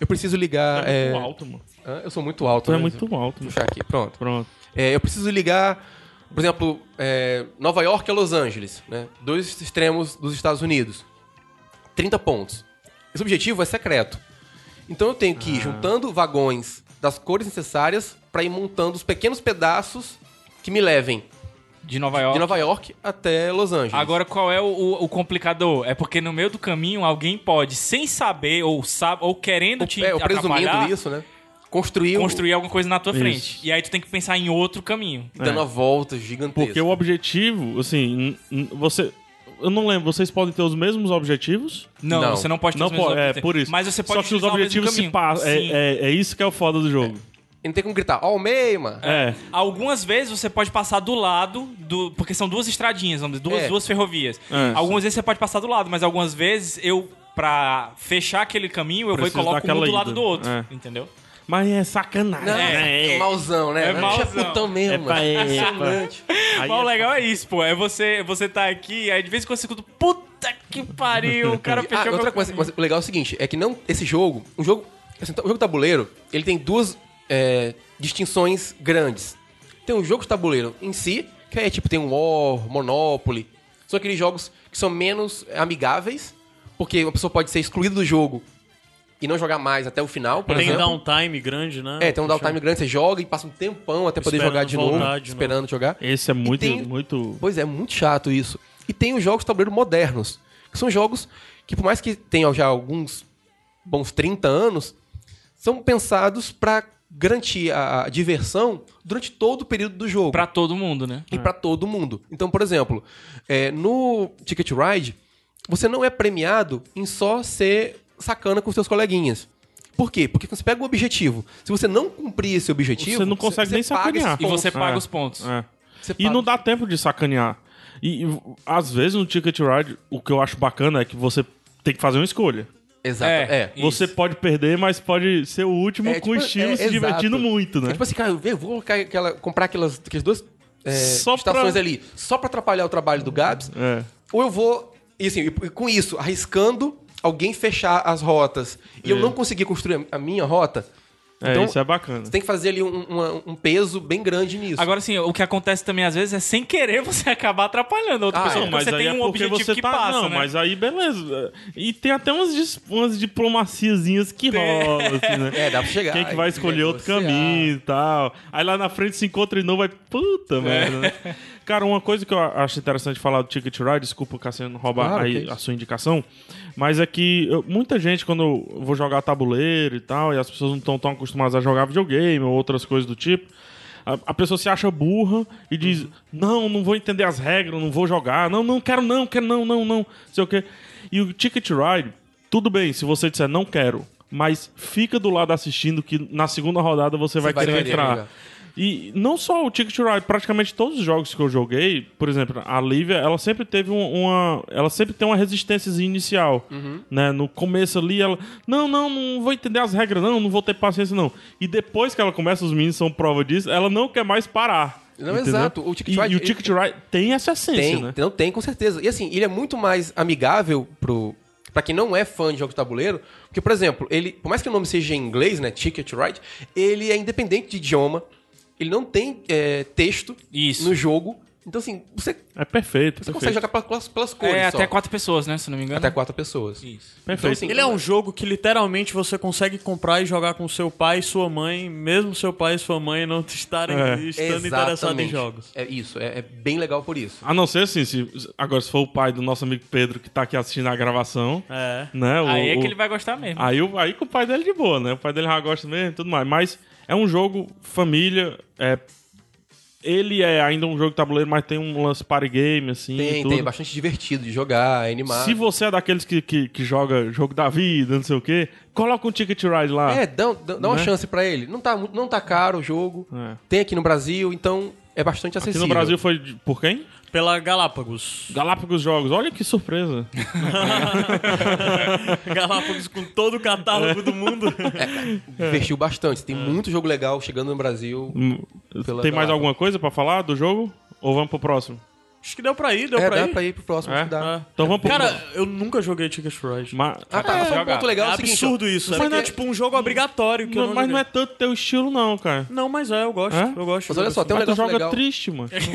[SPEAKER 6] Eu preciso ligar...
[SPEAKER 3] É
[SPEAKER 6] é,
[SPEAKER 3] muito alto, mano.
[SPEAKER 6] hã? Eu sou muito alto.
[SPEAKER 3] Tu é
[SPEAKER 6] né?
[SPEAKER 3] muito alto.
[SPEAKER 6] Vou
[SPEAKER 3] mano.
[SPEAKER 6] puxar aqui, pronto.
[SPEAKER 3] Pronto.
[SPEAKER 6] É, eu preciso ligar, por exemplo, é, Nova York a Los Angeles, né? Dois extremos dos Estados Unidos. 30 pontos. Esse objetivo é secreto. Então eu tenho que ir juntando vagões das cores necessárias para ir montando os pequenos pedaços que me levem
[SPEAKER 5] De Nova York.
[SPEAKER 6] de Nova York até Los Angeles.
[SPEAKER 5] Agora, qual é o, o- o complicador? É porque no meio do caminho alguém pode, sem saber ou, sabe, ou querendo
[SPEAKER 6] ou,
[SPEAKER 5] te
[SPEAKER 6] é, ou
[SPEAKER 5] atrapalhar,
[SPEAKER 6] presumindo isso, né? Construir, o-
[SPEAKER 5] construir alguma coisa na tua
[SPEAKER 3] Isso.
[SPEAKER 5] frente. E aí tu tem que pensar em outro caminho.
[SPEAKER 6] dando a volta gigantesca.
[SPEAKER 3] Porque o objetivo, assim, n- n- você. eu não lembro, vocês podem ter os mesmos objetivos?
[SPEAKER 5] Não,
[SPEAKER 6] Não.
[SPEAKER 5] você não pode ter
[SPEAKER 3] não
[SPEAKER 5] os mesmos
[SPEAKER 3] pode, é,
[SPEAKER 5] objetivos.
[SPEAKER 3] por isso.
[SPEAKER 5] Mas você pode
[SPEAKER 3] Só que os
[SPEAKER 5] utilizar o mesmo
[SPEAKER 3] objetivos se
[SPEAKER 5] caminho.
[SPEAKER 3] passam. É,
[SPEAKER 5] Sim.
[SPEAKER 3] é- é isso que é o foda do jogo.
[SPEAKER 6] E não tem como gritar, ó, o meio, mano.
[SPEAKER 3] É.
[SPEAKER 5] Algumas vezes você pode passar do lado do. Porque são duas estradinhas, vamos dizer, duas,
[SPEAKER 6] É.
[SPEAKER 5] duas ferrovias.
[SPEAKER 3] É.
[SPEAKER 5] Algumas vezes você pode passar do lado, mas algumas vezes eu, pra fechar aquele caminho, eu
[SPEAKER 3] Preciso
[SPEAKER 5] vou e
[SPEAKER 3] dar
[SPEAKER 5] coloco um
[SPEAKER 3] aquela
[SPEAKER 5] do
[SPEAKER 3] ida.
[SPEAKER 5] lado do outro.
[SPEAKER 3] É.
[SPEAKER 5] Entendeu?
[SPEAKER 3] Mas é sacanagem.
[SPEAKER 6] Não,
[SPEAKER 3] né?
[SPEAKER 6] é, mauzão, né?
[SPEAKER 5] É
[SPEAKER 6] Não,
[SPEAKER 5] mauzão.
[SPEAKER 6] Deixa putão mesmo, mano.
[SPEAKER 3] pra- é pra-
[SPEAKER 6] Impressionante.
[SPEAKER 3] Aí
[SPEAKER 5] Mas o
[SPEAKER 3] é-
[SPEAKER 5] legal é isso, pô. É você, você tá aqui, aí de vez em quando você escuta, puta que pariu, o cara fechou
[SPEAKER 6] Ah,
[SPEAKER 5] meu
[SPEAKER 6] outra coisa,
[SPEAKER 5] caminho."
[SPEAKER 6] mas o legal é o seguinte, é que não esse jogo, um jogo, assim, o jogo tabuleiro, ele tem duas é, distinções grandes. Tem o jogo de tabuleiro em si, que é tipo tem um War, Monopoly, são aqueles jogos que são menos é, amigáveis, porque uma pessoa pode ser excluída do jogo e não jogar mais até o final, por
[SPEAKER 4] Tem um
[SPEAKER 6] exemplo.
[SPEAKER 4] downtime grande, né?
[SPEAKER 6] É, tem um downtime grande, você joga e passa um tempão até poder
[SPEAKER 4] Esperando
[SPEAKER 6] jogar de
[SPEAKER 4] voltar
[SPEAKER 6] novo,
[SPEAKER 4] de novo.
[SPEAKER 6] esperando jogar.
[SPEAKER 3] Esse é muito.
[SPEAKER 6] tem-
[SPEAKER 3] muito...
[SPEAKER 6] Pois é, muito chato isso. E tem os jogos de tabuleiro modernos, que são jogos que, por mais que tenham já alguns bons 30 anos, são pensados pra garantir a, a diversão durante todo o período do jogo
[SPEAKER 5] Pra todo mundo, né?
[SPEAKER 6] e pra
[SPEAKER 3] É.
[SPEAKER 6] todo mundo. Então, por exemplo, é, no Ticket Ride, você não é premiado em só ser sacana com seus coleguinhas. Por quê? Porque você pega um objetivo. Se você não cumprir esse objetivo,
[SPEAKER 3] Você não consegue nem
[SPEAKER 6] paga esses
[SPEAKER 3] sacanear.
[SPEAKER 5] E
[SPEAKER 6] pontos.
[SPEAKER 5] você paga
[SPEAKER 3] É.
[SPEAKER 5] os pontos.
[SPEAKER 3] É.
[SPEAKER 6] Você
[SPEAKER 3] E
[SPEAKER 6] paga
[SPEAKER 3] não dá tempo de sacanear. E, e, às vezes no Ticket Ride, o que eu acho bacana é que você tem que fazer uma escolha.
[SPEAKER 6] Exato. É.
[SPEAKER 5] Isso.
[SPEAKER 3] Você pode perder, mas pode ser o último
[SPEAKER 6] É,
[SPEAKER 3] com
[SPEAKER 6] tipo,
[SPEAKER 3] estilo
[SPEAKER 6] é,
[SPEAKER 3] se
[SPEAKER 6] exato.
[SPEAKER 3] divertindo muito, né?
[SPEAKER 6] É tipo assim, cara, eu vou colocar aquela, comprar aquelas, aquelas duas é,
[SPEAKER 3] Só
[SPEAKER 6] estações
[SPEAKER 3] pra-
[SPEAKER 6] ali só pra atrapalhar o trabalho do Gabs.
[SPEAKER 3] É.
[SPEAKER 6] Ou eu vou, e assim, e com isso, arriscando alguém fechar as rotas e eu não conseguir construir a a minha rota.
[SPEAKER 3] É,
[SPEAKER 6] então,
[SPEAKER 3] isso é bacana.
[SPEAKER 6] você tem que fazer ali um, uma- um peso bem grande nisso.
[SPEAKER 5] Agora sim, o que acontece também às vezes é sem querer você acabar atrapalhando a outra
[SPEAKER 6] Ah,
[SPEAKER 5] pessoa.
[SPEAKER 3] Não,
[SPEAKER 6] é.
[SPEAKER 5] porque
[SPEAKER 3] mas
[SPEAKER 5] você
[SPEAKER 3] aí
[SPEAKER 5] tem
[SPEAKER 3] é
[SPEAKER 5] um
[SPEAKER 3] porque
[SPEAKER 5] objetivo
[SPEAKER 3] você
[SPEAKER 5] que
[SPEAKER 3] tá...
[SPEAKER 5] passa.
[SPEAKER 3] Não,
[SPEAKER 5] né?
[SPEAKER 3] mas aí beleza. E tem até umas, dis- umas diplomaciazinhas que rolam, assim, né?
[SPEAKER 6] é, dá pra chegar. ah,
[SPEAKER 3] Quem é que vai escolher outro
[SPEAKER 6] negociar.
[SPEAKER 3] caminho e tal. Aí lá na frente se encontra e não vai.
[SPEAKER 6] É.
[SPEAKER 3] Puta merda. né? Cara, uma coisa que eu acho interessante falar do Ticket Ride, desculpa, Cassiano, roubar
[SPEAKER 6] Claro, que é
[SPEAKER 3] aí
[SPEAKER 6] isso.
[SPEAKER 3] a sua indicação, mas é que eu- muita gente, quando eu vou jogar tabuleiro e tal, e as pessoas não estão tão acostumadas a jogar videogame ou outras coisas do tipo. A, a pessoa se acha burra e
[SPEAKER 6] Uhum.
[SPEAKER 3] diz: Não, não vou entender as regras, não vou jogar, não, não quero, não, quero, não, não, não, sei o quê. E o Ticket Ride, tudo bem se você disser não quero, mas fica do lado assistindo que na segunda rodada você, vai,
[SPEAKER 6] vai
[SPEAKER 3] querer
[SPEAKER 6] querer
[SPEAKER 3] entrar.
[SPEAKER 6] jogar.
[SPEAKER 3] E não só o Ticket to Ride, praticamente todos os jogos que eu joguei, por exemplo, a Lívia, ela sempre teve um- uma. Ela sempre tem uma resistência inicial.
[SPEAKER 6] Uhum.
[SPEAKER 3] Né? No começo ali, ela. Não, não, não vou entender as regras, não, não vou ter paciência, não. E depois que ela começa, os meninos são prova disso, ela não quer mais parar.
[SPEAKER 6] Não, exato. O Ticket
[SPEAKER 3] E-
[SPEAKER 6] Ride-
[SPEAKER 3] E, o Ticket to Ride tem essa essência,
[SPEAKER 6] Tem,
[SPEAKER 3] né?
[SPEAKER 6] não tem, com certeza. E assim, ele é muito mais amigável pro para quem não é fã de jogos de tabuleiro, porque por exemplo, ele, por mais que o nome seja em inglês, né, Ticket to Ride, ele é independente de idioma. Ele não tem é, texto
[SPEAKER 5] Isso.
[SPEAKER 6] no jogo. Então assim, você,
[SPEAKER 3] É perfeito.
[SPEAKER 6] você
[SPEAKER 3] perfeito.
[SPEAKER 6] consegue jogar pelas, pelas cores
[SPEAKER 5] É
[SPEAKER 6] só.
[SPEAKER 5] até quatro pessoas, né? Se não me engano.
[SPEAKER 6] Até quatro pessoas.
[SPEAKER 5] Isso.
[SPEAKER 3] Perfeito.
[SPEAKER 6] assim,
[SPEAKER 4] Ele é um jogo que literalmente você consegue comprar e jogar com seu pai e sua mãe, mesmo seu pai e sua mãe não estarem
[SPEAKER 3] É.
[SPEAKER 4] estando interessados em jogos.
[SPEAKER 6] É isso, é, é bem legal por isso.
[SPEAKER 3] A não ser assim, se, agora se for o pai do nosso amigo Pedro que tá aqui assistindo a gravação.
[SPEAKER 4] É.
[SPEAKER 3] Né, o-
[SPEAKER 5] Aí é que
[SPEAKER 3] o- Ah,
[SPEAKER 5] ele vai gostar mesmo.
[SPEAKER 3] Aí, o- aí com o pai dele de boa, né? O pai dele já gosta mesmo e tudo mais. Mas é um jogo família. É, ele é ainda um jogo de tabuleiro, mas tem um lance party game, assim. e
[SPEAKER 6] Tem,
[SPEAKER 3] tudo.
[SPEAKER 6] tem, é bastante divertido de jogar, é animado.
[SPEAKER 3] Se você é daqueles que, que, que joga jogo da vida, não sei o quê, coloca um Ticket Ride lá.
[SPEAKER 6] É, dá, dá, dá uma
[SPEAKER 3] Né?
[SPEAKER 6] chance pra ele. Não tá, muito- não tá caro o jogo.
[SPEAKER 3] É.
[SPEAKER 6] Tem aqui no Brasil, então é bastante
[SPEAKER 3] Aqui
[SPEAKER 6] acessível.
[SPEAKER 3] no Brasil foi de- por quem?
[SPEAKER 4] Pela Galápagos.
[SPEAKER 3] Galápagos Jogos. Olha que surpresa.
[SPEAKER 4] Galápagos com todo o catálogo do mundo.
[SPEAKER 6] É,
[SPEAKER 3] é.
[SPEAKER 6] Investiu bastante. Tem muito jogo legal chegando no Brasil.
[SPEAKER 3] Hum,
[SPEAKER 6] Pela
[SPEAKER 3] tem mais
[SPEAKER 6] Galápagos.
[SPEAKER 3] alguma coisa pra falar do jogo? Ou vamos pro próximo?
[SPEAKER 4] Acho que deu pra ir, deu
[SPEAKER 6] é,
[SPEAKER 4] pra
[SPEAKER 6] dá
[SPEAKER 4] ir.
[SPEAKER 6] pra ir pro próximo.
[SPEAKER 3] É?
[SPEAKER 6] que dá.
[SPEAKER 4] É.
[SPEAKER 3] Então vamos pro
[SPEAKER 4] Cara, eu nunca joguei Ticket to Ride.
[SPEAKER 3] Ma-
[SPEAKER 6] Ah, tá, mas só um ponto legal é
[SPEAKER 4] é
[SPEAKER 6] o seguinte,
[SPEAKER 4] absurdo
[SPEAKER 6] ó.
[SPEAKER 4] isso.
[SPEAKER 6] Você
[SPEAKER 4] É, que é
[SPEAKER 6] quer-
[SPEAKER 4] tipo um jogo obrigatório que eu não
[SPEAKER 3] mas não é
[SPEAKER 4] joguei.
[SPEAKER 3] tanto teu estilo, não, cara.
[SPEAKER 4] Não, mas é, eu gosto.
[SPEAKER 3] É?
[SPEAKER 4] Eu gosto.
[SPEAKER 6] Mas olha só, tem um
[SPEAKER 3] Mas tu
[SPEAKER 6] negócio
[SPEAKER 3] joga
[SPEAKER 6] legal.
[SPEAKER 3] triste, mano. Ei,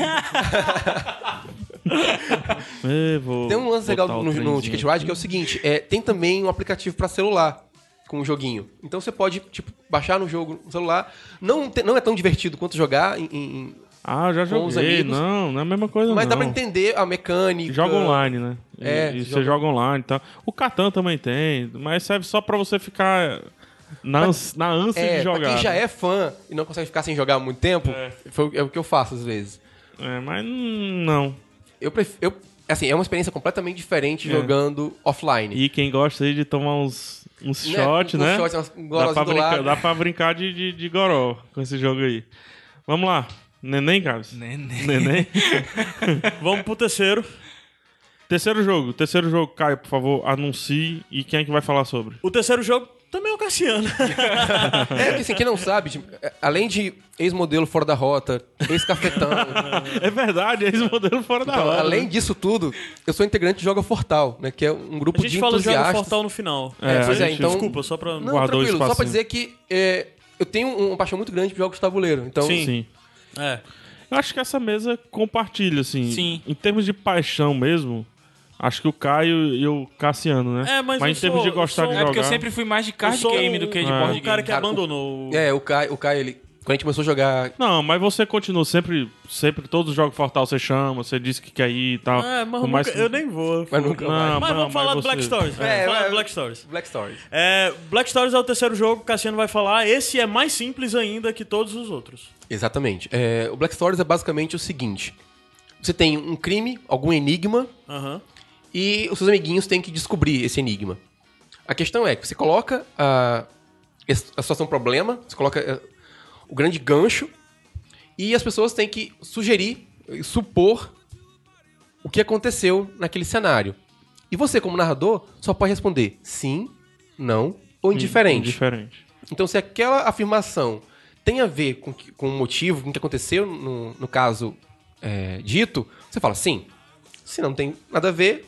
[SPEAKER 3] É, vou
[SPEAKER 6] Tem um lance
[SPEAKER 3] botar
[SPEAKER 6] legal
[SPEAKER 3] o
[SPEAKER 6] no, no
[SPEAKER 3] trenzinho.
[SPEAKER 6] Ticket Ride que é o seguinte: é, tem também um aplicativo pra celular com um joguinho. Então você pode, tipo, baixar no jogo no celular. Não, te- não é tão divertido quanto jogar, em- em- em-
[SPEAKER 3] Ah, eu já
[SPEAKER 6] com os
[SPEAKER 3] joguei.
[SPEAKER 6] amigos.
[SPEAKER 3] Não, não é a mesma coisa,
[SPEAKER 6] mas
[SPEAKER 3] não.
[SPEAKER 6] dá pra entender a mecânica.
[SPEAKER 3] Joga online, né? E-
[SPEAKER 6] É,
[SPEAKER 3] e
[SPEAKER 6] você
[SPEAKER 3] você joga online e tal. O Catan também tem, mas serve só pra você ficar na, ans- na ânsia
[SPEAKER 6] É,
[SPEAKER 3] de jogar.
[SPEAKER 6] pra quem já
[SPEAKER 3] né?
[SPEAKER 6] é fã e não consegue ficar sem jogar há é muito tempo, foi o- é o que eu faço às vezes.
[SPEAKER 3] É, mas hum, não.
[SPEAKER 6] Eu, pref... eu assim, é uma experiência completamente
[SPEAKER 4] É.
[SPEAKER 6] diferente jogando offline.
[SPEAKER 3] E quem gosta aí de tomar uns, uns
[SPEAKER 6] Né,
[SPEAKER 3] shots,
[SPEAKER 6] um
[SPEAKER 3] né?
[SPEAKER 6] shot, umas- um
[SPEAKER 3] dá, pra
[SPEAKER 6] gorozinho do
[SPEAKER 3] brincar,
[SPEAKER 6] lado.
[SPEAKER 3] dá pra brincar de, de, de goró com esse jogo aí. Vamos lá. Neném, Carlos?
[SPEAKER 5] Neném.
[SPEAKER 3] Neném.
[SPEAKER 6] um-
[SPEAKER 4] Vamos pro terceiro.
[SPEAKER 3] terceiro jogo. Terceiro jogo, Caio, por favor, anuncie. E quem é que vai falar sobre?
[SPEAKER 4] O terceiro jogo também é o Cassiano.
[SPEAKER 6] É, porque assim, quem não sabe, tipo, é, além de ex-modelo fora da rota, ex-cafetão,
[SPEAKER 3] É verdade, é esse modelo fora da
[SPEAKER 6] então,
[SPEAKER 3] hora.
[SPEAKER 6] além disso tudo, eu sou integrante de Joga Fortal, né? Que é um grupo
[SPEAKER 4] A gente
[SPEAKER 6] de
[SPEAKER 4] fala do
[SPEAKER 6] entusiastas.
[SPEAKER 4] Jogo Fortal né? no final.
[SPEAKER 3] É,
[SPEAKER 6] pois
[SPEAKER 3] a
[SPEAKER 6] é,
[SPEAKER 3] gente-
[SPEAKER 6] então-
[SPEAKER 4] Desculpa, só pra...
[SPEAKER 6] Não,
[SPEAKER 3] Guardou
[SPEAKER 6] tranquilo,
[SPEAKER 3] espacinho.
[SPEAKER 6] só pra dizer que é, eu tenho um- uma paixão muito grande por jogos de tabuleiro. Então,
[SPEAKER 4] Sim.
[SPEAKER 3] Sim.
[SPEAKER 4] É.
[SPEAKER 3] Eu acho que essa mesa compartilha, assim.
[SPEAKER 5] Sim.
[SPEAKER 3] Em termos de paixão mesmo, acho que o Caio e o Cassiano, né?
[SPEAKER 4] É, mas eu
[SPEAKER 3] em termos
[SPEAKER 4] sou-
[SPEAKER 3] de gostar
[SPEAKER 4] eu sou-
[SPEAKER 3] de
[SPEAKER 5] É porque
[SPEAKER 3] jogar.
[SPEAKER 5] eu sempre fui mais de
[SPEAKER 4] Eu
[SPEAKER 5] card
[SPEAKER 4] sou
[SPEAKER 5] game
[SPEAKER 4] o-
[SPEAKER 5] do que de
[SPEAKER 4] o
[SPEAKER 5] board
[SPEAKER 4] cara
[SPEAKER 5] game.
[SPEAKER 4] que
[SPEAKER 6] Cara,
[SPEAKER 4] abandonou.
[SPEAKER 6] é, o Caio, o Caio, ele. Quando a gente começou a jogar.
[SPEAKER 3] Não, mas você continua sempre, sempre todos os jogos Fortal você chama, você diz que quer ir e tal.
[SPEAKER 4] Ah, mas
[SPEAKER 3] Por
[SPEAKER 4] eu
[SPEAKER 3] mais
[SPEAKER 4] nunca-
[SPEAKER 3] que-
[SPEAKER 4] eu nem vou.
[SPEAKER 6] Mas nunca
[SPEAKER 3] Não,
[SPEAKER 6] mais.
[SPEAKER 3] mas-
[SPEAKER 4] Mas vamos falar do
[SPEAKER 3] você-
[SPEAKER 4] Black Stories.
[SPEAKER 6] É,
[SPEAKER 4] vamos falar
[SPEAKER 6] mas-
[SPEAKER 4] do Black Stories.
[SPEAKER 6] Black Stories.
[SPEAKER 4] É, Black Stories é o terceiro jogo que o Cassiano vai falar. Esse é mais simples ainda que todos os outros.
[SPEAKER 6] Exatamente. É, o Black Stories é basicamente o seguinte: você tem um crime, algum enigma,
[SPEAKER 4] Aham.
[SPEAKER 6] e os seus amiguinhos têm que descobrir esse enigma. A questão é que você coloca a, es- a situação problema, você coloca eh, o grande gancho, e as pessoas têm que sugerir, eh, supor o que aconteceu naquele cenário. E você, como narrador, só pode responder sim, não ou indiferente.
[SPEAKER 3] Indiferente.
[SPEAKER 6] Então, se aquela afirmação tem a ver com, que- com o motivo, com o que aconteceu no, no caso é, dito, você fala sim. Se não tem nada a ver,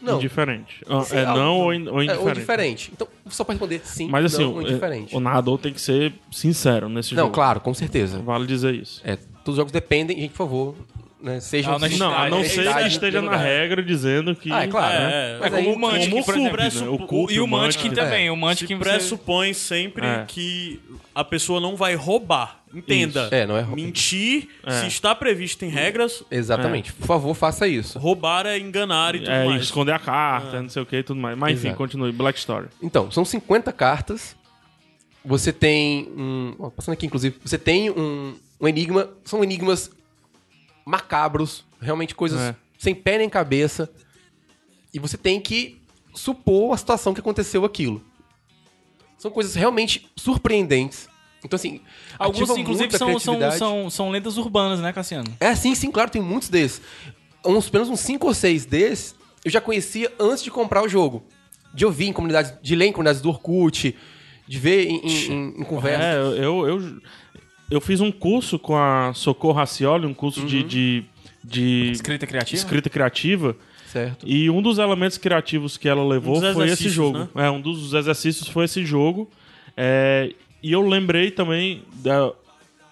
[SPEAKER 6] não.
[SPEAKER 3] Indiferente. Ah,
[SPEAKER 6] Sim,
[SPEAKER 3] é
[SPEAKER 6] ah,
[SPEAKER 3] não ou, in- ou
[SPEAKER 6] É,
[SPEAKER 3] indiferente.
[SPEAKER 6] ou diferente. Então, só pode responder sim,
[SPEAKER 3] Mas assim,
[SPEAKER 6] não, ou
[SPEAKER 3] o,
[SPEAKER 6] indiferente.
[SPEAKER 3] é, o narrador tem que ser sincero nesse
[SPEAKER 6] não,
[SPEAKER 3] jogo.
[SPEAKER 6] claro, com certeza.
[SPEAKER 3] Vale dizer isso.
[SPEAKER 6] É, todos os jogos dependem, gente, por favor, né, sejam...
[SPEAKER 5] Ah, nós-
[SPEAKER 3] Não, a não
[SPEAKER 5] é
[SPEAKER 3] ser que
[SPEAKER 5] verdade,
[SPEAKER 3] esteja
[SPEAKER 6] no
[SPEAKER 3] na
[SPEAKER 6] lugar.
[SPEAKER 3] regra dizendo que.
[SPEAKER 6] Ah, é claro.
[SPEAKER 4] É,
[SPEAKER 6] né?
[SPEAKER 4] é.
[SPEAKER 6] Mas
[SPEAKER 5] É
[SPEAKER 6] aí-
[SPEAKER 5] como o Mantic,
[SPEAKER 3] como o
[SPEAKER 5] por exemplo.
[SPEAKER 3] Cube, né? O Cube,
[SPEAKER 5] e
[SPEAKER 3] o
[SPEAKER 5] o Mantic
[SPEAKER 3] Mantic.
[SPEAKER 5] também. O
[SPEAKER 4] Se
[SPEAKER 5] Mantic você...
[SPEAKER 4] pressupõe sempre
[SPEAKER 3] É.
[SPEAKER 4] que a pessoa não vai roubar. Entenda.
[SPEAKER 6] Isso. É, não é rou-
[SPEAKER 4] Mentir, se está previsto em regras,
[SPEAKER 3] né?
[SPEAKER 6] Exatamente. Por favor, faça isso.
[SPEAKER 4] roubar é enganar e tudo
[SPEAKER 3] É,
[SPEAKER 4] mais.
[SPEAKER 3] esconder a carta, não sei o que e tudo mais. Mas enfim,
[SPEAKER 6] Exato.
[SPEAKER 3] continue. Black Story.
[SPEAKER 6] Então, são 50 cartas. Você tem um. ó, Passando aqui, inclusive. Você tem um, um enigma. São enigmas macabros. Realmente coisas
[SPEAKER 3] É.
[SPEAKER 6] sem pé nem cabeça. E você tem que supor a situação que aconteceu aquilo. São coisas realmente surpreendentes. Então, assim.
[SPEAKER 5] Alguns,
[SPEAKER 6] ativa
[SPEAKER 5] inclusive,
[SPEAKER 6] muito a
[SPEAKER 5] são, são,
[SPEAKER 6] criatividade.
[SPEAKER 5] são, são lendas urbanas, né, Cassiano?
[SPEAKER 6] É, sim, sim, claro, tem muitos desses. Uns, pelo menos uns 5 ou 6 desses eu já conhecia antes de comprar o jogo. De ouvir em comunidades, de ler em comunidades do Orkut, de ver em, em- em- em conversa.
[SPEAKER 3] É, eu, eu, eu fiz um curso com a Socorro Racioli, um curso
[SPEAKER 6] Uhum.
[SPEAKER 3] de, de, de
[SPEAKER 5] Escrita criativa?
[SPEAKER 3] escrita criativa.
[SPEAKER 6] Certo.
[SPEAKER 3] E um dos elementos criativos que ela levou
[SPEAKER 4] Um dos
[SPEAKER 3] foi esse
[SPEAKER 4] exercícios,
[SPEAKER 3] jogo.
[SPEAKER 4] né?
[SPEAKER 3] É, um dos exercícios foi esse jogo. É, e eu lembrei também. Da... O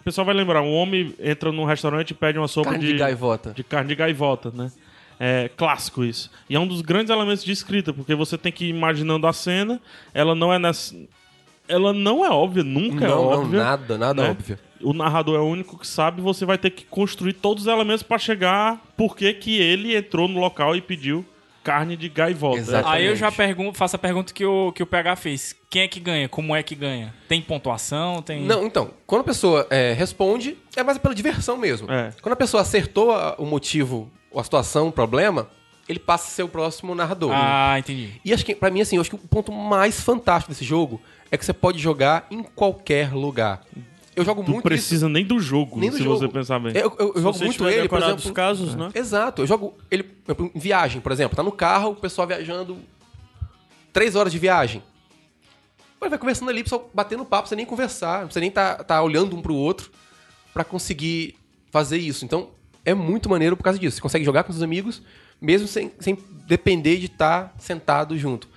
[SPEAKER 3] pessoal vai lembrar: um homem entra num restaurante e pede uma sopa
[SPEAKER 6] Carne de gaivota.
[SPEAKER 3] de carne de gaivota, né? É clássico isso. E é um dos grandes elementos de escrita, porque você tem que ir imaginando a cena, ela não é nessa. Ela não é óbvia, nunca é
[SPEAKER 6] Não, Ah, não,
[SPEAKER 3] óbvia.
[SPEAKER 6] nada, nada
[SPEAKER 3] né?
[SPEAKER 6] óbvio.
[SPEAKER 3] O narrador é o único que sabe, você vai ter que construir todos os elementos pra chegar por que que ele entrou no local e pediu carne de gaivota.
[SPEAKER 6] Exato.
[SPEAKER 5] Aí eu já
[SPEAKER 6] Exatamente.
[SPEAKER 5] pergunto, faço a pergunta que o, que o PH fez. Quem é que ganha? Como é que ganha? Tem pontuação? Tem...
[SPEAKER 6] Não, então, quando a pessoa é, responde, é mais pela diversão mesmo.
[SPEAKER 3] É.
[SPEAKER 6] Quando a pessoa acertou a- o motivo, ou a situação, o problema, ele passa a ser o próximo narrador.
[SPEAKER 5] Ah, entendi.
[SPEAKER 6] E acho que, pra mim, assim, eu acho que o ponto mais fantástico desse jogo é que você pode jogar em qualquer lugar. Eu jogo
[SPEAKER 3] Não
[SPEAKER 6] Ah, muito isso.
[SPEAKER 3] precisa nem do jogo,
[SPEAKER 6] Nem do
[SPEAKER 3] se
[SPEAKER 6] jogo.
[SPEAKER 3] você pensar bem.
[SPEAKER 6] Eu, eu- eu jogo
[SPEAKER 4] Se você
[SPEAKER 6] muito
[SPEAKER 4] tiver
[SPEAKER 6] ele, por
[SPEAKER 4] decorado os
[SPEAKER 6] exemplo. É.
[SPEAKER 4] casos, né?
[SPEAKER 6] Exato, eu jogo ele por exemplo, em viagem, por exemplo. Tá no carro, o pessoal viajando. Três horas de viagem. Mas vai conversando ali, o pessoal batendo papo, você nem conversar, você nem tá, tá olhando um pro outro pra conseguir fazer isso. Então é muito maneiro por causa disso. Você consegue jogar com seus amigos, mesmo sem, sem depender de estar sentado junto.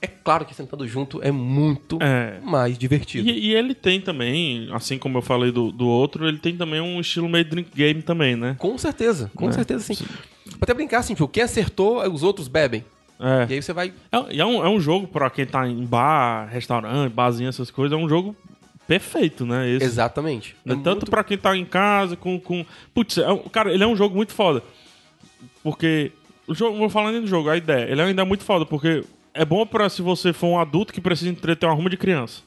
[SPEAKER 6] É claro que sentado junto é muito
[SPEAKER 3] É.
[SPEAKER 6] mais divertido.
[SPEAKER 3] E, e ele tem também, assim como eu falei do, do outro, ele tem também um estilo meio drink game também, né?
[SPEAKER 6] Com certeza, com certeza sim. Pra até brincar assim, tipo, quem acertou, os outros bebem.
[SPEAKER 3] É.
[SPEAKER 6] E aí você vai.
[SPEAKER 3] É, é um, é um jogo pra quem tá em bar, restaurante, barzinho, essas coisas, é um jogo perfeito, né? Esse.
[SPEAKER 6] Exatamente.
[SPEAKER 3] Né? Tanto pra quem tá em casa, com. com... Putz, é um- cara, ele é um jogo muito foda. Porque. O jogo, vou falando do jogo, a ideia. Ele ainda é muito foda, porque é bom pra se você for um adulto que precisa entreter uma arruma de criança.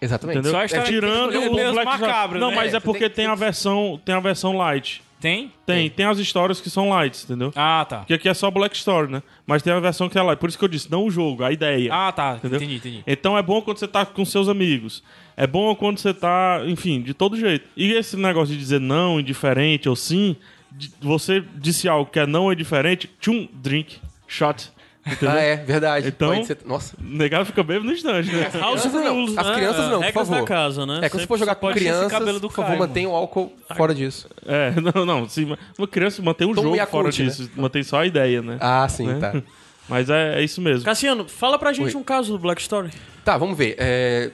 [SPEAKER 6] Exatamente.
[SPEAKER 3] Entendeu?
[SPEAKER 5] Só a história
[SPEAKER 3] Tirando
[SPEAKER 5] que tem que escolher
[SPEAKER 3] o
[SPEAKER 5] menos
[SPEAKER 3] Black Jack.
[SPEAKER 5] macabro,
[SPEAKER 3] Não,
[SPEAKER 5] né?
[SPEAKER 3] mas
[SPEAKER 6] É,
[SPEAKER 3] é
[SPEAKER 6] você
[SPEAKER 3] porque
[SPEAKER 6] tem
[SPEAKER 3] tem,
[SPEAKER 6] que-
[SPEAKER 3] a versão, tem a versão light.
[SPEAKER 5] Tem?
[SPEAKER 3] Tem, tem as histórias que são lights, entendeu?
[SPEAKER 5] Ah, tá.
[SPEAKER 3] Porque aqui é só Black Story, né? Mas tem a versão que é light. Por isso que eu disse, não o jogo, a ideia.
[SPEAKER 5] Ah, tá.
[SPEAKER 3] é? Entendeu?
[SPEAKER 5] Entendi, entendi.
[SPEAKER 3] Então é bom quando você tá com seus amigos. É bom quando você tá, enfim, de todo jeito. E esse negócio de dizer não, indiferente ou sim, de- você disse algo que é não é diferente, tchum, drink, shot. Entendeu?
[SPEAKER 6] Ah, é, verdade.
[SPEAKER 3] Então-
[SPEAKER 6] Pode ser- Nossa.
[SPEAKER 3] Negado fica bêbado no instante, né?
[SPEAKER 4] House
[SPEAKER 6] Crianças não.
[SPEAKER 4] rules,
[SPEAKER 6] As
[SPEAKER 4] né?
[SPEAKER 6] crianças não, por
[SPEAKER 4] Regras
[SPEAKER 6] favor.
[SPEAKER 4] da casa, né?
[SPEAKER 6] É, quando você for jogar com
[SPEAKER 4] pode ser esse
[SPEAKER 6] crianças,
[SPEAKER 4] cabelo do
[SPEAKER 6] por favor,
[SPEAKER 4] Caio,
[SPEAKER 6] mantenha o álcool fora disso.
[SPEAKER 3] É, não, não. Se, uma criança mantém o
[SPEAKER 6] Toma
[SPEAKER 3] jogo
[SPEAKER 6] Yakult,
[SPEAKER 3] fora
[SPEAKER 6] né?
[SPEAKER 3] disso, mantém só a ideia, né?
[SPEAKER 6] Ah, sim,
[SPEAKER 3] Né?
[SPEAKER 6] tá.
[SPEAKER 3] Mas é, é isso mesmo.
[SPEAKER 4] Cassiano, fala pra gente
[SPEAKER 6] Oi.
[SPEAKER 4] um caso do Black Story.
[SPEAKER 6] Tá, vamos ver. é,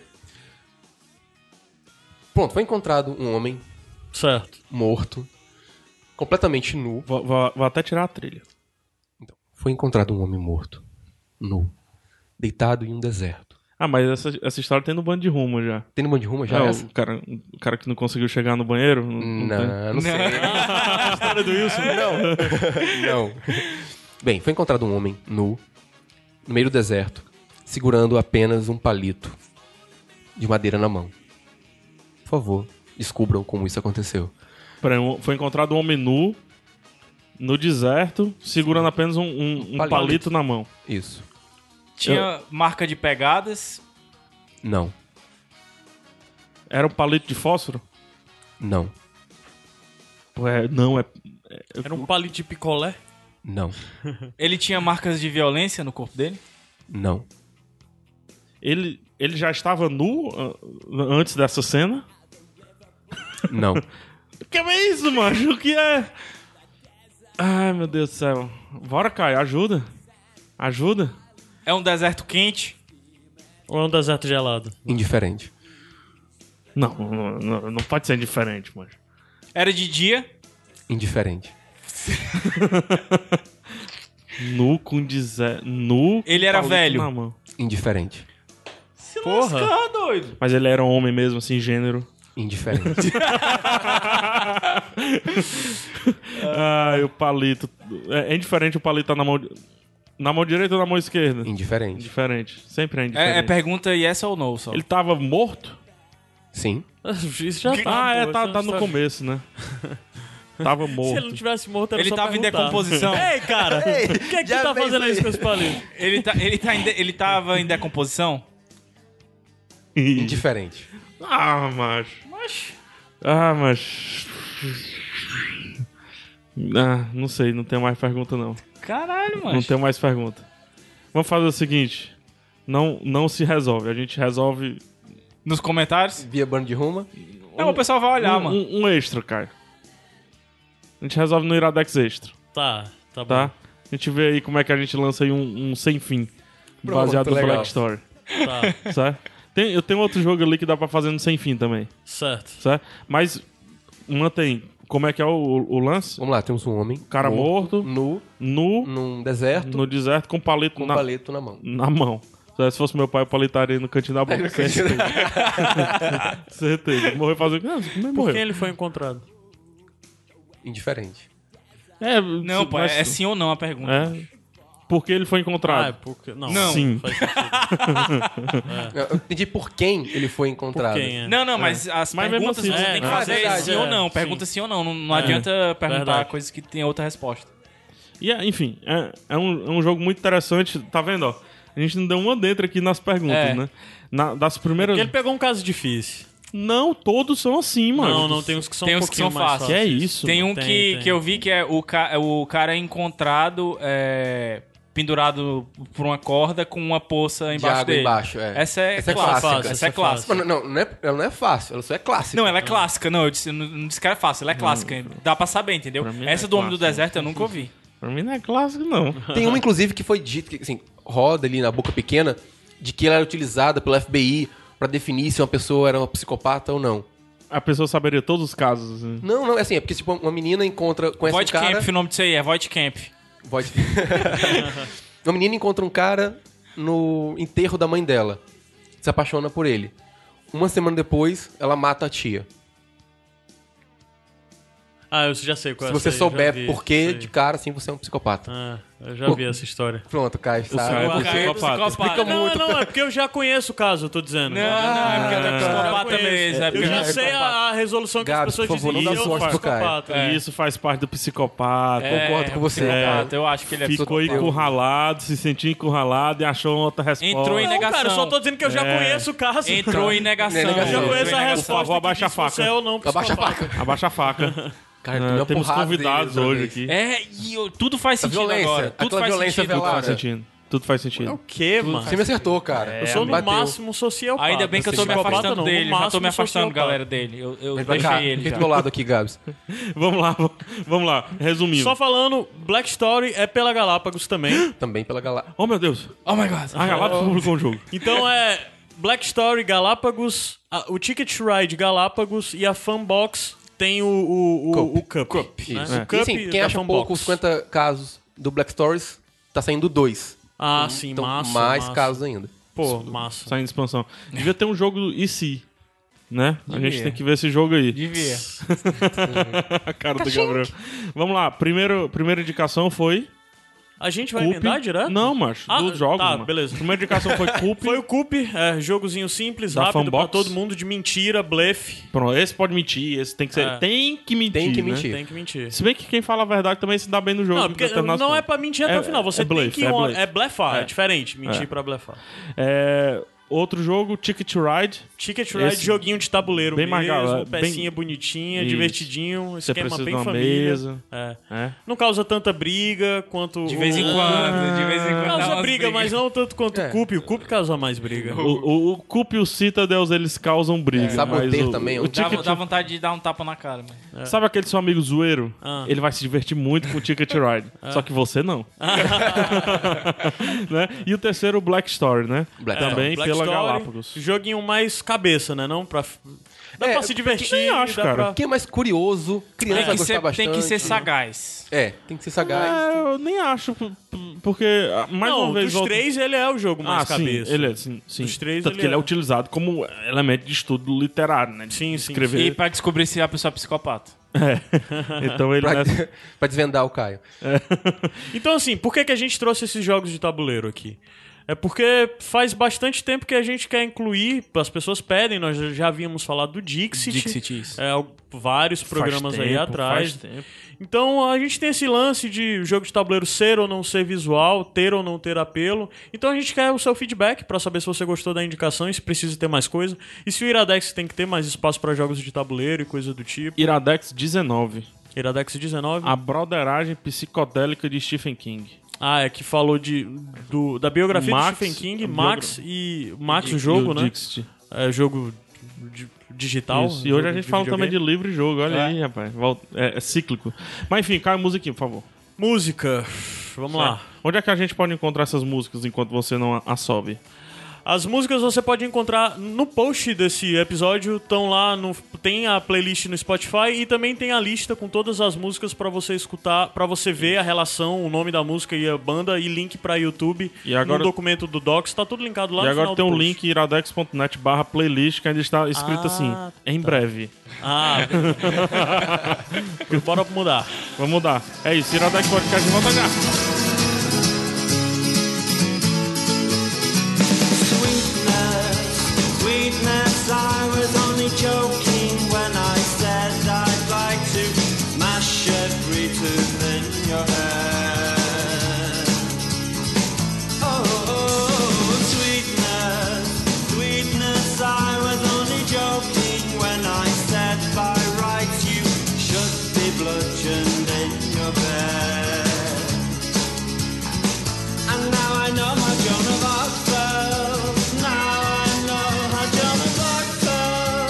[SPEAKER 6] Pronto, foi encontrado um homem
[SPEAKER 4] Certo.
[SPEAKER 6] morto, completamente nu.
[SPEAKER 3] Vou, vou- vou até tirar a trilha.
[SPEAKER 6] Foi encontrado um homem morto, nu, deitado em um deserto.
[SPEAKER 3] Ah, mas essa, essa história tem no bando de rumo já.
[SPEAKER 6] Tem no Mão de Rumo já?
[SPEAKER 3] Já é,
[SPEAKER 6] essa?
[SPEAKER 3] o, cara, o cara que não conseguiu chegar no banheiro? Não, não tem?
[SPEAKER 6] Não, não sei. história do Wilson? né? Não. não. Bem, foi encontrado um homem nu, no meio do deserto, segurando apenas um palito de madeira na mão. Por favor, descubram como isso aconteceu.
[SPEAKER 3] Peraí, um- foi encontrado um homem nu no deserto, segurando apenas um, um- um
[SPEAKER 6] Palito.
[SPEAKER 3] palito. na mão.
[SPEAKER 6] Isso.
[SPEAKER 5] Tinha marca de pegadas.
[SPEAKER 6] Não.
[SPEAKER 3] Era um palito de fósforo?
[SPEAKER 6] Não.
[SPEAKER 3] Pô, é- não, é.
[SPEAKER 4] Era um palito de picolé.
[SPEAKER 6] Não.
[SPEAKER 5] Ele tinha marcas de violência no corpo dele.
[SPEAKER 6] Não.
[SPEAKER 3] Ele, ele já estava nu ah, antes dessa cena?
[SPEAKER 6] Não.
[SPEAKER 3] Que é isso, macho? O que é? Ai, meu Deus do céu. Bora, Caio, ajuda. Ajuda.
[SPEAKER 5] É um deserto quente.
[SPEAKER 4] Ou é um deserto gelado?
[SPEAKER 6] Indiferente.
[SPEAKER 3] Não, não, não- não pode ser diferente, macho.
[SPEAKER 5] Era de dia.
[SPEAKER 6] Indiferente.
[SPEAKER 3] Nu com dizer. Nu. com
[SPEAKER 5] Ele era
[SPEAKER 3] palito
[SPEAKER 5] velho.
[SPEAKER 3] na mão.
[SPEAKER 6] Indiferente.
[SPEAKER 5] Se
[SPEAKER 4] Porra.
[SPEAKER 5] lascar, doido.
[SPEAKER 3] Mas ele era um homem mesmo, assim, gênero.
[SPEAKER 6] Indiferente.
[SPEAKER 3] Ai, o palito. É, é indiferente o palito tá na mão. Na mão direita ou na mão esquerda?
[SPEAKER 6] Indiferente.
[SPEAKER 3] Indiferente. Sempre é indiferente.
[SPEAKER 5] É, é pergunta yes ou no só.
[SPEAKER 3] Ele tava morto?
[SPEAKER 6] Sim.
[SPEAKER 4] Isso já tá.
[SPEAKER 3] ah, é,
[SPEAKER 4] pô,
[SPEAKER 3] tá,
[SPEAKER 4] essa
[SPEAKER 3] tá no
[SPEAKER 4] história-
[SPEAKER 3] começo, né? tava
[SPEAKER 4] Se ele não
[SPEAKER 3] morto.
[SPEAKER 4] tivesse morto, era
[SPEAKER 5] Ele
[SPEAKER 4] só
[SPEAKER 5] tava em
[SPEAKER 4] perguntar.
[SPEAKER 5] decomposição.
[SPEAKER 4] Ei, cara! O que é que
[SPEAKER 6] já
[SPEAKER 4] tu tá
[SPEAKER 6] fez
[SPEAKER 4] fazendo
[SPEAKER 6] isso
[SPEAKER 4] isso com esse palito?
[SPEAKER 5] Ele, tá, ele, tá em de- ele tava em decomposição?
[SPEAKER 6] Indiferente.
[SPEAKER 3] ah, macho. Ah, mas. Ah, não sei, não tenho mais pergunta, não.
[SPEAKER 5] Caralho, mano.
[SPEAKER 3] Não um tenho mais pergunta. Vamos fazer o seguinte. Não, não se resolve. A gente resolve
[SPEAKER 5] Nos comentários?
[SPEAKER 6] Via bando de ruma.
[SPEAKER 4] É
[SPEAKER 5] Não, o pessoal vai olhar,
[SPEAKER 3] um,
[SPEAKER 5] mano.
[SPEAKER 3] um- um extra, cara. A gente resolve no Iradex extra,
[SPEAKER 4] Tá, tá bom.
[SPEAKER 3] tá? A gente vê aí como é que a gente lança aí um, um sem fim.
[SPEAKER 6] Pronto,
[SPEAKER 3] baseado no
[SPEAKER 6] legal.
[SPEAKER 3] Black Story,
[SPEAKER 4] Tá,
[SPEAKER 3] certo? Tem- eu tenho outro jogo ali que dá pra fazer no sem fim também,
[SPEAKER 4] certo.
[SPEAKER 3] certo? Mas mantém. Como é que é o, o lance?
[SPEAKER 6] Vamos lá, temos um homem.
[SPEAKER 3] Cara morto.
[SPEAKER 6] Nu,
[SPEAKER 3] Nu,
[SPEAKER 6] num deserto,
[SPEAKER 3] no deserto, com palito,
[SPEAKER 6] Hum. com um
[SPEAKER 3] na,
[SPEAKER 6] paleto na mão.
[SPEAKER 3] na mão. Certo? Se fosse meu pai, eu palitaria no cantinho da boca. Certeza. Certeza. Morreu fazendo... Ah, como é que
[SPEAKER 4] Por quem
[SPEAKER 3] morreu?
[SPEAKER 4] ele foi encontrado?
[SPEAKER 6] Indiferente.
[SPEAKER 3] É,
[SPEAKER 5] Não,
[SPEAKER 3] se-
[SPEAKER 5] pô,
[SPEAKER 3] mas-
[SPEAKER 5] é, é sim ou não a pergunta.
[SPEAKER 3] É. Por que ele foi
[SPEAKER 4] Ah, é
[SPEAKER 3] encontrado?
[SPEAKER 4] porque... Não,
[SPEAKER 5] Não.
[SPEAKER 3] Sim.
[SPEAKER 4] faz sentido.
[SPEAKER 5] Ah.
[SPEAKER 6] Eu entendi por quem ele foi
[SPEAKER 4] Por
[SPEAKER 6] encontrado.
[SPEAKER 4] quem é?
[SPEAKER 5] Não, não, mas as
[SPEAKER 3] Mas mesmo
[SPEAKER 5] perguntas
[SPEAKER 3] assim,
[SPEAKER 5] você
[SPEAKER 4] é,
[SPEAKER 5] tem que
[SPEAKER 4] é,
[SPEAKER 5] fazer
[SPEAKER 6] verdade,
[SPEAKER 5] sim ou
[SPEAKER 4] é,
[SPEAKER 5] não.
[SPEAKER 4] sim.
[SPEAKER 5] Pergunta sim ou não. Não, não adianta perguntar
[SPEAKER 4] verdade.
[SPEAKER 5] coisas que tem outra resposta.
[SPEAKER 3] E é, enfim, é, é um, é um jogo muito interessante. Tá vendo, ó? A gente não deu uma dentro aqui nas perguntas,
[SPEAKER 5] É.
[SPEAKER 3] né? Na- das primeiras.
[SPEAKER 4] Porque ele pegou um caso difícil.
[SPEAKER 3] Não, todos são assim, mano.
[SPEAKER 4] Não, não, tem uns que são
[SPEAKER 5] Tem
[SPEAKER 4] um
[SPEAKER 5] uns que são
[SPEAKER 4] pouquinho mais
[SPEAKER 5] fáceis.
[SPEAKER 3] Que é isso?
[SPEAKER 5] Tem um
[SPEAKER 4] Tem,
[SPEAKER 5] que,
[SPEAKER 4] tem.
[SPEAKER 5] que eu vi que é o, ca- é o cara encontrado é, pendurado por uma corda com uma poça
[SPEAKER 6] De
[SPEAKER 5] embaixo
[SPEAKER 6] água
[SPEAKER 5] dele.
[SPEAKER 6] embaixo, é.
[SPEAKER 5] Essa é,
[SPEAKER 6] Essa é
[SPEAKER 5] clássica.
[SPEAKER 6] clássica,
[SPEAKER 5] Essa é
[SPEAKER 4] essa é fácil.
[SPEAKER 5] clássica.
[SPEAKER 6] Mas não, não é, ela não é fácil, ela só é clássica.
[SPEAKER 5] Não, ela é clássica. Não, eu disse, não, não disse que era fácil. Ela é clássica. Dá pra saber, entendeu?
[SPEAKER 3] Pra mim não é
[SPEAKER 5] Essa do Homem do
[SPEAKER 3] clássica.
[SPEAKER 5] Deserto eu nunca ouvi.
[SPEAKER 3] Pra mim não é clássico, não.
[SPEAKER 6] Tem uma, inclusive, que foi dito, que assim, roda ali na boca pequena, de que ela era utilizada pelo FBI pra definir se uma pessoa era uma psicopata ou não.
[SPEAKER 3] A pessoa saberia todos os casos. assim.
[SPEAKER 6] Não, não, é assim, é porque tipo, uma menina encontra, conhece
[SPEAKER 5] Void
[SPEAKER 6] um cara...
[SPEAKER 5] Camp, o nome disso aí é Void Camp.
[SPEAKER 6] Void- uma menina encontra um cara no enterro da mãe dela, se apaixona por ele. Uma semana depois, ela mata a tia.
[SPEAKER 4] Ah, eu já sei qual
[SPEAKER 6] Se
[SPEAKER 4] é
[SPEAKER 6] você
[SPEAKER 4] essa aí, Ah, já
[SPEAKER 6] souber
[SPEAKER 4] vi,
[SPEAKER 6] por tipo, quê,
[SPEAKER 4] sei.
[SPEAKER 6] de cara, assim, você é um psicopata.
[SPEAKER 4] Ah, Eu já vi essa história.
[SPEAKER 6] Pronto, Caio,
[SPEAKER 3] Caio
[SPEAKER 6] sabe?
[SPEAKER 3] é
[SPEAKER 5] um
[SPEAKER 6] Porque-
[SPEAKER 3] psicopata.
[SPEAKER 6] Explica
[SPEAKER 4] não,
[SPEAKER 6] muito.
[SPEAKER 4] não, é porque eu já conheço o caso, eu tô dizendo.
[SPEAKER 5] Não, não, é porque ela é
[SPEAKER 4] Eu já
[SPEAKER 5] psicopata
[SPEAKER 4] conheço.
[SPEAKER 5] mesmo. É
[SPEAKER 4] Eu
[SPEAKER 5] porque
[SPEAKER 4] já
[SPEAKER 5] ela é
[SPEAKER 4] sei a,
[SPEAKER 5] psicopata.
[SPEAKER 4] a resolução que
[SPEAKER 6] Gabs,
[SPEAKER 4] as pessoas
[SPEAKER 6] por favor,
[SPEAKER 4] dizem.
[SPEAKER 6] não dá
[SPEAKER 4] eu
[SPEAKER 6] sorte
[SPEAKER 4] faço
[SPEAKER 6] pro Caio.
[SPEAKER 4] psicopata.
[SPEAKER 5] É.
[SPEAKER 3] E isso faz parte do psicopata.
[SPEAKER 6] Concordo com você,
[SPEAKER 5] psicopata,
[SPEAKER 6] cara.
[SPEAKER 5] É, Eu acho que ele é
[SPEAKER 3] Ficou
[SPEAKER 5] psicopata.
[SPEAKER 3] encurralado, se sentiu encurralado e achou outra resposta.
[SPEAKER 5] Entrou em
[SPEAKER 4] Não, cara, eu
[SPEAKER 5] negação.
[SPEAKER 4] só tô dizendo que eu já
[SPEAKER 3] É.
[SPEAKER 4] conheço o caso.
[SPEAKER 5] Entrou em negação.
[SPEAKER 6] Negação.
[SPEAKER 4] Eu já
[SPEAKER 6] Por
[SPEAKER 4] conheço a
[SPEAKER 5] Entrou em
[SPEAKER 4] resposta.
[SPEAKER 3] Por favor,
[SPEAKER 4] que
[SPEAKER 3] abaixa a
[SPEAKER 4] diz se
[SPEAKER 3] faca.
[SPEAKER 4] você é ou não
[SPEAKER 6] Abaixa a
[SPEAKER 4] psicopata.
[SPEAKER 6] faca.
[SPEAKER 3] Abaixa a faca.
[SPEAKER 6] Cara,
[SPEAKER 3] Ah,
[SPEAKER 6] tu deu
[SPEAKER 3] temos
[SPEAKER 6] uma porrada né,
[SPEAKER 3] convidados
[SPEAKER 6] dele outra
[SPEAKER 3] hoje
[SPEAKER 6] vez.
[SPEAKER 3] aqui.
[SPEAKER 5] É, e eu- tudo faz sentido
[SPEAKER 6] violência,
[SPEAKER 5] agora. Tudo
[SPEAKER 6] aquela
[SPEAKER 5] faz
[SPEAKER 6] violência
[SPEAKER 5] sentido.
[SPEAKER 3] Tudo
[SPEAKER 6] velada.
[SPEAKER 3] faz sentido. Tudo faz
[SPEAKER 4] É o
[SPEAKER 3] sentido.
[SPEAKER 4] quê, mano?
[SPEAKER 6] Você me acertou, cara.
[SPEAKER 4] Eu sou no
[SPEAKER 6] É, Bateu.
[SPEAKER 4] máximo um sociopata.
[SPEAKER 5] Ainda bem que eu tô me
[SPEAKER 4] Psicopata
[SPEAKER 5] afastando
[SPEAKER 4] não, no
[SPEAKER 5] dele, já tô
[SPEAKER 4] máximo
[SPEAKER 5] me afastando,
[SPEAKER 4] sociopata.
[SPEAKER 5] galera, dele. Eu, eu
[SPEAKER 6] Vem pra cá,
[SPEAKER 5] deixei ele
[SPEAKER 6] fica
[SPEAKER 5] já.
[SPEAKER 6] do meu lado aqui, Gabs.
[SPEAKER 3] Vamos lá, vamos lá. Resumindo.
[SPEAKER 4] Só falando, Black Story é pela Galápagos também.
[SPEAKER 6] Também pela galera.
[SPEAKER 3] Oh, meu Deus.
[SPEAKER 5] Oh my God.
[SPEAKER 3] A Galápagos publicou um jogo.
[SPEAKER 4] Então é Black Story, Galápagos, a- o Ticket Ride Galápagos e a Fanbox tem o, o, o,
[SPEAKER 6] Cup.
[SPEAKER 4] o Cup. né?
[SPEAKER 6] Isso.
[SPEAKER 4] O
[SPEAKER 6] E
[SPEAKER 4] Cup
[SPEAKER 6] assim, quem
[SPEAKER 4] da
[SPEAKER 6] acha
[SPEAKER 4] Fanbox.
[SPEAKER 6] pouco os 50 casos do Black Stories, tá saindo dois.
[SPEAKER 4] Ah, sim,
[SPEAKER 6] Então,
[SPEAKER 4] massa.
[SPEAKER 6] mais
[SPEAKER 4] massa.
[SPEAKER 6] casos ainda.
[SPEAKER 4] Pô, massa.
[SPEAKER 3] Tá. Saindo de expansão. Devia ter um jogo e se. Né? A gente
[SPEAKER 5] Devia.
[SPEAKER 3] tem que ver esse jogo aí.
[SPEAKER 5] Devia.
[SPEAKER 3] A cara do Gabriel. Vamos lá. Primeiro, primeira indicação foi.
[SPEAKER 4] A gente vai
[SPEAKER 3] Coop.
[SPEAKER 4] emendar direto?
[SPEAKER 3] Não, macho.
[SPEAKER 4] Ah,
[SPEAKER 3] dos jogos.
[SPEAKER 4] tá,
[SPEAKER 3] mano.
[SPEAKER 4] beleza.
[SPEAKER 3] Primeira indicação foi Coop.
[SPEAKER 4] Foi o Coop, é, jogozinho simples,
[SPEAKER 3] Da
[SPEAKER 4] rápido pra
[SPEAKER 3] Funbox?
[SPEAKER 4] todo mundo, de mentira, blefe.
[SPEAKER 3] Pronto, esse pode mentir, esse tem que ser.
[SPEAKER 4] É.
[SPEAKER 3] Tem que mentir.
[SPEAKER 6] Tem que
[SPEAKER 3] né?
[SPEAKER 6] mentir.
[SPEAKER 4] Tem que mentir.
[SPEAKER 3] Se bem que quem fala a verdade também se dá bem no jogo. né?
[SPEAKER 4] Não,
[SPEAKER 3] em
[SPEAKER 4] porque
[SPEAKER 3] determinados
[SPEAKER 4] não é
[SPEAKER 3] pontos.
[SPEAKER 4] pra mentir até
[SPEAKER 3] É-
[SPEAKER 4] o final. Você
[SPEAKER 3] é blefe,
[SPEAKER 4] tem que...
[SPEAKER 3] é
[SPEAKER 4] on-
[SPEAKER 3] blefe.
[SPEAKER 4] é blefar, é,
[SPEAKER 3] É.
[SPEAKER 4] diferente. Mentir
[SPEAKER 3] É.
[SPEAKER 4] pra blefar.
[SPEAKER 3] É, Outro jogo, Ticket to Ride.
[SPEAKER 4] Ticket Ride,
[SPEAKER 3] Esse-
[SPEAKER 4] joguinho de tabuleiro
[SPEAKER 3] Bem
[SPEAKER 4] mesmo,
[SPEAKER 3] magal- bem-
[SPEAKER 4] pecinha bonitinha,
[SPEAKER 3] Isso.
[SPEAKER 4] divertidinho,
[SPEAKER 3] Você
[SPEAKER 4] esquema
[SPEAKER 3] precisa
[SPEAKER 4] bem
[SPEAKER 3] de uma
[SPEAKER 4] família.
[SPEAKER 3] mesa.
[SPEAKER 4] É.
[SPEAKER 3] É.
[SPEAKER 4] Não causa tanta briga quanto.
[SPEAKER 5] De vez em
[SPEAKER 4] o-
[SPEAKER 5] quando, né? de vez em quando. dá
[SPEAKER 4] Causa
[SPEAKER 5] umas
[SPEAKER 4] briga, mas não tanto quanto
[SPEAKER 6] É.
[SPEAKER 4] o Coop. O Coop causa mais briga.
[SPEAKER 3] O, o, o Coop e o Citadels, eles causam
[SPEAKER 4] É.
[SPEAKER 3] briga.
[SPEAKER 6] Saboteiro
[SPEAKER 3] mas o-
[SPEAKER 6] também, é um
[SPEAKER 3] o
[SPEAKER 6] ó.
[SPEAKER 5] Dá,
[SPEAKER 3] Ticket
[SPEAKER 5] dá vontade de dar um tapa na cara, mano.
[SPEAKER 3] Sabe aquele seu amigo zoeiro?
[SPEAKER 4] É. Ah. É.
[SPEAKER 3] Ele vai se divertir muito com o Ticket Ride. Só que você não. Né? E o terceiro, o Black Story, né?
[SPEAKER 6] Black
[SPEAKER 3] Também
[SPEAKER 4] Black
[SPEAKER 3] pela
[SPEAKER 4] Story,
[SPEAKER 3] Galápagos.
[SPEAKER 4] Joguinho mais cabeça, né? Não pra. Dá
[SPEAKER 6] É,
[SPEAKER 4] pra se divertir.
[SPEAKER 3] nem acho,
[SPEAKER 4] dá
[SPEAKER 3] cara.
[SPEAKER 4] pra-
[SPEAKER 6] Quem é mais curioso, criança
[SPEAKER 5] Tem
[SPEAKER 6] vai
[SPEAKER 5] que,
[SPEAKER 6] gostar
[SPEAKER 5] ser,
[SPEAKER 6] bastante. né?
[SPEAKER 5] tem que ser sagaz. Ah,
[SPEAKER 6] É, tem que ser sagaz.
[SPEAKER 3] É, eu nem acho, p- p- porque ah, mais
[SPEAKER 4] Não,
[SPEAKER 3] uma vez...
[SPEAKER 4] dos
[SPEAKER 3] volta-
[SPEAKER 4] três ele é o jogo mais
[SPEAKER 3] Ah,
[SPEAKER 4] cabeça.
[SPEAKER 3] sim, ele é, sim, sim.
[SPEAKER 4] Dos três,
[SPEAKER 3] Tanto
[SPEAKER 4] ele
[SPEAKER 3] que ele
[SPEAKER 4] é.
[SPEAKER 3] é utilizado como elemento de estudo literário, né? De
[SPEAKER 4] Sim, sim,
[SPEAKER 5] E
[SPEAKER 3] escrever.
[SPEAKER 5] pra descobrir se a pessoa é psicopata.
[SPEAKER 3] É. Então ele...
[SPEAKER 6] Pra,
[SPEAKER 3] nessa-
[SPEAKER 6] pra desvendar o Caio.
[SPEAKER 4] Então, assim, por que, que a gente trouxe esses jogos de tabuleiro aqui? É porque faz bastante tempo que a gente quer incluir, as pessoas pedem, nós já havíamos falado do Dixit.
[SPEAKER 5] Dixit, isso.
[SPEAKER 4] É, al- vários programas
[SPEAKER 3] tempo,
[SPEAKER 4] aí atrás.
[SPEAKER 3] faz tempo.
[SPEAKER 4] Então a gente tem esse lance de jogo de tabuleiro ser ou não ser visual, ter ou não ter apelo. Então a gente quer o seu feedback pra saber se você gostou da indicação e se precisa ter mais coisa. E se o Iradex tem que ter mais espaço pra jogos de tabuleiro e coisa do tipo.
[SPEAKER 3] Iradex 19.
[SPEAKER 4] Iradex 19.
[SPEAKER 3] A broderagem psicodélica de Stephen King.
[SPEAKER 4] Ah, é que falou de, do- da biografia
[SPEAKER 3] Max,
[SPEAKER 4] do Stephen King,
[SPEAKER 3] a
[SPEAKER 4] Max e Max o
[SPEAKER 3] E
[SPEAKER 4] jogo,
[SPEAKER 3] o
[SPEAKER 4] né?
[SPEAKER 3] Dixit.
[SPEAKER 4] É jogo di- digital.
[SPEAKER 3] Isso, E hoje a gente fala também de
[SPEAKER 4] videogame.
[SPEAKER 3] livro e jogo, olha aí, rapaz. Volta- É, é cíclico. Mas enfim, cai a musiquinha, por favor.
[SPEAKER 4] música. Vamos lá.
[SPEAKER 3] Onde é que a gente pode encontrar essas músicas enquanto você não a- a sobe?
[SPEAKER 4] As músicas você pode encontrar no post desse episódio, estão lá no tem a playlist no Spotify e também tem a lista com todas as músicas pra você escutar, pra você ver a relação, o nome da música e a banda e link pra YouTube
[SPEAKER 3] E agora-
[SPEAKER 4] no documento do Docs, tá tudo linkado lá
[SPEAKER 3] e
[SPEAKER 4] no
[SPEAKER 3] agora
[SPEAKER 4] final
[SPEAKER 3] tem
[SPEAKER 4] do
[SPEAKER 3] um
[SPEAKER 4] post.
[SPEAKER 3] link iradex.net barra playlist que ainda está escrito
[SPEAKER 4] Ah,
[SPEAKER 3] assim, em breve.
[SPEAKER 4] Ah, beleza. bora mudar.
[SPEAKER 3] Vamos mudar. É isso, Iradex Podcast, volta já!
[SPEAKER 2] Sweetness, sweetness, I was only joking when I said I'd like to mash every tooth in your head. Oh, sweetness, sweetness, I was only joking when I said by rights you should be bludgeoned in your bed. And now I know how Joan of Arc felt. Now I know how Joan of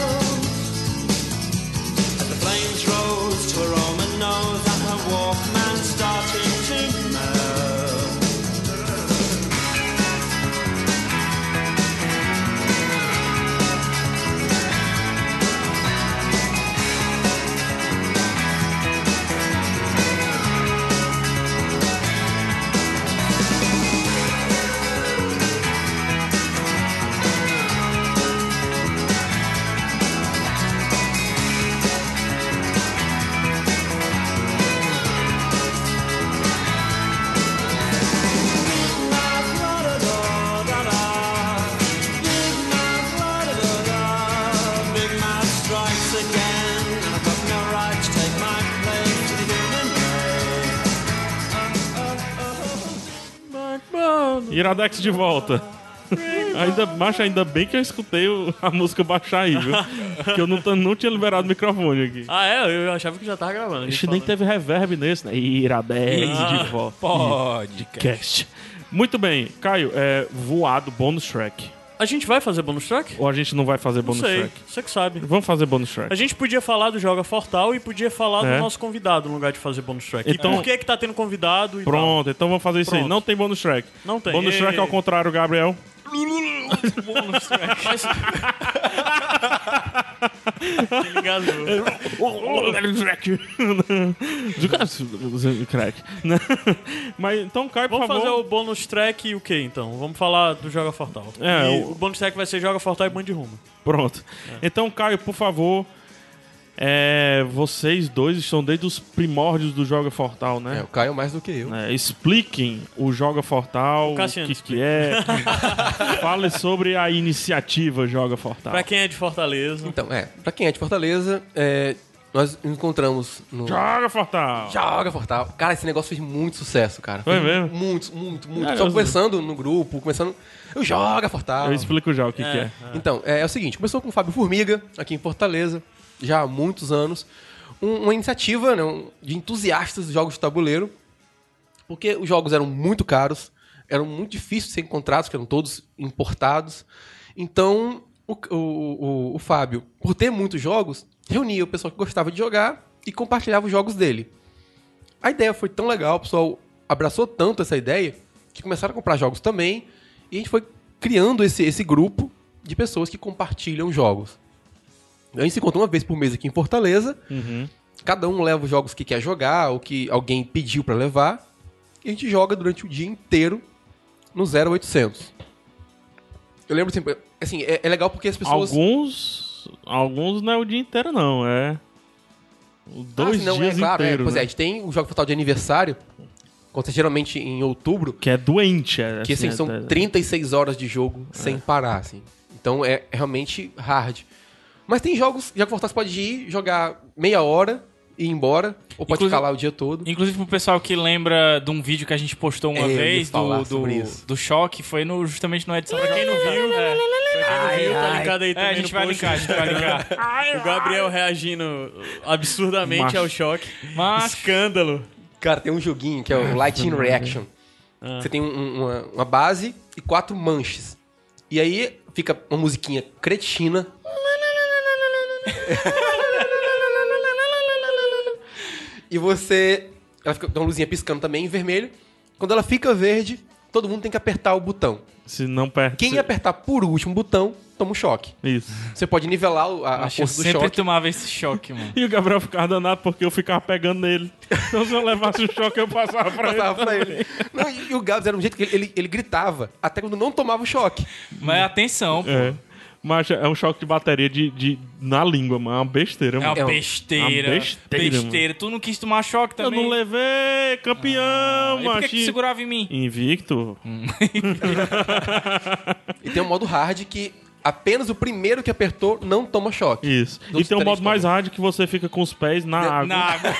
[SPEAKER 3] Iradex de volta. Ainda, macho, ainda bem que eu escutei o- a música baixar aí, viu? que eu não, t- não tinha liberado o microfone aqui.
[SPEAKER 4] Ah, é? Eu- Eu achava que já tava gravando. então,
[SPEAKER 3] A
[SPEAKER 4] gente
[SPEAKER 3] gente nem
[SPEAKER 4] falando.
[SPEAKER 3] teve reverb nesse, né? Iradex
[SPEAKER 4] Ah,
[SPEAKER 3] de volta.
[SPEAKER 5] Pode, cara.
[SPEAKER 3] Cast. Muito bem, Caio, é voado, bônus track.
[SPEAKER 4] A gente vai fazer bonus track?
[SPEAKER 3] Ou a gente não vai fazer
[SPEAKER 4] Não
[SPEAKER 3] bônus
[SPEAKER 4] sei.
[SPEAKER 3] track?
[SPEAKER 4] Você que sabe.
[SPEAKER 3] Vamos fazer bônus
[SPEAKER 4] A
[SPEAKER 3] track.
[SPEAKER 4] gente podia falar do Joga Fortal e podia falar
[SPEAKER 3] É.
[SPEAKER 4] do nosso convidado no lugar de fazer bonus track.
[SPEAKER 3] Então-
[SPEAKER 4] Então, por que é que tá tendo convidado e tal?
[SPEAKER 3] Pronto, então vamos fazer isso aí.
[SPEAKER 4] Pronto.
[SPEAKER 3] Não tem bônus track.
[SPEAKER 4] Não tem.
[SPEAKER 3] Bônus track é ao contrário, Gabriel.
[SPEAKER 4] Mas- Ele engasgou.
[SPEAKER 3] Tá Do cara- crack. Mas então, Caio, por
[SPEAKER 4] Vamos fazer
[SPEAKER 3] favor.
[SPEAKER 4] o bônus track e o que então? Vamos falar do Joga Fortal.
[SPEAKER 3] É,
[SPEAKER 4] E
[SPEAKER 3] o-
[SPEAKER 4] o... bônus track vai ser Joga Fortal e Band de Rumo.
[SPEAKER 3] Pronto.
[SPEAKER 4] É.
[SPEAKER 3] Então, Caio, por favor. é, vocês dois estão desde os primórdios do Joga Fortal,
[SPEAKER 6] É,
[SPEAKER 3] né?
[SPEAKER 6] o Caio mais do que eu.
[SPEAKER 3] É, expliquem o Joga Fortal, o,
[SPEAKER 4] Cassiano
[SPEAKER 3] que, que é. Fale sobre a iniciativa Joga Fortal.
[SPEAKER 4] Pra quem é de Fortaleza.
[SPEAKER 6] Então, é, pra quem é de Fortaleza, é, nós nos encontramos no...
[SPEAKER 3] Joga Fortal!
[SPEAKER 6] Joga Fortal. Cara, esse negócio fez muito sucesso, cara.
[SPEAKER 3] Foi
[SPEAKER 6] Fez
[SPEAKER 3] mesmo?
[SPEAKER 6] Muito, muito, muito.
[SPEAKER 3] Ah,
[SPEAKER 6] Só
[SPEAKER 3] eu-
[SPEAKER 6] conversando no grupo, começando... Eu Joga Fortal.
[SPEAKER 3] Eu explico já o que é. Que é.
[SPEAKER 6] Então, é, é o seguinte, começou com o Fábio Formiga, aqui em Fortaleza, já há muitos anos. Um- uma iniciativa né, um- de entusiastas de jogos de tabuleiro, porque os jogos eram muito caros, eram muito difíceis de ser encontrados, porque eram todos importados. Então, o, o- o- o Fábio, por ter muitos jogos, reunia o pessoal que gostava de jogar e compartilhava os jogos dele. A ideia foi tão legal, o pessoal abraçou tanto essa ideia que começaram a comprar jogos também. E a gente foi criando esse, esse grupo de pessoas que compartilham jogos. A gente se encontra uma vez por mês aqui em Fortaleza.
[SPEAKER 3] Uhum.
[SPEAKER 6] Cada um leva os jogos que quer jogar ou que alguém pediu pra levar. E a gente joga durante o dia inteiro no 0800. Eu lembro sempre. Assim, é, é legal porque as pessoas.
[SPEAKER 3] Alguns. Alguns não é o dia inteiro, não. É. Dois
[SPEAKER 6] Ah, não,
[SPEAKER 3] dias
[SPEAKER 6] é, claro, é.
[SPEAKER 3] inteiros.
[SPEAKER 6] Pois é, a
[SPEAKER 3] né?
[SPEAKER 6] gente tem o jogo total de aniversário. Acontece geralmente em outubro.
[SPEAKER 3] Que é doente. É,
[SPEAKER 6] Que assim,
[SPEAKER 3] é-
[SPEAKER 6] são
[SPEAKER 3] é-
[SPEAKER 6] 36 horas de jogo sem parar, assim. Então é realmente hard. Mas tem jogos, já que você pode ir jogar meia hora e ir embora, ou pode
[SPEAKER 5] Inclusive-
[SPEAKER 6] ficar lá o dia todo.
[SPEAKER 5] Inclusive pro pessoal que lembra de um vídeo que a gente postou uma
[SPEAKER 6] É, eu ia
[SPEAKER 5] vez
[SPEAKER 6] falar
[SPEAKER 5] do,
[SPEAKER 6] sobre
[SPEAKER 5] do,
[SPEAKER 6] isso.
[SPEAKER 5] do choque, foi no, justamente no edição.
[SPEAKER 4] Pra quem não viu, é. pra quem não viu, tá linkado aí também
[SPEAKER 5] É, a gente
[SPEAKER 4] no
[SPEAKER 5] vai
[SPEAKER 4] post.
[SPEAKER 5] linkar, a gente vai linkar.
[SPEAKER 4] O Gabriel reagindo absurdamente
[SPEAKER 3] Macho.
[SPEAKER 4] ao choque.
[SPEAKER 5] Mas
[SPEAKER 4] Escândalo.
[SPEAKER 6] Cara, tem um joguinho que é o Lightning Reaction. Você tem um- uma, uma base e quatro manches. E aí fica uma musiquinha cretina. e você. Ela fica com uma luzinha piscando também em vermelho. Quando ela fica verde, todo mundo tem que apertar o botão.
[SPEAKER 3] Se não perde.
[SPEAKER 6] Quem é- apertar por último o botão, toma um choque.
[SPEAKER 3] Isso.
[SPEAKER 6] Você pode nivelar o- a, a
[SPEAKER 5] Acho que eu
[SPEAKER 6] força do
[SPEAKER 5] Ah, sempre
[SPEAKER 6] é choque.
[SPEAKER 5] tomava esse choque, mano.
[SPEAKER 3] E o Gabriel ficava danado porque eu ficava pegando nele. Então se eu levasse o choque, eu passava pra ele.
[SPEAKER 6] Passava pra
[SPEAKER 3] também.
[SPEAKER 6] ele. Não, e e o Gabs era um jeito que ele, ele, ele gritava até quando não tomava o choque.
[SPEAKER 5] Mas atenção, pô.
[SPEAKER 3] É. Mas é um choque de bateria de, de- na língua, mano. É uma besteira,
[SPEAKER 5] É
[SPEAKER 3] mano.
[SPEAKER 5] uma
[SPEAKER 6] É uma-
[SPEAKER 5] besteira.
[SPEAKER 3] uma besteira,
[SPEAKER 5] Besteira. Tu não quis tomar choque
[SPEAKER 3] Eu
[SPEAKER 5] também. Ah,
[SPEAKER 3] não levei, campeão,
[SPEAKER 5] E
[SPEAKER 3] macho.
[SPEAKER 5] por que, Hum. que tu segurava em mim?
[SPEAKER 3] Invicto?
[SPEAKER 6] E tem um modo hard que apenas o primeiro que apertou não toma choque.
[SPEAKER 3] Isso.
[SPEAKER 6] Dos
[SPEAKER 3] e tem um
[SPEAKER 6] três
[SPEAKER 3] modo mais
[SPEAKER 6] também.
[SPEAKER 3] hard que você fica com os pés na água.
[SPEAKER 5] Na água.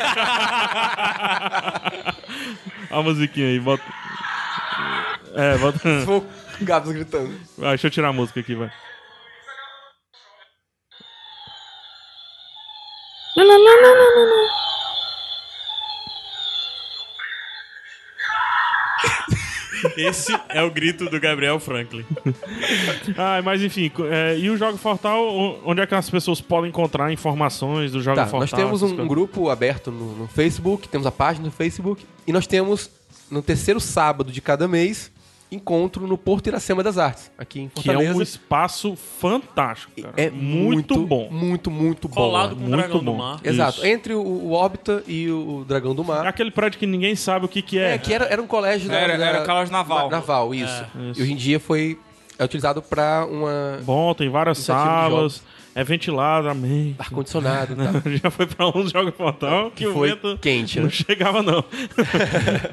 [SPEAKER 3] A musiquinha aí, bota. É, bota.
[SPEAKER 6] Foi o Gabs gritando.
[SPEAKER 3] Ah, deixa eu tirar a música aqui, vai.
[SPEAKER 4] Esse é o grito do Gabriel Franklin.
[SPEAKER 3] Ah, mas enfim, co- é, e o Jogo Fortal, o- onde é que as pessoas podem encontrar informações do Jogo
[SPEAKER 6] Tá,
[SPEAKER 3] Fortal?
[SPEAKER 6] nós temos
[SPEAKER 3] essas
[SPEAKER 6] um,
[SPEAKER 3] coisas?
[SPEAKER 6] grupo aberto no, no Facebook, temos a página no Facebook, e nós temos, no terceiro sábado de cada mês, encontro no Porto Iracema das Artes, aqui em
[SPEAKER 3] Que é um
[SPEAKER 6] Fortaleza.
[SPEAKER 3] espaço fantástico, cara.
[SPEAKER 6] é
[SPEAKER 3] muito, bom.
[SPEAKER 6] Muito, muito bom.
[SPEAKER 4] Colado com
[SPEAKER 6] lá.
[SPEAKER 4] o
[SPEAKER 3] muito
[SPEAKER 4] Dragão
[SPEAKER 3] bom.
[SPEAKER 4] do Mar.
[SPEAKER 6] Exato.
[SPEAKER 3] Isso.
[SPEAKER 6] Entre o, o Órbita e o Dragão do
[SPEAKER 3] É
[SPEAKER 6] Mar.
[SPEAKER 3] aquele prédio que ninguém sabe o que, que é.
[SPEAKER 6] É, que era, era um colégio... da-
[SPEAKER 5] Era-
[SPEAKER 6] da-
[SPEAKER 5] era colégio naval.
[SPEAKER 6] na- Naval, isso.
[SPEAKER 3] isso.
[SPEAKER 6] E hoje em dia foi... É utilizado pra uma...
[SPEAKER 3] É Bom, tem várias
[SPEAKER 6] Iniciativa tipo de
[SPEAKER 3] salas, é ventilado, amém.
[SPEAKER 6] Ar-condicionado e tal.
[SPEAKER 3] Já foi pra um Jogo Fortal que,
[SPEAKER 6] Que
[SPEAKER 3] o
[SPEAKER 6] tá. foi
[SPEAKER 3] vento
[SPEAKER 6] quente,
[SPEAKER 3] não
[SPEAKER 6] né?
[SPEAKER 3] chegava, não.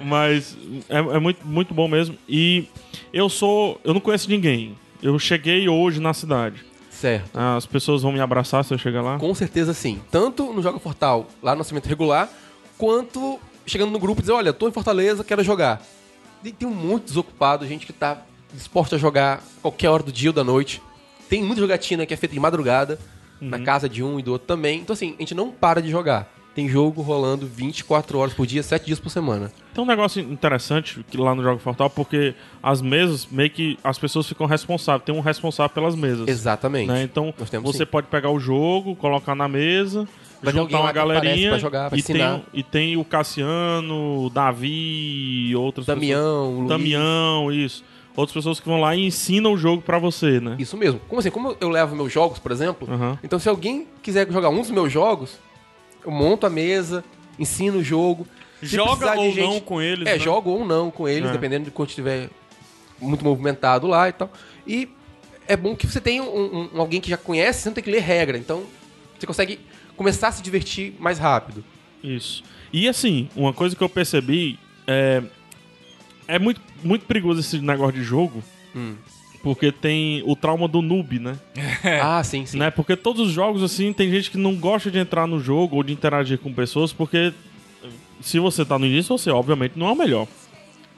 [SPEAKER 3] Mas é, é muito, muito bom mesmo. E eu sou. Eu não conheço ninguém. Eu cheguei hoje na cidade.
[SPEAKER 6] Certo.
[SPEAKER 3] As pessoas vão me abraçar se eu chegar lá.
[SPEAKER 6] Com certeza sim. Tanto no Joga Fortal, lá no lançamento regular, quanto chegando no grupo e dizer, olha, tô em Fortaleza, quero jogar. tem- tem um monte desocupado, gente que tá disposta a jogar qualquer hora do dia ou da noite. Tem muita jogatina que é feita de madrugada,
[SPEAKER 3] Uhum.
[SPEAKER 6] na casa de um e do outro também. Então, assim, a gente não para de jogar. Tem jogo rolando 24 horas por dia, 7 dias por semana.
[SPEAKER 3] Tem um negócio interessante que lá no Jogo Portal, porque as mesas, meio que as pessoas ficam responsáveis, tem um responsável pelas mesas.
[SPEAKER 6] Exatamente.
[SPEAKER 3] né? Então,
[SPEAKER 6] Nós temos,
[SPEAKER 3] você
[SPEAKER 6] sim.
[SPEAKER 3] pode pegar o jogo, colocar na mesa,
[SPEAKER 6] Vai ter alguém
[SPEAKER 3] juntar uma
[SPEAKER 6] lá que aparece
[SPEAKER 3] galerinha
[SPEAKER 6] pra jogar, pra
[SPEAKER 3] e, tem, um,
[SPEAKER 6] ensinar.
[SPEAKER 3] e tem o Cassiano, o Davi, e outras
[SPEAKER 6] Damião,
[SPEAKER 3] pessoas.
[SPEAKER 6] Luiz.
[SPEAKER 3] Damião, isso. Outras pessoas que vão lá e ensinam o jogo pra você, né?
[SPEAKER 6] Isso mesmo. Como assim? Como eu levo meus jogos, por exemplo,
[SPEAKER 3] Aham.
[SPEAKER 6] então se alguém quiser jogar um dos meus jogos, eu monto a mesa, ensino o jogo. Se
[SPEAKER 4] Joga
[SPEAKER 6] precisar de
[SPEAKER 4] ou
[SPEAKER 6] gente-
[SPEAKER 4] não com eles.
[SPEAKER 6] É,
[SPEAKER 4] né?
[SPEAKER 6] jogo ou não com eles,
[SPEAKER 3] É.
[SPEAKER 6] dependendo de quanto estiver muito movimentado lá e tal. E é bom que você tenha um, um- um alguém que já conhece, você não tem que ler regra. Então, você consegue começar a se divertir mais rápido.
[SPEAKER 3] Isso. E assim, uma coisa que eu percebi é. É muito, muito perigoso esse negócio de jogo.
[SPEAKER 6] Hum.
[SPEAKER 3] Porque tem o trauma do noob, né?
[SPEAKER 4] É.
[SPEAKER 6] Ah, sim, sim.
[SPEAKER 3] né? Porque todos os jogos, assim, tem gente que não gosta de entrar no jogo ou de interagir com pessoas, porque eh, se você tá no início, você obviamente não é o melhor.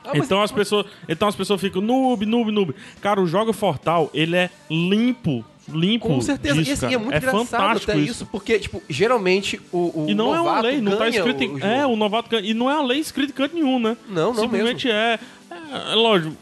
[SPEAKER 6] Ah,
[SPEAKER 3] então, as pessoas, então as pessoas ficam noob, noob, noob. Cara, o Jogo Fortal, ele é limpo. Limpo.
[SPEAKER 6] Com certeza.
[SPEAKER 3] disso,
[SPEAKER 6] e assim,
[SPEAKER 3] tipo, cara.
[SPEAKER 6] é muito engraçado
[SPEAKER 3] fantástico
[SPEAKER 6] até isso. porque, tipo, geralmente o, o
[SPEAKER 3] E não é uma
[SPEAKER 6] novato
[SPEAKER 3] lei, não tá
[SPEAKER 6] ganha
[SPEAKER 3] escrito em.
[SPEAKER 6] o jogo.
[SPEAKER 3] é, o novato ganha. E não é a lei escrita em canto nenhum, né?
[SPEAKER 6] Não, não
[SPEAKER 3] Simplesmente é. é. Lógico,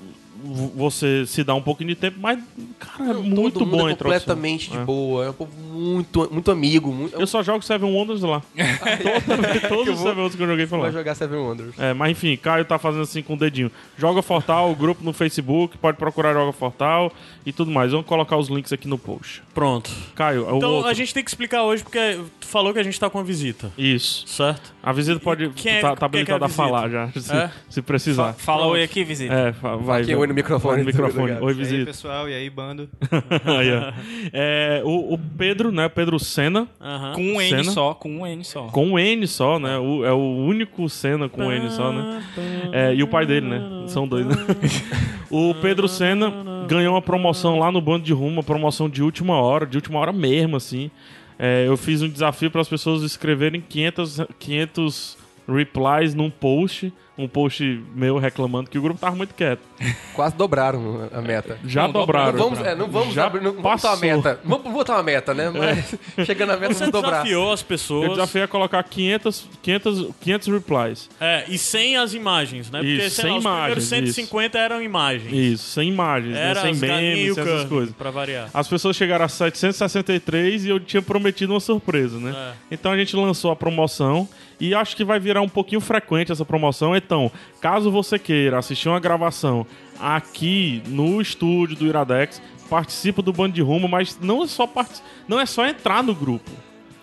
[SPEAKER 3] v- você se dá um pouquinho de tempo, mas, cara, é
[SPEAKER 6] Todo
[SPEAKER 3] muito
[SPEAKER 6] mundo
[SPEAKER 3] bom
[SPEAKER 6] é
[SPEAKER 3] a introdução.
[SPEAKER 6] completamente de
[SPEAKER 3] É.
[SPEAKER 6] boa. É um povo muito, muito amigo. é um Muito...
[SPEAKER 3] Eu só jogo Seven Wonders lá. Toda vez, todos os Seven Wonders que eu joguei foi
[SPEAKER 6] Vai
[SPEAKER 3] lá.
[SPEAKER 6] jogar Seven Wonders.
[SPEAKER 3] É, mas enfim, Caio tá fazendo assim com o dedinho. Joga Fortal, o grupo no Facebook, pode procurar Joga Fortal e tudo mais. Vamos colocar os links aqui no post.
[SPEAKER 4] Pronto.
[SPEAKER 3] Caio, é o
[SPEAKER 4] Então
[SPEAKER 3] outro.
[SPEAKER 4] a gente tem que explicar hoje porque tu falou que a gente tá com a visita,
[SPEAKER 3] Isso.
[SPEAKER 4] certo?
[SPEAKER 3] A visita pode.
[SPEAKER 4] Quem é-
[SPEAKER 3] tá tá
[SPEAKER 4] quem é que é a
[SPEAKER 3] habilitada a
[SPEAKER 4] visita?
[SPEAKER 3] falar já, se,
[SPEAKER 4] É?
[SPEAKER 3] se precisar.
[SPEAKER 5] Fala oi aqui, visita.
[SPEAKER 3] Tá. É, fa- vai.
[SPEAKER 6] Aqui,
[SPEAKER 3] vai.
[SPEAKER 6] oi no microfone. tá
[SPEAKER 3] Oi, no microfone.
[SPEAKER 6] Obrigado.
[SPEAKER 3] oi
[SPEAKER 8] E aí,
[SPEAKER 3] visita.
[SPEAKER 8] pessoal, e aí, bando?
[SPEAKER 3] Aí, ó. É, o, o Pedro, né? Pedro Senna,
[SPEAKER 4] Aham.
[SPEAKER 5] Com um N
[SPEAKER 3] Cena.
[SPEAKER 5] só, com um N só.
[SPEAKER 3] com um N só, né? O- é o único Senna com um N só, né?
[SPEAKER 4] Ah, tá.
[SPEAKER 3] É, e o pai dele, né? São dois, né? O Pedro Senna ganhou uma promoção lá no Bando de Rumo, uma promoção de última hora, de última hora mesmo, assim. É, eu fiz um desafio para as pessoas escreverem 500, 500 replies num post, um post meu reclamando que o grupo tava muito quieto.
[SPEAKER 6] Quase dobraram a meta.
[SPEAKER 3] Já dobraram.
[SPEAKER 6] Não vamos, é, não vamos
[SPEAKER 3] Já
[SPEAKER 6] abrir, não vamos
[SPEAKER 3] passou.
[SPEAKER 6] botar
[SPEAKER 3] É.
[SPEAKER 6] uma meta. Vamos botar uma meta, né? Mas chegando na meta,
[SPEAKER 4] Você
[SPEAKER 6] vamos dobrar.
[SPEAKER 4] Tá desafiou as
[SPEAKER 3] Eu
[SPEAKER 4] pessoas.
[SPEAKER 3] desafiei a colocar 500, 500, 500 replies.
[SPEAKER 4] É, e sem as imagens, né? Porque,
[SPEAKER 3] Isso,
[SPEAKER 4] sei lá,
[SPEAKER 3] sem
[SPEAKER 4] os
[SPEAKER 3] imagens,
[SPEAKER 4] primeiros 150 eram imagens.
[SPEAKER 3] Isso, sem imagens, né?
[SPEAKER 4] Era
[SPEAKER 3] sem
[SPEAKER 4] as
[SPEAKER 3] memes, sem
[SPEAKER 4] Ganilca,
[SPEAKER 3] essas coisas.
[SPEAKER 4] Pra variar.
[SPEAKER 3] As pessoas chegaram a 763 e eu tinha prometido uma surpresa, né? Então a gente lançou a promoção e acho que vai virar um pouquinho frequente essa promoção. Então, caso você queira assistir uma gravação aqui no estúdio do Iradex, participa do Bando de Rumo, mas não é só, parti- não é só entrar no grupo.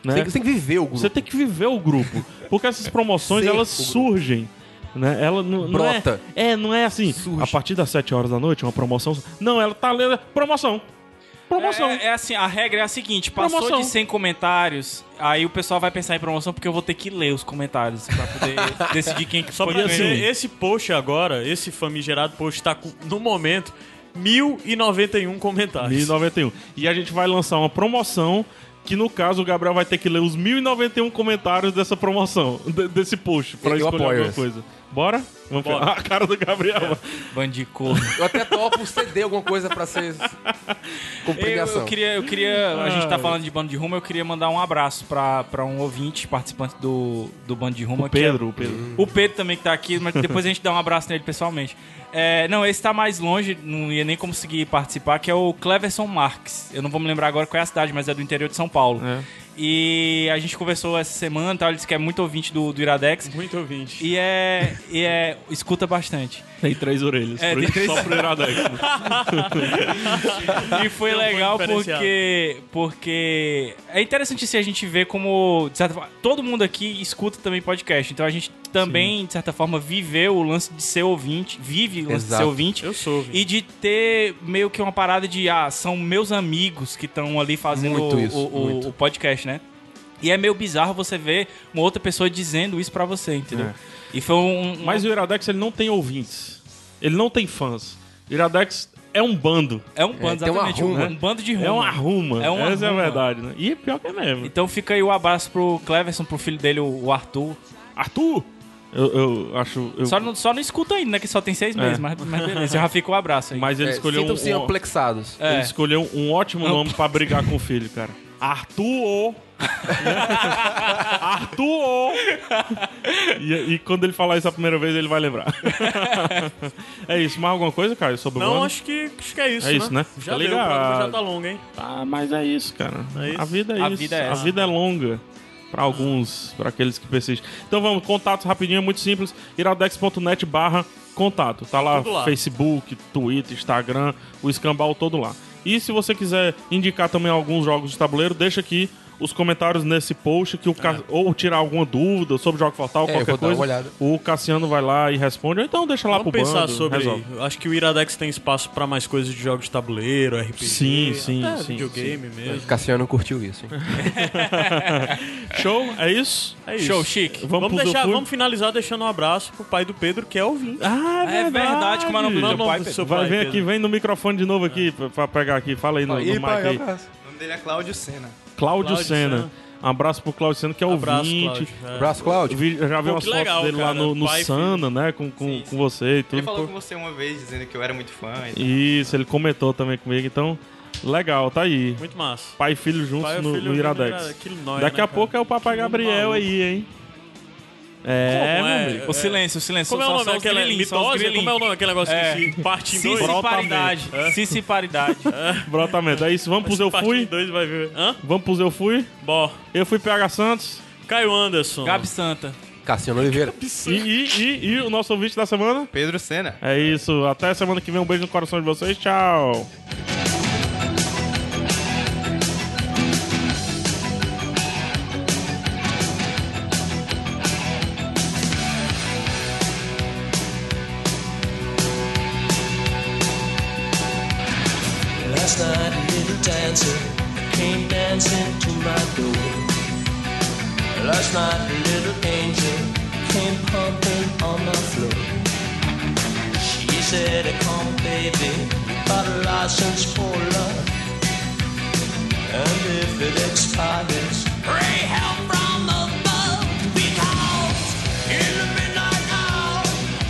[SPEAKER 3] Né?
[SPEAKER 6] Você tem, que- você tem que viver o grupo.
[SPEAKER 3] Você tem que viver o grupo. Porque essas promoções,
[SPEAKER 6] Ser
[SPEAKER 3] elas
[SPEAKER 6] o grupo.
[SPEAKER 3] surgem. Né? Ela não, não é-
[SPEAKER 6] Brota.
[SPEAKER 3] é, não é assim.
[SPEAKER 6] Surge.
[SPEAKER 3] A partir das 7 horas da noite, uma promoção. Não, ela tá lendo. Promoção. Promoção.
[SPEAKER 5] É, é assim, a regra é a seguinte: passou
[SPEAKER 3] Promoção.
[SPEAKER 5] de 100 comentários, aí o pessoal vai pensar em promoção porque eu vou ter que ler os comentários pra poder decidir quem que
[SPEAKER 4] Só
[SPEAKER 5] foi
[SPEAKER 4] pra
[SPEAKER 3] assim.
[SPEAKER 5] ganhando.
[SPEAKER 4] dizer, esse post agora, esse famigerado post, tá com, no momento, 1091 comentários.
[SPEAKER 3] 1091. E a gente vai lançar uma promoção. Que no caso o Gabriel vai ter que ler os 1091 comentários dessa promoção, de- desse post, pra
[SPEAKER 6] Eu
[SPEAKER 3] escolher
[SPEAKER 6] apoio
[SPEAKER 3] alguma
[SPEAKER 6] essa.
[SPEAKER 3] coisa. Bora? Vamos
[SPEAKER 4] Bora.
[SPEAKER 3] A cara do Gabriel.
[SPEAKER 5] Bandicoot.
[SPEAKER 6] Eu até topo ceder alguma coisa pra ser com
[SPEAKER 5] Eu,
[SPEAKER 6] premiação.
[SPEAKER 5] eu queria, eu queria a gente tá
[SPEAKER 3] Ah.
[SPEAKER 5] falando de bando de rumo, eu queria mandar um abraço pra, pra um ouvinte, participante do, do bando de rumo.
[SPEAKER 3] O
[SPEAKER 5] que é-
[SPEAKER 3] Pedro, o Pedro.
[SPEAKER 5] o Pedro também que tá aqui, mas depois a gente dá um abraço nele pessoalmente. É, não, esse tá mais longe, não ia nem conseguir participar, que é o Cleverson Marques. Eu não vou me lembrar agora qual é a cidade, mas é do interior de São Paulo.
[SPEAKER 3] É.
[SPEAKER 5] E a gente conversou essa semana, e tal, ele disse que é muito ouvinte do, do Iradex.
[SPEAKER 4] Muito ouvinte.
[SPEAKER 5] E é, e é. Escuta bastante.
[SPEAKER 3] Tem três orelhas.
[SPEAKER 5] É,
[SPEAKER 3] por
[SPEAKER 5] tem
[SPEAKER 3] isso
[SPEAKER 5] três-
[SPEAKER 3] Só pro Iradex.
[SPEAKER 5] E foi
[SPEAKER 4] Tem um
[SPEAKER 5] legal
[SPEAKER 4] ponto diferenciado.
[SPEAKER 5] porque, porque é interessante se a gente ver como, de certa forma, todo mundo aqui escuta também podcast. Então a gente também, de certa forma, viveu o lance de ser ouvinte, vive o lance de ser
[SPEAKER 6] Exato.
[SPEAKER 5] ouvinte.
[SPEAKER 4] Eu sou, ouvinte.
[SPEAKER 5] E de ter meio que uma parada de, ah, são meus amigos que estão ali fazendo
[SPEAKER 6] Muito
[SPEAKER 5] o,
[SPEAKER 6] isso,
[SPEAKER 5] o- o-
[SPEAKER 6] muito.
[SPEAKER 5] o podcast, né? E é meio bizarro você ver uma outra pessoa dizendo isso pra você, entendeu?
[SPEAKER 3] É.
[SPEAKER 5] E foi um. um-
[SPEAKER 3] Mas o Iradex ele não tem ouvintes. Ele não tem fãs. O Iradex é um bando.
[SPEAKER 5] é um bando,
[SPEAKER 6] É, tem um
[SPEAKER 5] exatamente. Um,
[SPEAKER 6] arrumo.
[SPEAKER 5] um bando de rumo.
[SPEAKER 3] É um arruma.
[SPEAKER 5] É um
[SPEAKER 3] Essa é
[SPEAKER 5] arruma.
[SPEAKER 3] a verdade, né? E é pior que é mesmo.
[SPEAKER 5] Então fica aí o abraço pro Cleverson, pro filho dele, o o Arthur.
[SPEAKER 3] Arthur! Eu, eu acho. eu-
[SPEAKER 5] Só não, só não escuta ainda, né? Que só tem seis meses, mas, mas beleza. Já fica o abraço aí.
[SPEAKER 3] Mas ele
[SPEAKER 6] É,
[SPEAKER 3] escolheu um.
[SPEAKER 6] Sintam-se
[SPEAKER 3] um-
[SPEAKER 6] amplexados.
[SPEAKER 5] É.
[SPEAKER 3] Ele escolheu um ótimo nome pra brigar com o filho, cara. Arthur! Arthur! e, e quando ele falar isso a primeira vez, ele vai lembrar. é isso. Mais alguma coisa, cara, sobre o
[SPEAKER 4] Não,
[SPEAKER 3] ano?
[SPEAKER 4] acho que, acho que é isso,
[SPEAKER 3] um É
[SPEAKER 4] né?
[SPEAKER 3] isso, né?
[SPEAKER 4] Já
[SPEAKER 3] Tá
[SPEAKER 4] deu, o
[SPEAKER 3] ligado.
[SPEAKER 4] programa já tá longo, hein?
[SPEAKER 3] Ah, mas é isso, cara.
[SPEAKER 4] É isso?
[SPEAKER 3] A vida é
[SPEAKER 5] A
[SPEAKER 3] isso.
[SPEAKER 5] vida é
[SPEAKER 3] a
[SPEAKER 5] essa.
[SPEAKER 3] vida é longa. Pra alguns, pra aqueles que persistem. Então vamos, contato rapidinho, é muito simples. iradex.net barra contato. Tá lá,
[SPEAKER 4] Tudo lá.
[SPEAKER 3] Facebook, Twitter, Instagram, o escambau todo lá. E se você quiser indicar também alguns jogos de tabuleiro, deixa aqui os comentários nesse post que o Ca- ou tirar alguma dúvida sobre o Jogo Fortal,
[SPEAKER 6] É, eu
[SPEAKER 3] qualquer
[SPEAKER 6] vou dar uma
[SPEAKER 3] coisa.
[SPEAKER 6] olhada.
[SPEAKER 3] O Cassiano vai lá e responde, ou então deixa lá
[SPEAKER 4] Vamos
[SPEAKER 3] pro
[SPEAKER 4] pensar
[SPEAKER 3] bando,
[SPEAKER 4] sobre.
[SPEAKER 3] resolve.
[SPEAKER 4] Acho que o Iradex tem espaço pra mais coisas de jogos de tabuleiro, RPG.
[SPEAKER 3] Sim, sim,
[SPEAKER 4] até
[SPEAKER 3] sim,
[SPEAKER 4] videogame mesmo.
[SPEAKER 6] Cassiano curtiu isso, hein?
[SPEAKER 3] Show, é isso?
[SPEAKER 4] É isso.
[SPEAKER 5] Show chique.
[SPEAKER 3] Vamos
[SPEAKER 4] Vamos,
[SPEAKER 3] pro
[SPEAKER 4] deixar,
[SPEAKER 3] Zofur?
[SPEAKER 4] vamos finalizar deixando um abraço pro pai do Pedro, que é ouvinte.
[SPEAKER 3] Ah,
[SPEAKER 5] É verdade, como é o nome do
[SPEAKER 4] Não,
[SPEAKER 5] teu
[SPEAKER 4] não,
[SPEAKER 5] pai,
[SPEAKER 4] do
[SPEAKER 5] Pedro?
[SPEAKER 4] seu
[SPEAKER 3] Vai,
[SPEAKER 4] pai,
[SPEAKER 3] vem
[SPEAKER 4] Pedro.
[SPEAKER 3] aqui, vem no microfone de novo aqui pra, pra pegar aqui. Fala aí no, no mic aí.
[SPEAKER 8] O nome dele é Cláudio Senna.
[SPEAKER 3] Cláudio
[SPEAKER 4] Cláudio
[SPEAKER 3] Senna.
[SPEAKER 4] Senna.
[SPEAKER 3] Um abraço pro Cláudio Senna, que é
[SPEAKER 4] Abraço,
[SPEAKER 3] ouvinte.
[SPEAKER 4] Cláudio. É.
[SPEAKER 6] Abraço, Cláudio.
[SPEAKER 3] Vi- Já vi
[SPEAKER 4] Pô,
[SPEAKER 3] umas
[SPEAKER 4] que
[SPEAKER 3] fotos
[SPEAKER 4] legal,
[SPEAKER 3] dele lá
[SPEAKER 4] cara.
[SPEAKER 3] no, no
[SPEAKER 4] Pai e
[SPEAKER 3] Sana, né? Com, com,
[SPEAKER 5] Sim, sim.
[SPEAKER 3] com você e
[SPEAKER 8] Ele
[SPEAKER 3] tudo.
[SPEAKER 8] falou com você uma vez dizendo que eu era muito fã. e tal.
[SPEAKER 3] Isso, ele comentou também comigo. Então, legal, tá aí.
[SPEAKER 4] Muito massa.
[SPEAKER 3] Pai e filho juntos
[SPEAKER 4] Pai e
[SPEAKER 3] no,
[SPEAKER 4] filho
[SPEAKER 3] no
[SPEAKER 4] junto
[SPEAKER 3] Iradex.
[SPEAKER 4] no Iradex. Que nóia,
[SPEAKER 3] Daqui
[SPEAKER 4] né,
[SPEAKER 3] a
[SPEAKER 4] cara?
[SPEAKER 3] pouco é o Papai
[SPEAKER 4] Que
[SPEAKER 3] Gabriel
[SPEAKER 4] maluco.
[SPEAKER 3] aí, hein? É,
[SPEAKER 4] Como
[SPEAKER 3] meu
[SPEAKER 4] é?
[SPEAKER 3] amigo.
[SPEAKER 5] O silêncio, o silêncio.
[SPEAKER 4] Como é
[SPEAKER 5] só,
[SPEAKER 4] o nome
[SPEAKER 5] só os
[SPEAKER 4] daquela
[SPEAKER 5] grilinhos, só os
[SPEAKER 4] mitose? Como é o
[SPEAKER 5] grilinhos.
[SPEAKER 4] nome daquele negócio que se parte em dois?
[SPEAKER 5] Siciparidade. Siciparidade.
[SPEAKER 3] Brotamento. É isso, vamos pros Eu
[SPEAKER 4] Parte em
[SPEAKER 3] É. Fui.
[SPEAKER 4] dois vai ver. Hã?
[SPEAKER 3] Vamos pros Eu Fui.
[SPEAKER 4] Bom,
[SPEAKER 3] Eu fui PH Santos.
[SPEAKER 4] Caio Anderson.
[SPEAKER 5] Gabi Santa.
[SPEAKER 6] Cassiano Oliveira.
[SPEAKER 3] E, e, e, e o nosso ouvinte da semana?
[SPEAKER 8] Pedro Senna.
[SPEAKER 3] É isso. Até semana que vem. Um beijo no coração de vocês. Tchau.
[SPEAKER 9] Last night a little dancer came dancing to my door. Last night a little angel came pumping on my floor. She said, "Come, baby, you got a license for love, and if it expires, pray help from above." Because in the midnight hour,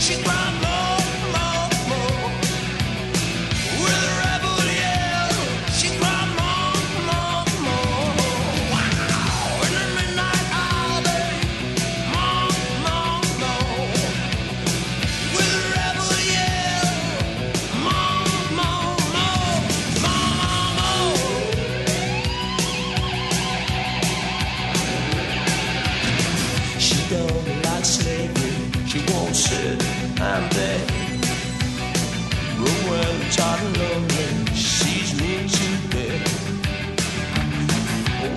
[SPEAKER 9] she cried, "Love, love, love." With a rebel yell, she cried more, more, more. Wow! In the midnight hour, more, more, more. With a rebel yell, more, more, more, more, more. She don't like slavery. She wants it. I'm there. But when it's hot and lonely, she sees me today.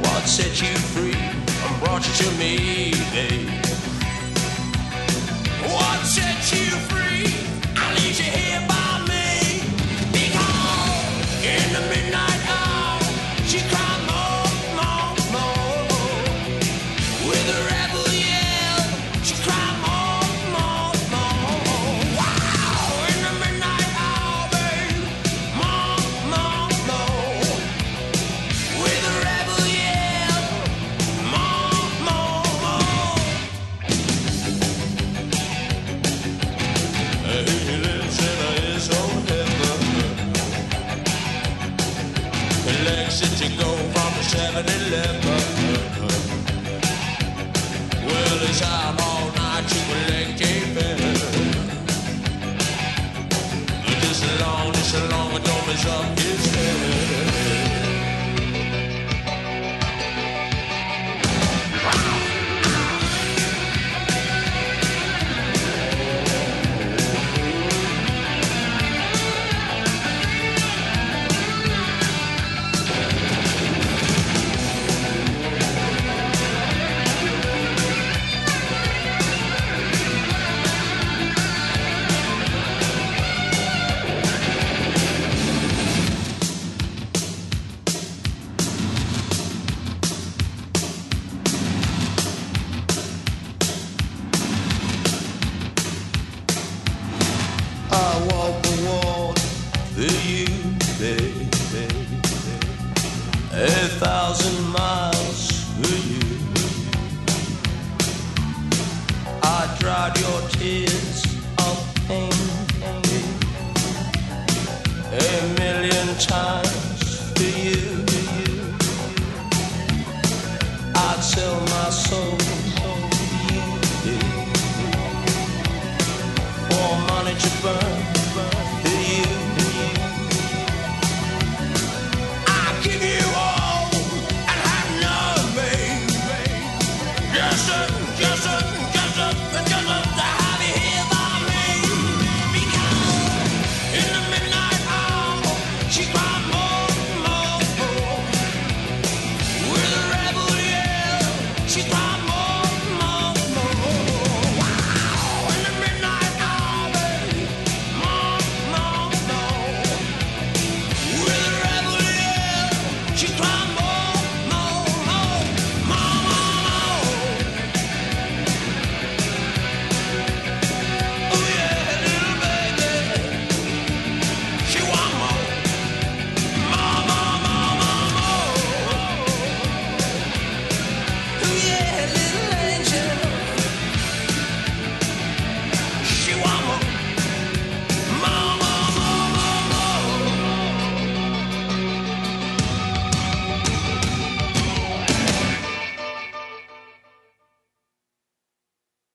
[SPEAKER 9] What set you free and brought you to me, babe? What set you free? I leave you here by me. Because in the midnight hour, she cried more, more, more. With a rebel yell, she cried more, more, more. Wow! In the midnight hour, babe, more, more, more. With a rebel yell, more, more, more. He lives in his own heaven. He likes it to go from the 7-Eleven. Well, it's out all night to collect a bill. This long, this long, it don't mess up his head.
[SPEAKER 10] times to you, to you. I'd sell my soul to you. For money to burn, to you, to you. I give you.